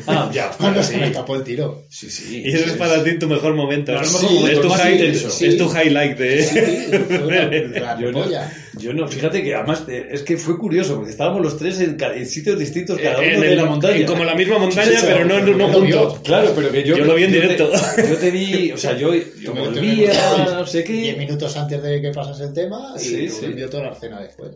C: Ah,
E: Ya,
C: bueno,
E: se
C: sí.
E: me escapó el tiro.
C: Sí, sí.
D: Y eso es para ti tu mejor momento.
C: Claro,
D: es,
C: mejor
D: tu-
C: momento,
D: es tu
C: más
D: highlight-
C: intenso.
D: es
C: Sí.
D: tu highlight de.
E: Sí, fue una- la
C: Yo no-
E: polla.
C: Yo no, fíjate que además eh, es que fue curioso, porque estábamos los tres en, ca- en sitios distintos, cada uno
D: Eh, en
C: en,
D: el-
C: la montaña.
D: en como la misma montaña,
E: Sí, sí,
D: pero no, no, no
E: lo vio.
D: juntos.
C: Claro, pero que yo.
D: Yo lo vi en
C: te-
D: directo.
C: yo te vi, o sea, yo, yo
E: Tú me- tú me
C: volvía,
E: contabas
C: no sé
E: Diez
C: qué.
E: minutos antes de que pasase el tema y
C: Sí,
E: sí,
C: sí.
E: toda la escena después.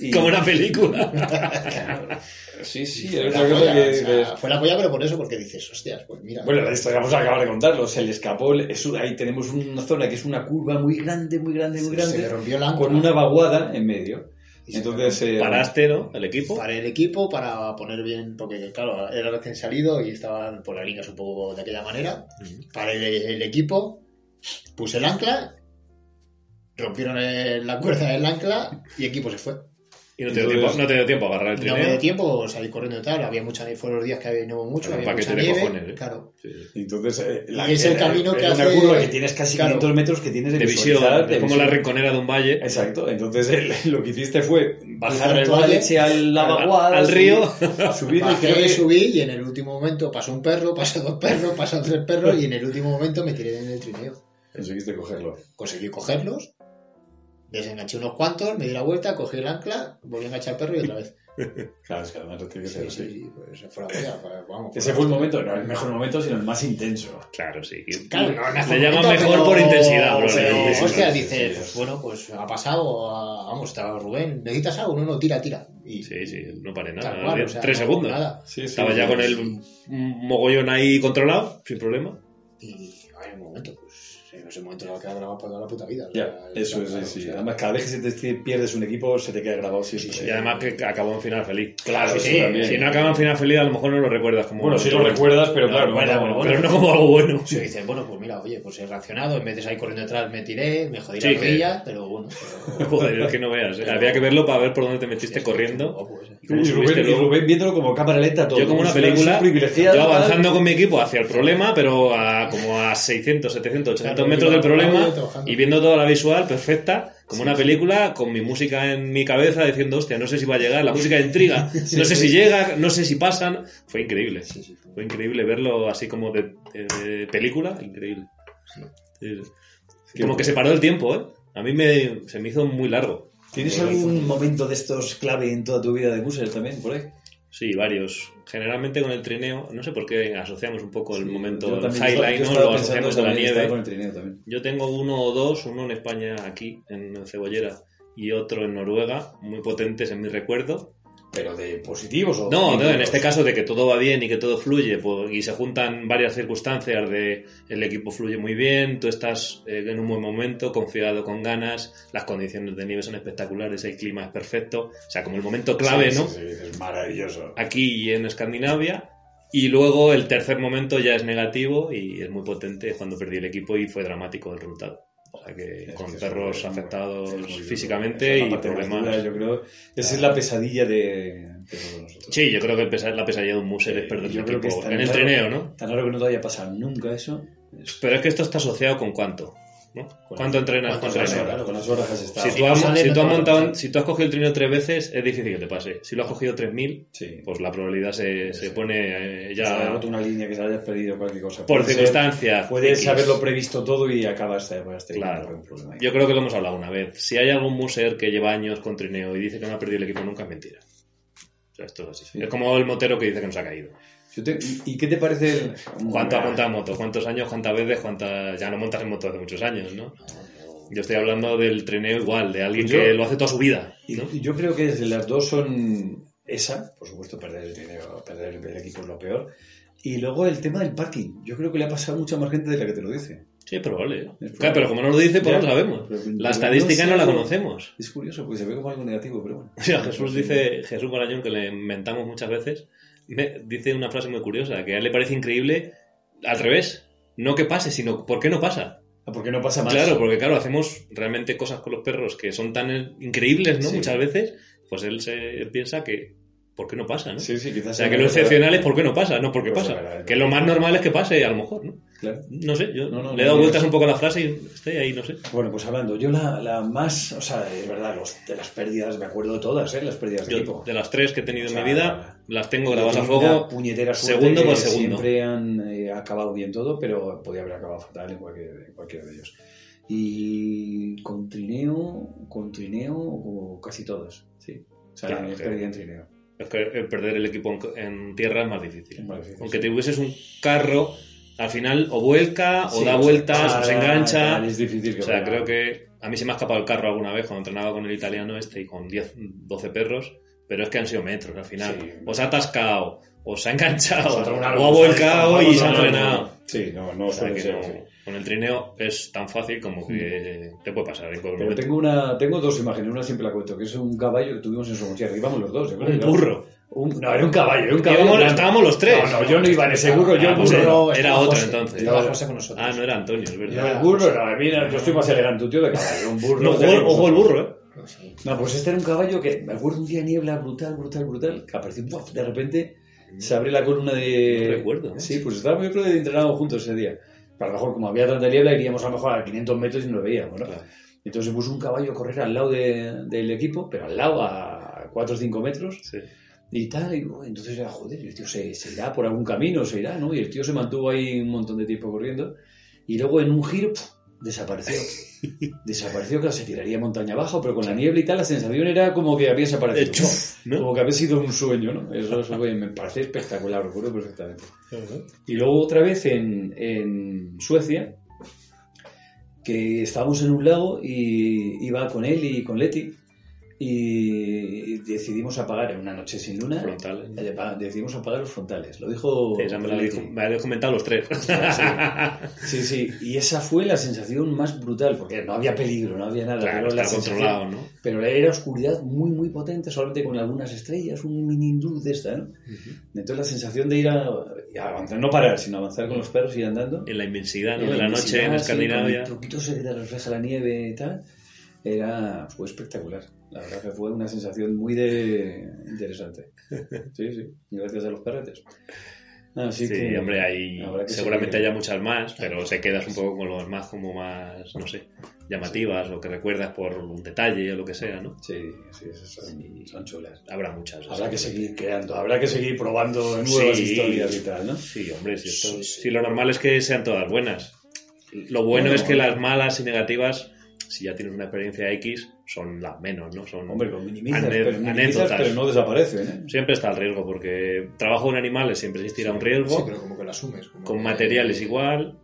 C: y-
D: Como una película.
C: Sí, sí,
E: Fue
C: es
E: la
C: una cosa
E: polla,
C: que.
E: o sea, fue la polla, pero por eso, porque dices, hostias, pues mira.
C: Bueno, esto vamos a acabar de contarlo. Se le escapó. el- es un- ahí tenemos una zona que es una curva muy grande, muy grande, muy
E: se le
C: grande.
E: rompió el ancla.
C: Con una vaguada en medio.
E: Y se
C: Entonces. eh,
D: Paraste, ¿no? El equipo.
E: para el equipo, para poner bien, porque claro, era recién salido y estaban por las líneas un poco de aquella manera. Para el, el equipo, puse el ancla, rompieron el- la cuerda del ancla y el equipo se fue.
D: Y no te dio tiempo, no te dio tiempo a agarrar el
E: No me dio
D: trineo.
E: tiempo salir corriendo y tal, había mucha nieve, fueron los días que había no hubo mucho,
D: Pero
E: había
D: para que
E: mucha
D: te dé
E: nieve,
D: cojones, ¿eh?
E: claro.
D: Sí, sí.
C: Entonces, eh,
E: Y es el
C: era-
E: camino que
C: era una
E: hace-
C: curva que tienes casi
E: claro.
C: 500 metros que tienes de,
D: De visión,
C: visualizar, de
D: es como la
C: visión.
D: rinconera de un valle.
C: Exacto, entonces el- lo que hiciste fue bajar
E: Bajar
C: toda la
E: valle,
C: leche al
D: al-
C: lavaguada,
D: al
C: subir-
D: río.
C: subir y creo
E: Bajé,
C: que-
E: subí y en el último momento pasó un perro, pasó dos perros, pasó tres perros y en el último momento me tiré en el trineo.
C: conseguiste cogerlo.
E: Conseguí cogerlos, desenganché unos cuantos, me di la vuelta, cogí el ancla, volví a enganchar al perro y otra vez.
C: Claro, es que además lo tiene que
E: Sí,
C: ser
E: sí,
C: así.
E: sí, pues se fue la polla, pues, vamos.
C: Ese fue el momento, no el mejor momento, sino el más intenso.
D: Claro, sí.
E: Claro, no, no,
D: Se llama
E: momento,
D: mejor
E: pero-
D: por intensidad, bro.
E: Pero,
D: Sí, sí,
E: hostia,
C: sí,
E: dices,
C: sí,
E: pues
C: sí.
E: bueno, pues ha pasado, ah, vamos, estaba Rubén, ¿necesitas algo? No, no, tira, tira. Y,
D: Sí, sí, no paré
E: tal
D: nada.
E: cual, o
D: Tres
E: sea, no,
D: segundos.
E: nada.
C: Sí,
D: Estaba ya con el mogollón ahí controlado, sin problema.
E: Y a ver, un momento, pues en ese momento lo va a quedar grabado para toda la puta vida. o
C: Ya,
E: sea,
C: eso
E: está
C: es,
E: claro,
C: sí,
E: o
C: sí.
E: sea,
C: Además, cada vez que se te que pierdes un equipo, se te queda grabado siempre.
E: Sí,
D: Y además que acabó en final feliz.
C: Claro,
E: Sí,
C: eso
E: sí,
C: también.
D: Si no acaba en final feliz, a lo mejor no lo recuerdas como.
C: Bueno, sí lo recuerdas, pero claro,
E: bueno,
C: no-
E: bueno, bueno.
D: Pero no como algo bueno.
E: Sí, dices, bueno, pues mira, oye, pues he reaccionado, en vez de salir corriendo detrás me tiré, me jodí
D: Sí,
E: la
D: que-
E: rodilla, pero bueno. pero-
D: Joder, es que no veas. eh. Había que verlo para ver por dónde te metiste corriendo.
E: Guapo ese.
D: y cómo
C: Y
D: subiste
C: Rubén, y
D: luego.
C: Rubén viéndolo como cámara lenta todo.
D: Yo como una
C: si fuera
D: película,
C: un privilegiado,
D: yo
C: tal.
D: avanzando con mi equipo hacia el problema, pero a, como a 600, 700, 800
E: Claro,
D: metros
E: iba
D: del problema
E: trabajando.
D: y viendo toda la visual perfecta, como
E: Sí,
D: una
E: sí.
D: película, con mi música en mi cabeza diciendo, hostia, no sé si va a llegar, la música de intriga, no sé si llega, no sé si pasan. Fue increíble,
E: Sí, sí, fue-
D: fue increíble verlo así como de, de película, increíble. Sí, sí.
C: Qué
D: Como
C: bueno.
D: que se paró el tiempo, ¿eh? A mí me, se me hizo muy largo.
C: ¿Tienes algún momento de estos clave en toda tu vida de Muser también, por ahí?
D: Sí, varios. Generalmente con el trineo, no sé por qué asociamos un poco el momento,
C: Yo
D: el
C: también estaba-
D: highlight,
C: yo
D: ¿no?
C: estaba
D: lo
C: pensando
D: asociamos a la
C: también, estaba
D: nieve.
C: con el trineo también.
D: Yo tengo uno o dos, uno en España aquí, en Cebollera, y otro en Noruega, muy potentes en mi recuerdo.
C: Pero de positivos o
D: No, no, en este
C: caso
D: caso de que todo va bien y que todo fluye, pues, y se juntan varias circunstancias de el equipo fluye muy bien, tú estás eh, en un buen momento, confiado, con ganas, las condiciones de nieve son espectaculares, el clima es perfecto, o sea, como el momento clave,
C: Sí,
D: ¿no?
C: sí, sí, es maravilloso.
D: aquí y en Escandinavia. Y luego el tercer momento ya es negativo y es muy potente es cuando perdí el equipo y fue dramático el resultado. O sea que
C: Es
D: con
C: que es
D: perros
C: muy-
D: afectados
C: es muy duro.
D: físicamente
C: Esa es
D: y
C: la parte más
D: problemas.
C: dura, yo creo. Esa es la pesadilla de, de todos nosotros.
D: Sí, yo creo que el pesa- la pesadilla de un muser es
C: Eh,
D: perder
C: yo
D: el
C: creo que
D: equipo
C: está
D: en el
C: claro.
D: trineo, ¿no?
C: Tan raro que no te haya pasado nunca eso.
D: Pero es que esto está asociado con cuánto. ¿no? ¿Cuánto entrenas?
E: ¿Cuántas
D: ¿Cuánto
E: horas?
D: entrenas?
E: claro,
C: con las horas has estado.
D: Si
E: Si
D: tú,
E: no
D: has,
E: sales,
D: si
E: no
D: tú
E: te
D: has
E: vas a
D: montado,
E: pasar.
D: si tú has cogido el trineo tres veces, es difícil que te pase. Si lo has cogido 3.000,
C: Sí.
D: pues la probabilidad se,
C: Sí,
D: se
C: sí.
D: pone eh,
C: Se te ha
D: ya
C: roto una línea que se hayas perdido cualquier cosa.
D: por
C: Puede ser-
D: circunstancias.
C: Puedes
D: X.
C: haberlo previsto todo y acabas de acabas teniendo
D: Claro.
C: algún problema. ahí.
D: Yo creo que lo hemos hablado una vez. Si hay algún muser que lleva años con trineo y dice que no ha perdido el equipo nunca, es mentira. O sea, esto es así.
C: Sí.
D: Es como el motero que dice que nos ha caído.
C: Yo te- ¿y- ¿Y qué te parece? el-
D: ¿Cuánto ha montado en moto? ¿Cuántos años? ¿Cuántas veces? ¿Cuántas... Ya no montas en moto hace muchos años, ¿no? Yo estoy hablando del trineo igual, de alguien
C: Pues yo-
D: que lo hace toda su vida.
C: Y
D: ¿no?
C: y yo creo que desde las dos son esa, por supuesto, perder el dinero, perder el, el equipo es lo peor. Y luego el tema del parking. Yo creo que le ha pasado a mucha más gente de la que te lo dice.
D: Sí, es probable. ¿eh?
C: probable.
D: Claro, pero como no lo dice, pues
C: Ya.
D: no lo sabemos.
C: Pero-
D: La
C: pero
D: estadística
C: no
D: no la
C: sé.
D: conocemos.
C: Es curioso, porque se ve como algo negativo, pero bueno.
D: O sea, Jesús dice, Jesús Bolañón, que le inventamos muchas veces, me- dice una frase muy curiosa, que a él le parece increíble, al revés, no que pase, sino por qué no pasa.
C: Ah, ¿Por qué no pasa más?
D: Claro, porque claro, hacemos realmente cosas con los perros que son tan eh, increíbles, ¿no?
C: Sí.
D: Muchas veces, pues él se él piensa que ¿por qué no pasa? ¿no?
C: Sí, sí, quizás.
D: O sea,
C: sea
D: que
C: la
D: lo
C: verdad.
D: excepcional es por qué no pasa, no porque
C: Pues la
D: pasa.
C: verdad,
D: Que lo más normal es que pase, a lo mejor, ¿no?
C: Claro.
D: No sé, yo
C: No, no,
D: le he dado
C: no,
D: vueltas
C: no.
D: un poco a la frase y estoy ahí, no sé.
C: Bueno, pues hablando, yo la, la más, o sea, es verdad, los, de las pérdidas, me acuerdo de todas, ¿eh? Las pérdidas de
D: Yo,
C: equipo.
D: de las tres que he tenido
C: O sea,
D: en mi vida, las tengo grabadas a
C: Yo tengo una
D: fuego.
C: puñetera suerte
D: segundo por
C: que
D: segundo.
C: Siempre han eh, acabado bien todo, pero podía haber acabado fatal en cualquier- en cualquiera de ellos. Y con trineo, con trineo, o casi todos, sí. O sea,
D: Claro,
C: me he
D: sí.
C: perdido en trineo.
D: Es que eh, perder el equipo en, en tierra es más difícil.
C: Es más difícil,
D: Aunque
C: sí.
D: te hubieses un carro, al final o vuelca, Ah, o
C: Sí,
D: da
C: o sea,
D: vueltas, o se
C: tal,
D: engancha.
C: tal, es difícil que
D: O sea,
C: vaya.
D: creo que a mí se me ha escapado el carro alguna vez cuando entrenaba con el italiano este y con 10, 12 perros, pero es que han sido metros al final.
C: Sí.
D: O se ha atascado, o se ha enganchado,
E: Contra un árbol,
D: o ha volcado
E: ¿sabes?
D: y se ha
E: Contra un árbol.
D: frenado.
C: Sí, no, no
D: O sea,
C: suele
D: que
C: ser
D: no-
C: así.
D: con el trineo es tan fácil como que te puede pasar en cualquier
C: Pero
D: momento.
C: tengo, una, tengo dos imágenes, una siempre la cuento, que es un caballo que tuvimos en su mochila, que íbamos los dos. ¿de acuerdo?
D: Un burro.
C: Un- no, era un caballo, era un caballo.
D: Íbamos-
C: grande.
D: estábamos los tres.
C: No, no, yo no iba en ese burro, yo
D: Ah,
C: el
D: pues
C: burro
D: era-
C: no.
D: era
E: estaba
D: otro
E: José,
D: entonces.
E: Estaba José con nosotros.
D: Ah, no era Antonio, es
C: Yo
D: verdad.
C: el burro, no, mira, yo estoy más elegante, un tío de caballo, un burro.
D: No,
C: de-
D: ojo, ojo el burro, ¿eh?
E: No sé.
C: No, pues este era un caballo que, me acuerdo, un día niebla brutal, brutal, brutal, que apareció, ¡buaf! de repente se abre la columna de...
D: No recuerdo, ¿eh?
C: Sí, pues estábamos yo creo que entrenando juntos ese día. Pero a lo mejor, como había tanta niebla, iríamos a lo mejor a 500 metros y no lo veíamos, ¿no?
D: Claro.
C: Entonces puso un caballo a correr al lado de- del equipo, pero al lado a 4 o 5 metros,
D: Sí.
C: y tal, y bueno, entonces era, joder, el tío se, se irá por algún camino, se irá, ¿no? Y el tío se mantuvo ahí un montón de tiempo corriendo, y luego en un giro, ¡puf! desapareció. desapareció, claro, se tiraría montaña abajo, pero con la niebla y tal, la sensación era como que había desaparecido.
D: Eh, chuf, ¿no?
C: Como que había sido un sueño, ¿no? Eso, eso fue- me parece espectacular, lo recuerdo perfectamente. Y luego otra vez en, en Suecia, que estábamos en un lago y iba con él y con Leti, y decidimos apagar en una noche sin luna.
D: Frontal.
C: Eh, pa- Decidimos apagar los frontales. Lo dijo.
D: Sí, esa me la
C: Leti.
D: habéis- me la habéis comentado los tres.
C: Sí, sí. Y esa fue la sensación más brutal, porque no había peligro, no había nada.
D: Claro,
C: pero, la
D: está
C: sensación-
D: controlado, ¿no?
C: pero era oscuridad muy, muy potente, solamente con algunas estrellas, un mini luz de esta, ¿no? Entonces la sensación de ir a, y avanzar, no parar, sino avanzar con los perros y ir andando.
D: En la inmensidad, ¿no?
C: En
D: De la noche en
C: inmensidad, sí,
D: Escandinavia.
C: Con el truquito ese que te refleja la nieve y tal. Era, fue espectacular. La verdad que fue una sensación muy de, interesante. Sí, sí. Y gracias a los perretes. Así
D: Sí,
C: que,
D: hombre, ahí
C: habrá que
D: seguramente
C: seguir.
D: haya muchas más, pero se quedas un poco con los más como más, no sé, llamativas o que recuerdas por un detalle o lo que sea, ¿no?
C: Sí, sí, esas son, son chulas.
D: Habrá muchas.
C: Habrá que
D: sí.
C: seguir creando, habrá que seguir probando nuevas
D: Sí.
C: historias y tal, ¿no?
D: Sí, hombre, si, esto-
E: Sí, sí.
D: si lo normal es que sean todas buenas. Lo bueno
C: Bueno, eh.
D: es que
C: bueno.
D: las malas y negativas, si ya tienes una experiencia X, son las menos, ¿no? Son,
C: Hombre, lo minimizas,
D: Ane-
C: pero, minimizas
D: anécdotas.
C: pero no desaparecen, ¿eh?
D: Siempre está el riesgo, porque trabajo con animales siempre existirá un
E: Sí,
D: riesgo,
E: pero como que lo asumes. como
D: con
E: que-
D: materiales igual.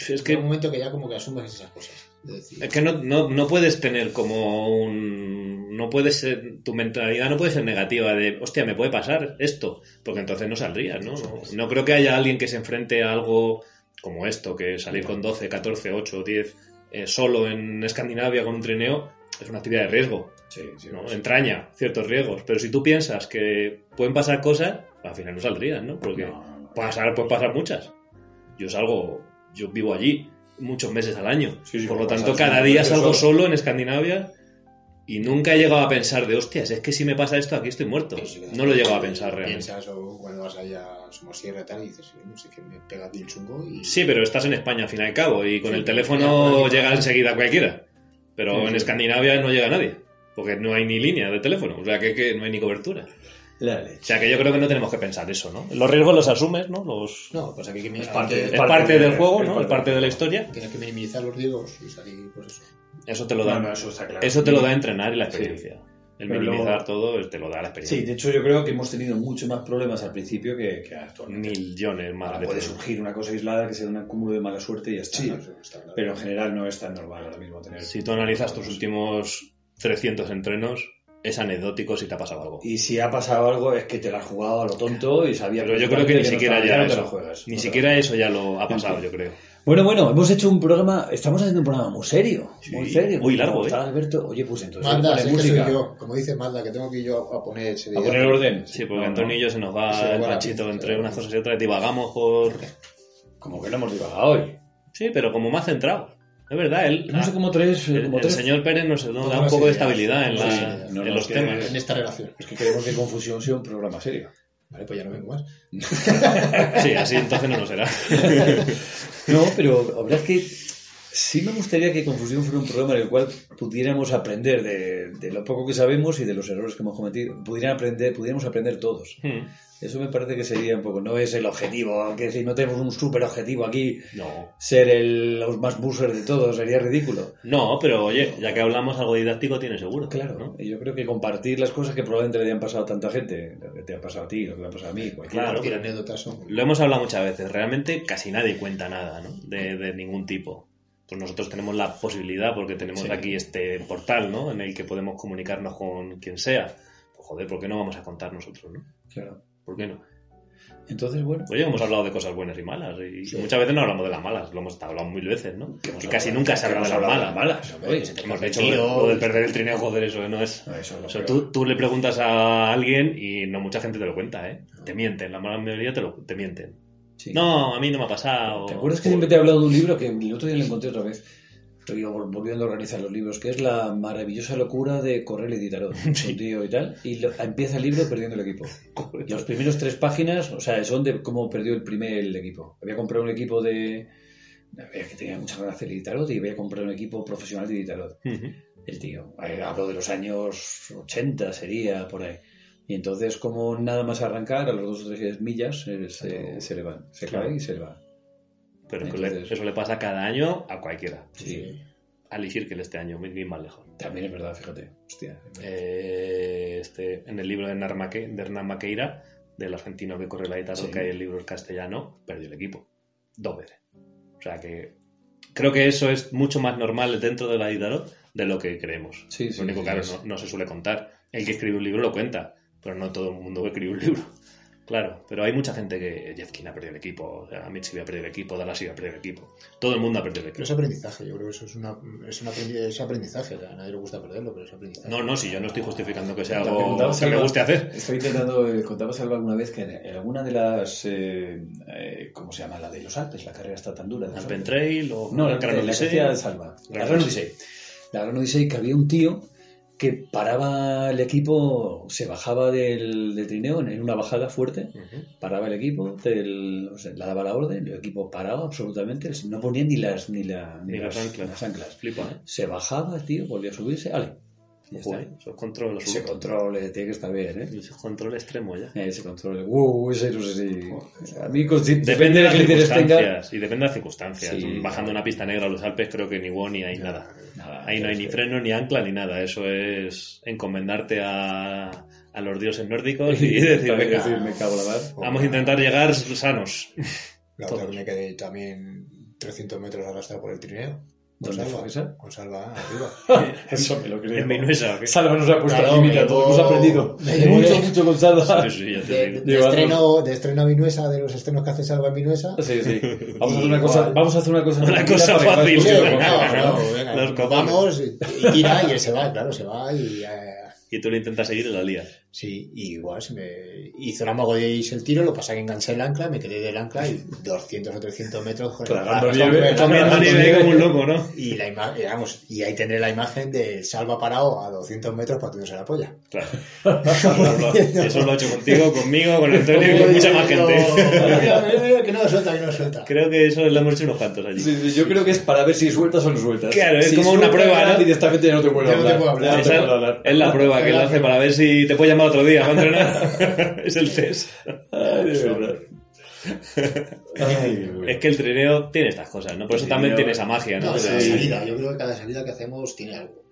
D: Es
E: Es que hay un
D: que,
E: momento que ya como que asumes esas cosas. Es decir,
D: es que no, no, no puedes tener como un... No puedes ser, tu mentalidad no puede ser negativa de, hostia, me puede pasar esto, porque entonces no saldrías, ¿no? No, no creo que haya alguien que se enfrente a algo como esto, que salir con 12, 14, 8, 10 eh, solo en Escandinavia con un trineo es una actividad de riesgo.
C: Sí, sí.
D: ¿no? entraña ciertos riesgos. Pero si tú piensas que pueden pasar cosas, al final no saldrías, ¿no? Porque
C: No, no, no.
D: pasar, pueden pasar muchas. Yo salgo, yo vivo allí muchos meses al año.
C: Sí, sí,
D: Por lo
C: puede
D: tanto,
C: pasar,
D: cada
C: sí,
D: día
C: sí,
D: salgo
C: sí.
D: solo en Escandinavia y nunca he llegado a pensar de, hostias, es que si me pasa esto, aquí estoy muerto.
E: pues, eh,
D: No lo he llegado a pensar realmente.
E: Piensas o cuando vas allá a Somosierra y tal y dices, no sé qué, me pega a ti el chungo y...
D: Sí, pero estás en España al fin y al cabo y con
E: Sí,
D: el
E: pero
D: teléfono
E: ya-
D: llega enseguida cualquiera.
C: Sí,
D: Pero en
C: sí.
D: Escandinavia no llega nadie. Porque no hay ni línea de teléfono, o sea que- que no hay ni cobertura.
C: La leche.
D: O sea que yo creo que no tenemos que pensar eso, ¿no? Los riesgos los asumes, ¿no? Los...
E: No, pasa que hay que
C: Es
E: minimizar,
C: parte-
D: Es
E: tienes-
D: parte, del juego,
C: es
D: ¿no?
C: parte
D: Es parte de la historia.
E: tienes que minimizar los riesgos y salir, pues eso.
D: Eso te lo da,
C: No, no, eso está claro.
D: eso te lo da entrenar y la experiencia. El
C: Pero
D: minimizar
C: luego-
D: todo eh, te lo da la
C: Sí,
D: experiencia.
C: de hecho yo creo que hemos tenido mucho más problemas al principio que, que actualmente.
D: Millones más
C: Ahora
D: de
C: puede
D: todo.
C: surgir una cosa aislada que sea un acúmulo de mala suerte y ya está.
E: Sí,
C: ¿no?
E: está claro.
C: Pero en general no es tan normal ahora mismo tener.
D: Si tú analizas tus últimos 300 entrenos, es anecdótico si te ha pasado algo.
C: Y si ha pasado algo es que te la has jugado a lo tonto y sabías
D: Pero yo creo que ni
C: no
D: siquiera
C: estaba-
D: ya
C: no te
D: eso.
C: la juegas. No te
D: Ni
C: la
D: siquiera eso ya lo ha pasado, yo creo.
C: Bueno, bueno, hemos hecho un programa, estamos haciendo un programa muy serio,
D: Sí,
C: muy serio.
D: muy largo,
C: Está
D: ¿eh?
C: Alberto, oye, pues entonces
E: Manda,
C: ponle
E: sé que
C: música.
E: soy yo. Como dice Manda, que tengo que ir yo a poner ese
C: A
E: video.
C: poner orden.
D: Sí, porque
C: No,
D: Antonio y yo se nos
E: Se nos
D: va el
E: va la
D: machito
E: pinza, se
D: entre
E: nos va
D: unas
E: la
D: cosas y otras. Divagamos por...
C: no. Como que no hemos divagado hoy.
D: Sí, pero como más centrado. Es verdad, él.
C: No sé cómo tres.
D: el,
C: como
D: el
C: tres.
D: señor Pérez nos nos da un
E: Todas
D: poco de
E: ideas.
D: estabilidad en,
E: Sí,
D: la-
E: sí,
D: en
C: no, no,
D: los
C: es que-
D: temas.
E: En esta relación.
C: Es que queremos que Confusión sea un programa serio.
E: Vale, pues ya no vengo más.
D: Sí, así entonces no lo será.
C: No, pero la verdad es que sí me gustaría que Confusión fuera un programa en el cual pudiéramos aprender de, de lo poco que sabemos y de los errores que hemos cometido. Pudieran aprender, pudiéramos aprender todos.
D: Hmm.
C: Eso me parece que sería un poco. No es el objetivo, aunque si no tenemos un super objetivo aquí,
D: No.
C: ser el, los más busers de todos sería ridículo.
D: No, pero oye, ya que hablamos algo didáctico tiene seguro.
C: Claro,
D: ¿no?
C: y yo creo que compartir las cosas que probablemente le hayan pasado a tanta gente, lo que te ha pasado a ti, lo que le ha pasado a mí, cualquier-
D: Claro,
E: Compartir
D: pero-
E: anécdotas son.
D: Lo hemos hablado muchas veces. Realmente casi nadie cuenta nada, ¿no? De, de ningún tipo. Pues nosotros tenemos la posibilidad, porque tenemos
C: Sí.
D: aquí este portal, ¿no? En el que podemos comunicarnos con quien sea. Pues, joder, ¿por qué no vamos a contar nosotros, no?
C: claro.
D: ¿Por qué no?
C: Entonces, bueno,
D: Oye, hemos hablado de cosas buenas y malas. Y
C: Sí.
D: muchas veces no hablamos de las malas. Lo hemos hablado mil veces, ¿no?
C: hemos
D: Y casi
C: hablado-
D: nunca se habla de
C: hemos
D: las
C: hablado
D: malas.
C: de malas, hombre, se te
D: Hemos
E: escapa el
D: dicho
E: tiro.
D: lo de perder el trineo, joder, eso no es...
C: no, eso es lo
D: O sea,
C: peor.
D: tú, tú le preguntas a alguien y no mucha gente te lo cuenta, ¿eh? Te mienten, la mala mayoría te, lo, te mienten.
C: Sí.
D: No, a mí no me ha pasado.
C: ¿Te acuerdas que siempre te he hablado de un libro que el otro día lo encontré otra vez? Estoy vol- volviendo a organizar los libros, que es La maravillosa locura de Correlli y Tarot, un tío y tal, y lo- empieza el libro perdiendo el equipo. Y los primeros tres páginas, o sea, son de cómo perdió el primer el equipo. Había comprado un equipo de... había- que tenía muchas ganas de hacer Iditarod y había comprado un equipo profesional de Iditarod
D: Ujú.
C: el tío. Eh, Hablo de los años 80 sería, por ahí. Y entonces, como nada más arrancar, a los dos o tres millas eh, se, se le van. Se
D: Claro.
C: cae y se le va.
D: Pero que
C: Entonces-
D: le- eso le pasa cada año a cualquiera.
C: Sí.
D: Al Ezequiel este año, muy, muy más lejos.
C: También es verdad, fíjate. Hostia.
D: Eh, este, en el libro de, Hernán Maque- de Hernán Maqueira, del argentino que corre la guitarra,
C: Sí.
D: que hay el libro en castellano, perdió el equipo. Dos veces. O sea que creo que eso es mucho más normal dentro de la guitarra de lo que creemos.
C: Sí, sí,
D: lo único,
C: sí,
D: claro,
C: sí.
D: no, no se suele contar. El que escribe un libro lo cuenta, pero no todo el mundo que escribe un libro. Claro, pero hay mucha gente que Jeff Keane ha perdido el equipo, o sea, Mitzi ha perdido el equipo, Dallas ha perdido el equipo. Todo el mundo ha perdido el equipo.
E: Pero es aprendizaje, yo creo que eso es, una, es, un aprendi- es aprendizaje. o sea, a nadie le gusta perderlo, pero es aprendizaje.
D: No, no, si yo no estoy justificando que sea
G: La
D: algo
G: pregunta,
D: que me
G: Salva.
D: guste hacer.
G: Estoy intentando, eh, contabas algo alguna vez que en, en alguna de las, eh, eh, ¿cómo se llama? La de los Alpes, la carrera está tan dura. de los
D: Alpen
G: Alpes.
D: Trail o
G: No, la,
D: el Gran
G: la que
D: Odisea.
G: hacía Salva. La
D: Gran
G: Gran
D: Odisea.
G: Odisea.
C: La Gran Odisea que había un tío que paraba el equipo, se bajaba del, del trineo en en una bajada fuerte,
D: Ujú.
C: paraba el equipo, del- o sea, la daba la orden, el equipo paraba absolutamente, no ponía ni las ni, la-
D: Ni las anclas.
C: las anclas.
D: Flipa, ¿eh?
C: Se bajaba, tío, volvía a subirse, ale. Ya está.
D: Joder, eso es control
C: Ese
D: absoluto.
C: control eh, tiene que estar bien, ¿eh?
D: Eso es control extremo ya.
C: Ese control, wow, ese no sé si... A mí consci-
D: Depende de las
C: qué interés
D: circunstancias. Y depende de las circunstancias.
C: Sí.
D: Bajando una pista negra a los Alpes creo que ni wow ni hay nada.
C: Nada,
D: Ahí no hay
C: es
D: ni
C: que-
D: freno, ni ancla, ni nada. Eso es encomendarte a, a los dioses nórdicos y decir,
C: También
D: venga,
C: decir, me cago en la mar.
D: vamos a intentar llegar sanos.
E: La otra
D: Todos.
E: me quedé también 300 metros arrastrado por el trineo. Con
C: ¿Dónde
E: salva,
C: fue esa?
E: Con salva arriba.
C: Eso me lo creo.
D: En Minuesa. ¿o qué?
C: Salva nos ha puesto
E: Claro,
C: al límite a todos,
E: pero-
C: hemos aprendido.
E: Me llevo
C: mucho,
E: de-
C: mucho con Salva.
D: Sí, sí, ya te
E: De,
D: digo.
E: de
C: Llevando-
E: estreno, de estreno a Vinuesa, de los estrenos que hace Salva en Vinuesa.
C: Sí, sí. Vamos a hacer
E: Igual.
C: una cosa, vamos a hacer una cosa,
D: Una
C: tranquila
D: cosa
C: para que no
D: fácil.
E: Sí,
C: escuche
E: no,
C: el programa.
E: no, venga,
D: Los cojones.
E: vamos, y y tira y él se va, claro, se va y... eh,
D: Y tú lo intentas seguir en la lía.
E: sí, y igual se me hizo el amago de irse el tiro, lo pasa que enganché el ancla, me quedé del ancla y 200 o 300 metros con el
C: Tragando
E: brazo,
C: nieve,
E: hombre,
D: Comiendo
E: tragando
D: nieve
E: nieve.
D: como un loco, ¿no?
E: Y, la ima- eh, vamos, y ahí tendré la imagen de Salva parado a 200 metros partiéndose la polla.
D: Claro. Eso lo ha hecho contigo, conmigo, con Antonio y con mucha más gente.
E: Mira, mira, mira, que no lo suelta, que no lo suelta.
D: Creo que eso lo hemos hecho unos cuantos allí.
C: Sí, sí, yo creo que es para ver si sueltas o no sueltas.
D: Claro, es
C: Si
D: como una
C: sueltas,
D: prueba, ¿no?
C: Directamente ya no te vuelvo a
E: Ya no te puedo hablar.
C: Ya no te
D: Esa
C: puedo hablar.
D: es la prueba que él hace para ver si te puede llamar otro día para entrenar. es el test.
C: Ay, de verdad. Ay, de verdad.
D: Es que el trineo tiene estas cosas, ¿no? Por eso también
C: Trineo.
D: tiene esa magia, ¿no?
E: No,
D: O sea,
E: cada salida, yo creo que cada salida que hacemos tiene algo.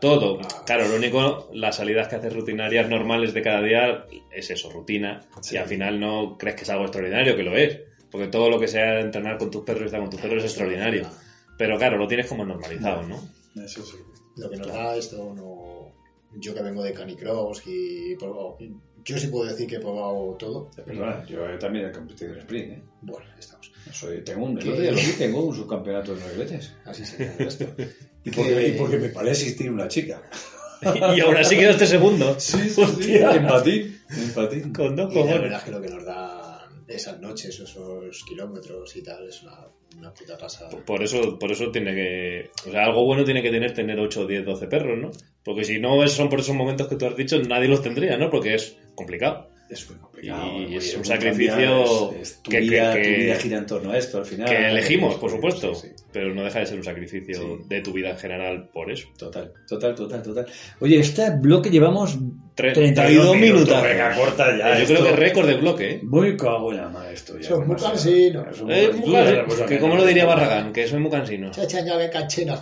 D: Todo. Claro, lo único, las salidas que haces rutinarias normales de cada día es eso, rutina.
C: Sí.
D: Y al final no crees que es algo extraordinario, que lo es. Porque todo lo que sea entrenar con tus perros y estar con tus perros es extraordinario.
E: Ah,
D: Pero claro, lo tienes como normalizado, ¿no?
C: Eso sí.
E: Lo que nos da esto no. Yo que vengo de Canicross y he probado. Yo sí puedo decir que he probado todo.
G: Perdona, yo también he competido en sprint, ¿eh?
E: Bueno, ahí estamos.
G: Soy, tengo un, el
E: ¿Qué?
G: otro día lo vi, tengo un subcampeonato de regletes.
E: Así sería el resto.
G: Y porque, y porque me paré existir una chica.
D: Y ahora sí quedaste este segundo.
G: Sí, sí, sí. En patín. En patín.
D: Con dos
E: Y la
D: cojones.
E: verdad es que lo que nos da esas noches, esos kilómetros y tal, es una, una puta pasada.
D: Por- Por eso, por eso tiene que. O sea, algo bueno tiene que tener tener 8, 10, 12 perros, ¿no? Porque si no esos son por esos momentos que tú has dicho, nadie los tendría, ¿no? Porque es complicado.
C: Es muy complicado.
D: Y
C: muy-
D: es un
C: muy
D: sacrificio
C: cambiado, es- es tu,
D: que- que-
C: vida, tu
D: que-
C: vida gira en torno a esto al final.
D: que elegimos,
C: Ah, Sí,
D: por
C: sí,
D: supuesto.
C: sí.
D: Pero no deja de ser un sacrificio
C: Sí.
D: de tu vida en general por eso.
C: Total, total, total, total. Oye, este bloque llevamos
D: Tre-
C: 32 minutos.
D: venga,
C: corta
D: Yo creo que récord de bloque, ¿eh?
C: Muy cago en la madre esto. ya
E: Son muy
C: demasiado.
E: cansinos.
C: Es un-
D: Eh,
C: tú
D: muy
C: eres
D: cansino,
C: la persona
D: que
C: pues, que
D: como
C: no-
D: lo diría Barragán, que soy muy cansino.
E: Chacha, ñave, cachina.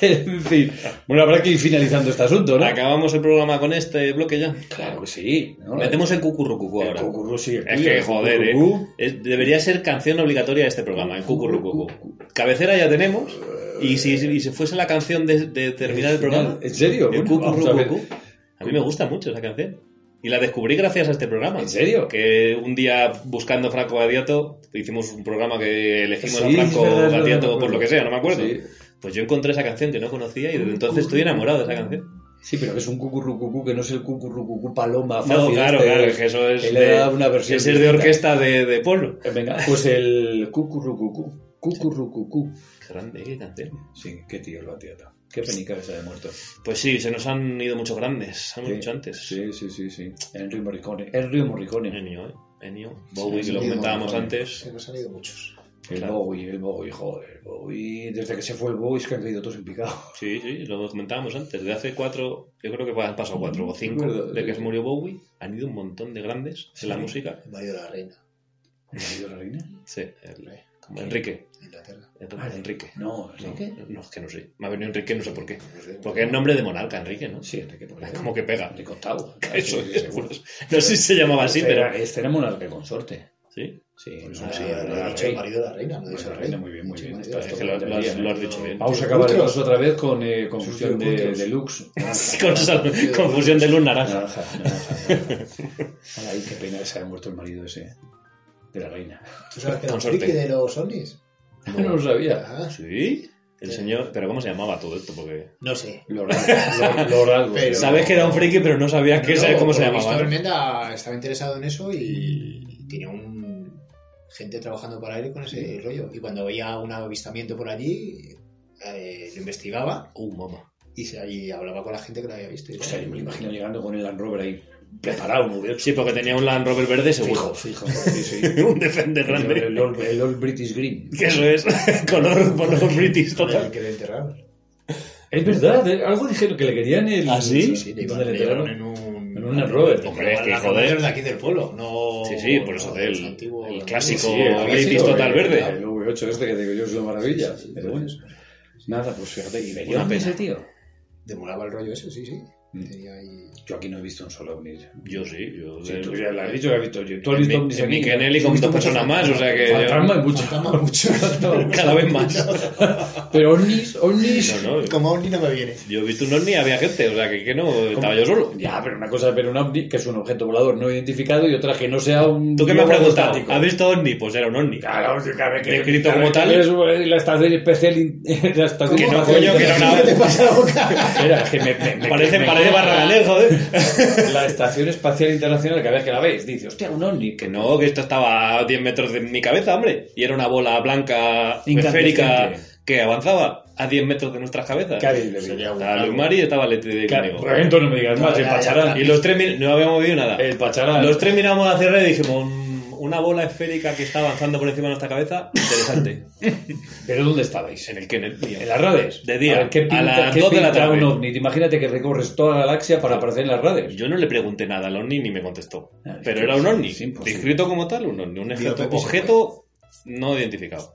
C: en fin. Bueno, habrá que ir finalizando este asunto, ¿no?
D: Acabamos el programa con este bloque ya.
C: Claro que sí. ¿no?
D: Metemos el cucurrucucu
C: el
D: ahora.
C: cucurú, sí, el
D: Es
C: tuyo,
D: que,
C: el
D: joder, eh.
C: cucurú.
D: Es- debería ser canción obligatoria de este programa, el cucurrucucu. Cabecera ya tenemos. Y si, y si fuese la canción de, de terminar el programa,
C: ¿En serio?
D: el
C: Bueno, vamos a ver.
D: cucurrucucu. A mí me gusta mucho esa canción. Y la descubrí gracias a este programa.
C: ¿En serio?
D: Que un día buscando Franco Badiato, hicimos un programa que elegimos a
C: Sí,
D: Franco
C: es verdad, es verdad, me
D: Badiato
C: acuerdo.
D: por lo que sea, no me acuerdo.
C: Sí.
D: Pues yo encontré esa canción que no conocía y desde entonces estoy enamorado de esa canción.
C: Sí, pero que es un cucurrucucú que no es el cucurrucucú paloma.
D: No,
C: fácil,
D: claro,
C: este,
D: claro, es que eso es.
C: que le
D: de-
C: da una versión
D: ese es de
C: distinta.
D: orquesta de, de pueblo.
C: Eh, Venga, pues el cucurrucucú. Cucurrucucú.
D: Qué grande, qué canción.
C: Sí, qué tío lo atiata. Qué penica que se haya muerto.
D: Pues sí, se nos han ido muchos grandes, hemos
C: Sí,
D: dicho antes.
C: Sí, sí, sí, sí. Enrico Morricone. Enrico Morricone.
D: Ennio, ¿eh? Ennio, Bowie,
C: Sí,
D: que lo
C: Ennio
D: comentábamos
C: Morricone.
D: antes.
E: Se nos han ido muchos.
C: El
D: Claro.
C: Bowie, el Bowie, joder, el Bowie. Desde que se fue el Bowie es que han caído todos en picado.
D: Sí, sí, lo comentábamos antes. De hace cuatro, yo creo que han pasado cuatro o cinco
C: Verdad,
D: de que
C: sí.
D: se murió Bowie. Han ido un montón de grandes en la
E: Sí.
D: música.
E: El mayo de la reina,
C: ¿Ha caído la reina?
D: Sí, el-
E: ¿eh?
D: como Enrique.
E: Inglaterra.
C: Ah,
D: Enrique.
C: No,
D: ¿Enrique?
C: Enrique.
D: No, es que no sé. Me ha venido Enrique, no sé por qué.
E: No sé.
D: Porque es nombre de monarca, Enrique, ¿no?
C: Sí, Enrique. porque-
D: Como que pega.
C: Enrique VIII.
D: Ah, Eso
C: sí,
D: es,
C: seguro.
D: pues, No sé si se llamaba así,
C: Este
D: pero.
C: era- Este era monarca consorte.
D: Sí,
C: Sí,
E: Pues
C: no,
E: no,
C: sí,
E: el
C: era
E: marido-
C: rey.
E: el marido de la reina, no
C: Bueno,
E: dice
C: la
E: el
C: reina,
E: rey.
C: muy bien, muy
E: Sí,
C: bien.
E: marido de
C: Estás
E: la
D: es
E: reina.
D: que lo, lo has, lo has dicho bien.
C: Vamos a acabar
E: Otros.
C: otra vez con eh, confusión
E: Sus
C: de,
E: circuitos.
C: de looks.
D: Con esa confusión de luz naranja.
C: Naranja, naranja. Ay, qué pena que se haya muerto el marido ese. De la reina.
E: ¿Tú sabes que era un
D: Consorte.
E: friki de los ovnis?
C: No, lo sabía.
E: Ah,
D: Sí, el señor. Pero ¿cómo se llamaba todo esto? Porque.
E: No sé.
C: Lord, Lord, Lord algo.
E: Pero-
D: Sabes que era un friki, pero no sabías que, sabes cómo se llamaba.
E: Víctor
D: ¿no?
E: Menda estaba interesado en eso y tiene un gente trabajando para él con ese rollo. Y cuando veía un avistamiento por allí, eh, lo investigaba
D: Uh, mamá.
E: y, se- y hablaba con la gente que lo había visto. Y
C: O sea, yo me lo imagino llegando con el Land Rover ahí. Preparado, muy bien.
D: Sí, porque tenía un Land Rover verde seguro.
C: Fijo, fijo. Sí, sí.
D: un Defender
C: El,
D: grande.
C: el old, el old British Green.
D: Que eso es. color, color british
E: Con el
D: total.
E: que lo enterraron.
C: Es verdad, eh, algo dijeron que le querían el.
D: ¿Ah, sí?
E: Sí, le iban-
C: ¿Dónde
E: le
C: le
E: llevaron
C: tiraron?
E: en un...
C: En un Land Rover.
D: Hombre, es que,
E: La
D: joder.
E: era de aquí del pueblo, no...
D: Sí, sí, por eso
E: no,
D: del-
E: los antiguos-
D: el clásico
E: Sí,
C: Ah,
E: el
D: British
E: clásico,
D: total
E: eh,
D: verde.
E: claro.
C: El V8 este que digo yo es una maravilla.
E: Sí, sí,
C: Pero
E: sí.
C: bueno. Nada, pues fíjate. Y
D: Una
C: venía ese
D: pena.
C: tío.
E: Demoraba el rollo ese, sí, sí.
C: Mm.
E: Tenía ahí...
C: Yo aquí no he visto un solo ovni.
D: Yo sí, yo.
C: Sí, tú ya le has dicho que has visto. yo. Tú has
D: En
C: visto
D: mi-
C: ovnis
D: en mi
C: aquí.
D: Kennel y con
C: Yo he visto
D: dos personas
C: muchos-
D: más, o sea que yo-
C: Fantasma hay mucho.
E: Fantasma mucho.
D: Cada vez más.
C: Pero ovnis, ovnis.
D: No, no,
E: Como ovni no me viene.
D: Yo he visto un ovni y había gente, o sea que, que no, estaba yo solo.
C: Ya, pero una cosa es ver un ovni, que es un objeto volador no identificado, y otra que no sea un.
D: ¿Tú qué me has
C: globo
D: preguntado?
C: estático.
D: ¿Has visto ovni? Pues era un ovni.
C: Claro, sí, claro, que-
D: Descrito
C: claro,
D: como
C: que
D: tal.
C: eres, eh, La estación especial. in- La estación
D: Que no,
C: espacial
D: coño, que era una-
C: internacional.
E: ¿Qué te pasa la boca?
C: Espera, que me, me- me-
D: Parece,
C: me-
D: parece Barragán, joder.
C: La estación espacial internacional, que a ver que la veis, dice, hostia, un ovni.
D: Que no, que esto estaba a 10 metros de mi cabeza, hombre. Y era una bola blanca,
C: Incandescente.
D: esférica, que avanzaba a 10 metros de nuestras cabezas.
C: Cádiz de
E: Sería un-
D: Estaba Luis Mari y estaba Leti de
C: Claro,
D: conmigo.
C: entonces no me digas más,
E: No,
C: el
E: ya, ya,
C: Pacharán.
D: Y los tres mi- no habíamos vivido nada.
C: El Pacharán.
D: Los tres miramos hacia arriba y dijimos, "Mm, una bola esférica que está avanzando por encima de nuestra cabeza, interesante.
C: ¿Pero dónde estabais?
D: en el Kennel. tío.
C: En las redes.
D: De día,
C: A, ver, ¿qué
D: a
C: pinta-
D: las
C: qué
D: dos de la
C: pinta
D: tarde.
C: un ovni? Te Imagínate que recorres toda la galaxia para aparecer en las redes.
D: Yo no le pregunté nada al ovni ni me contestó.
C: Ah,
D: Pero
C: sí,
D: era un
C: sí,
D: ovni,
C: sí, imposible.
D: descrito como tal, un ovni, un
E: Digo,
D: objeto,
E: Pepe, se
D: objeto no identificado.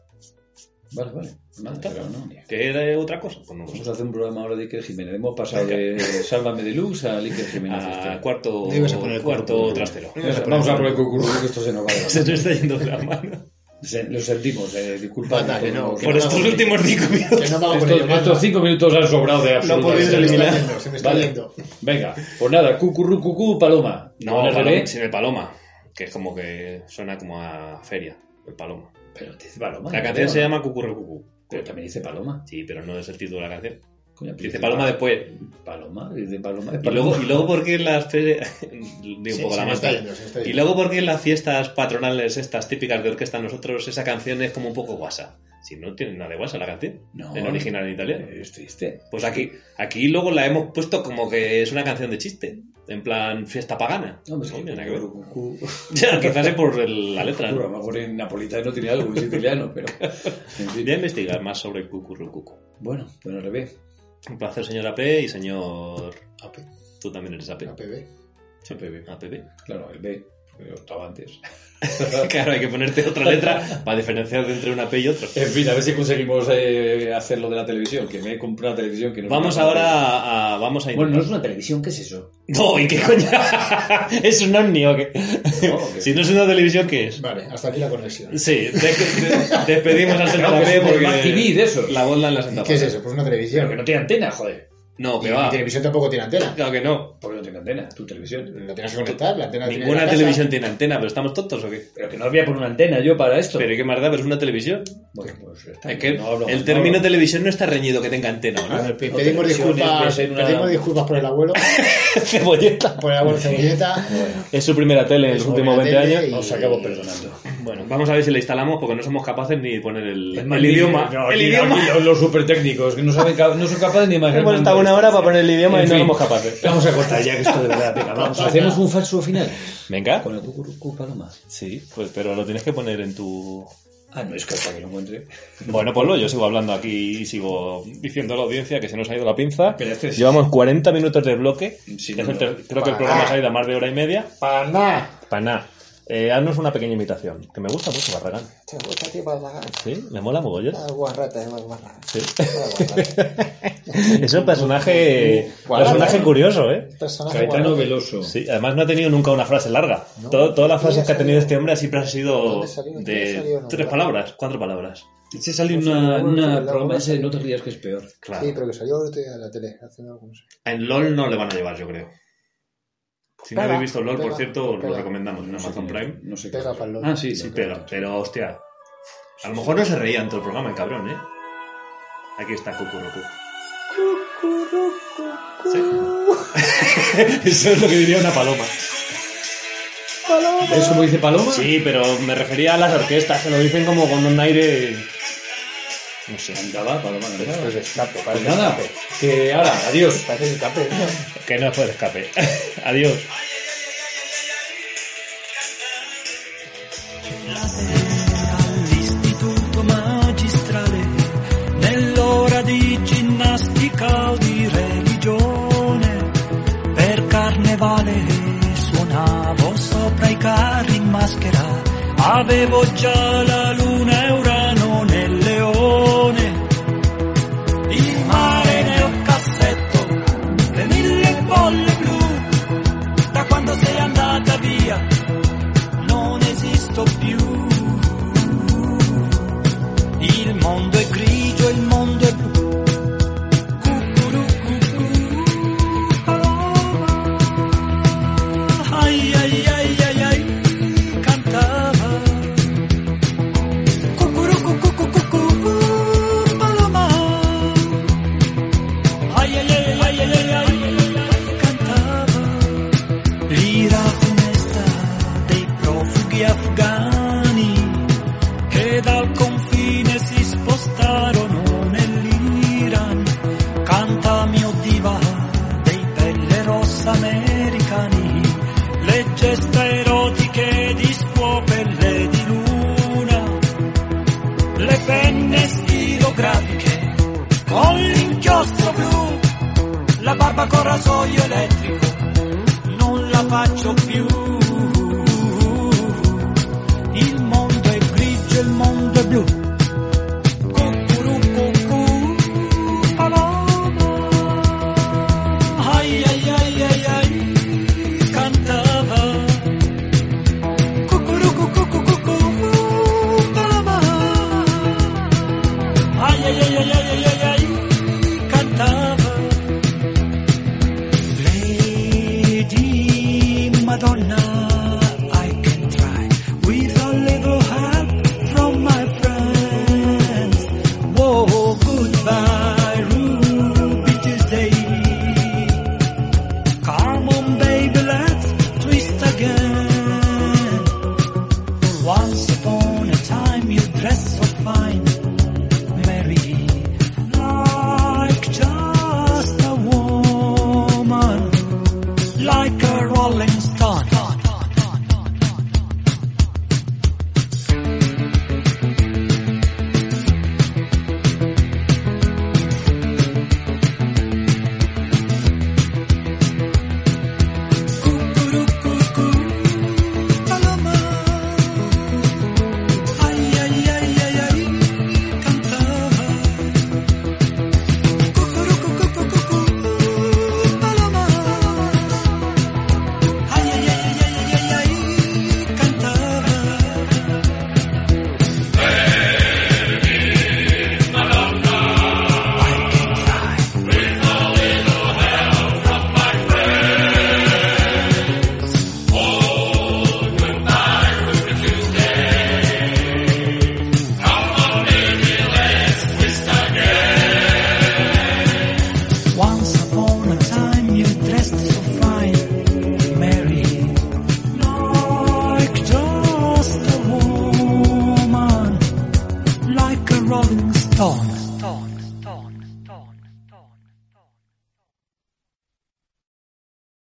C: Vale, vale. Nada,
D: Está.
C: pero no, hombre.
D: ¿Qué era otra cosa? Pues no lo sé.
C: Vamos a hacer un programa ahora de Iker Jiménez. Hemos pasado de Sálvame de Luz a Iker Jiménez.
D: a
C: Este.
D: cuarto,
E: No ibas a poner el
D: cuarto
E: culo.
D: trasero.
C: Vamos a por el cucurru, que esto se nos va de las
D: Se
C: manos.
D: nos está yendo de la mano.
C: Se- Lo sentimos, eh, disculpad.
E: Anda, que no,
C: Esto-
E: que
D: Por
E: no.
D: estos últimos cinco minutos.
E: Que no me hago con
C: Estos,
E: ello, manda.
C: estos cinco minutos han sobrado de
D: No
C: absoluta.
D: podéis
E: Se me está
D: eliminar.
E: yendo, Se me está
C: Vale.
E: yendo.
C: Venga, pues nada, cucurru, cucú, paloma.
D: No,
C: Con el
D: paloma,
C: bebé.
D: sin el paloma, que es como que suena como a feria, el paloma.
C: Pero te dice paloma.
D: La
C: ¿no?
D: canción se llama Cucurro Cucú.
C: Pero también dice paloma.
D: Sí, pero no es el título de la canción.
C: Coño,
D: Dice
C: Príncipe-
D: Paloma después.
C: Paloma, dice Paloma.
D: Y luego, y luego porque en las fe- Digo,
E: Sí,
D: por
E: se
D: la
E: me está
D: manta.
E: yendo, se me está
D: Y
E: yendo.
D: luego porque en las fiestas patronales estas típicas de orquesta nosotros esa canción es como un poco guasa. Si no tiene nada de guasa la canción,
C: No.
D: en original en italiano.
C: Es triste.
D: Pues aquí, aquí luego la hemos puesto como que es una canción de chiste, en plan fiesta pagana.
C: No, pues que-
D: No, nada que ver.
C: Cucu-
D: Ya, quizás es por el- la letra.
C: A lo
D: ¿no?
C: mejor en napolitano tiene algo, es italiano, pero. En fin.
D: Voy a investigar más sobre Cucurrucucu.
C: Bueno, bueno, al revés.
D: Un placer, señor AP y señor.
E: AP,
D: Tú también eres AP.
E: APB.
C: APB.
D: APB.
C: Claro, el B, porque yo estaba antes.
D: Claro, hay que ponerte otra letra para diferenciar entre un AP y otro.
C: En fin, a ver si conseguimos eh, hacer lo de la televisión, que me he comprado una televisión que no
D: Vamos ahora a, a- vamos a
C: Bueno, no es una televisión, ¿qué es eso?
D: No, ¿y qué coño? ¿Es un ovni o qué?
C: No, que-
D: Si no es una televisión, ¿qué es?
E: Vale, hasta aquí la conexión.
D: Sí, de- de- despedimos al señor
C: Claro, que es
D: AP
C: un Smart TV
D: porque
C: de esos.
D: la bola en la senta
E: ¿Qué es
D: pata.
E: eso? Pues una
C: Pero que
E: televisión.
C: no tiene antena, joder.
D: No,
E: Y
D: que va.
E: mi televisión tampoco tiene antena.
D: Claro que no.
C: ¿Por qué no tiene antena? Tu televisión.
E: La tienes que conectar, la antena tiene en la
D: Ninguna
E: casa.
D: televisión tiene antena, pero estamos tontos o qué?
C: Pero que no había por una antena yo para esto.
D: Pero ¿y qué más da? Pero es una televisión.
C: Bueno, pues ya está.
D: Es que
C: No hablo más,
D: el
C: no
D: término
C: hablo.
D: televisión no está reñido que tenga antena,
E: A
D: ¿no?
E: ver, pe-
C: No,
E: pedimos,
C: televisión debe
E: disculpas,
C: ser una-
E: pedimos disculpas por el abuelo,
D: Cebolleta.
E: por el abuelo Cebolleta.
D: Es su primera tele en
E: Es
D: los
E: su
D: últimos
E: primera
D: 20
E: tele
D: años.
E: y-
C: Os acabo perdonando.
D: Bueno, vamos a ver si la instalamos porque no somos capaces ni de poner el,
C: Es
D: el
C: más, ni-
D: idioma.
C: no,
D: el
C: ni-
D: idioma.
C: ni los, los super técnicos que no, saben, ca- no son capaces ni más.
D: Hemos estado una hora para poner el idioma y
C: En
D: no
C: fin.
D: somos capaces.
C: Vamos a cortar ya que esto de verdad pega. Vamos, hacemos un falso final.
D: Venga.
C: Con el cucurucu paloma.
D: Sí, pues, pero lo tienes que poner en tu.
C: Ah, no, es que hasta que lo encuentre.
D: Bueno, ponlo, yo sigo hablando aquí y sigo diciendo a la audiencia que se nos ha ido la pinza.
C: Pero este es-
D: Llevamos 40 minutos de bloque.
C: Sí,
D: que es el
C: no.
D: ter- Creo que el programa se ha ido a más de hora y media.
E: Para nada.
D: Para nada. Eh, haznos una pequeña invitación, que me gusta mucho Barragán.
E: Te gusta a ti para la gana.
D: Sí, me mola mogollón.
E: Ah, guarrata, es más guarra.
D: Sí.
E: Ah, guarrata.
D: Es un personaje,
E: Guarda,
D: personaje
E: ¿eh?
D: curioso, ¿eh?
E: Personaje
C: Caetano
E: guarrata.
C: Veloso.
D: Sí, además no ha tenido nunca una frase larga. Todo- todas las
E: ¿Dónde
D: frases que ha tenido
E: salió?
D: este hombre siempre han sido
E: ¿Dónde salió? ¿Dónde salió?
D: de
E: No,
D: tres
E: claro.
D: palabras, cuatro palabras.
C: Se sale
E: No sé,
C: una,
E: no, no,
C: una
E: no,
C: programa
E: no,
C: ese de
E: no.
C: no te rías que es peor.
D: Claro.
E: Sí, pero que salió ahorita a la tele hace algunos.
D: En LOL no le van a llevar, yo creo. Si no
E: Pega,
D: habéis visto LOL, por
E: pega,
D: cierto, os lo
E: pega.
D: recomendamos en
C: No sé
D: Amazon
C: quién es,
D: Prime.
C: No sé
E: Pega
C: quién es.
E: pa'l loco.
C: Ah, sí,
D: Sí,
C: lo que-
D: pero, pero hostia. A lo mejor no se reía en todo el programa, el cabrón, ¿eh? Aquí está Cucurrucu. Sí. Eso es lo que diría una paloma.
C: ¿Es como dice Paloma?
D: Sí, pero me refería a las orquestas, que lo dicen como con un aire. No sé.
C: Andaba, Paloma. andaba.
E: Pues escape,
C: Pues
E: parece
C: nada,
E: escape.
C: que ahora, adiós.
E: Parece escape.
D: Que no es por escape. Adiós.
F: La sera all'istituto magistrale, nell'ora di ginnastica o di religione, per carnevale suonavo sopra i carri in maschera, avevo già la luna e urano nel leone, il mare nel cassetto, le mille bolle blu, da quando sei andata via non esisto più. Il mondo è grigio, il mondo è blu. Cucurucucù, paloma. Ai ai ai ai ai, cantava. Cucurucucucucucù, paloma. Ai ai ai ai ai ai, ai, cantava. L'ira funesta dei profughi afghani che dal confine si spostarono nell'Iran. Canta mio diva dei pelle rossa americani, le gesta erotiche di scuopelle di luna, le penne stilografiche con l'inchiostro blu, la barba con rasoio elettrico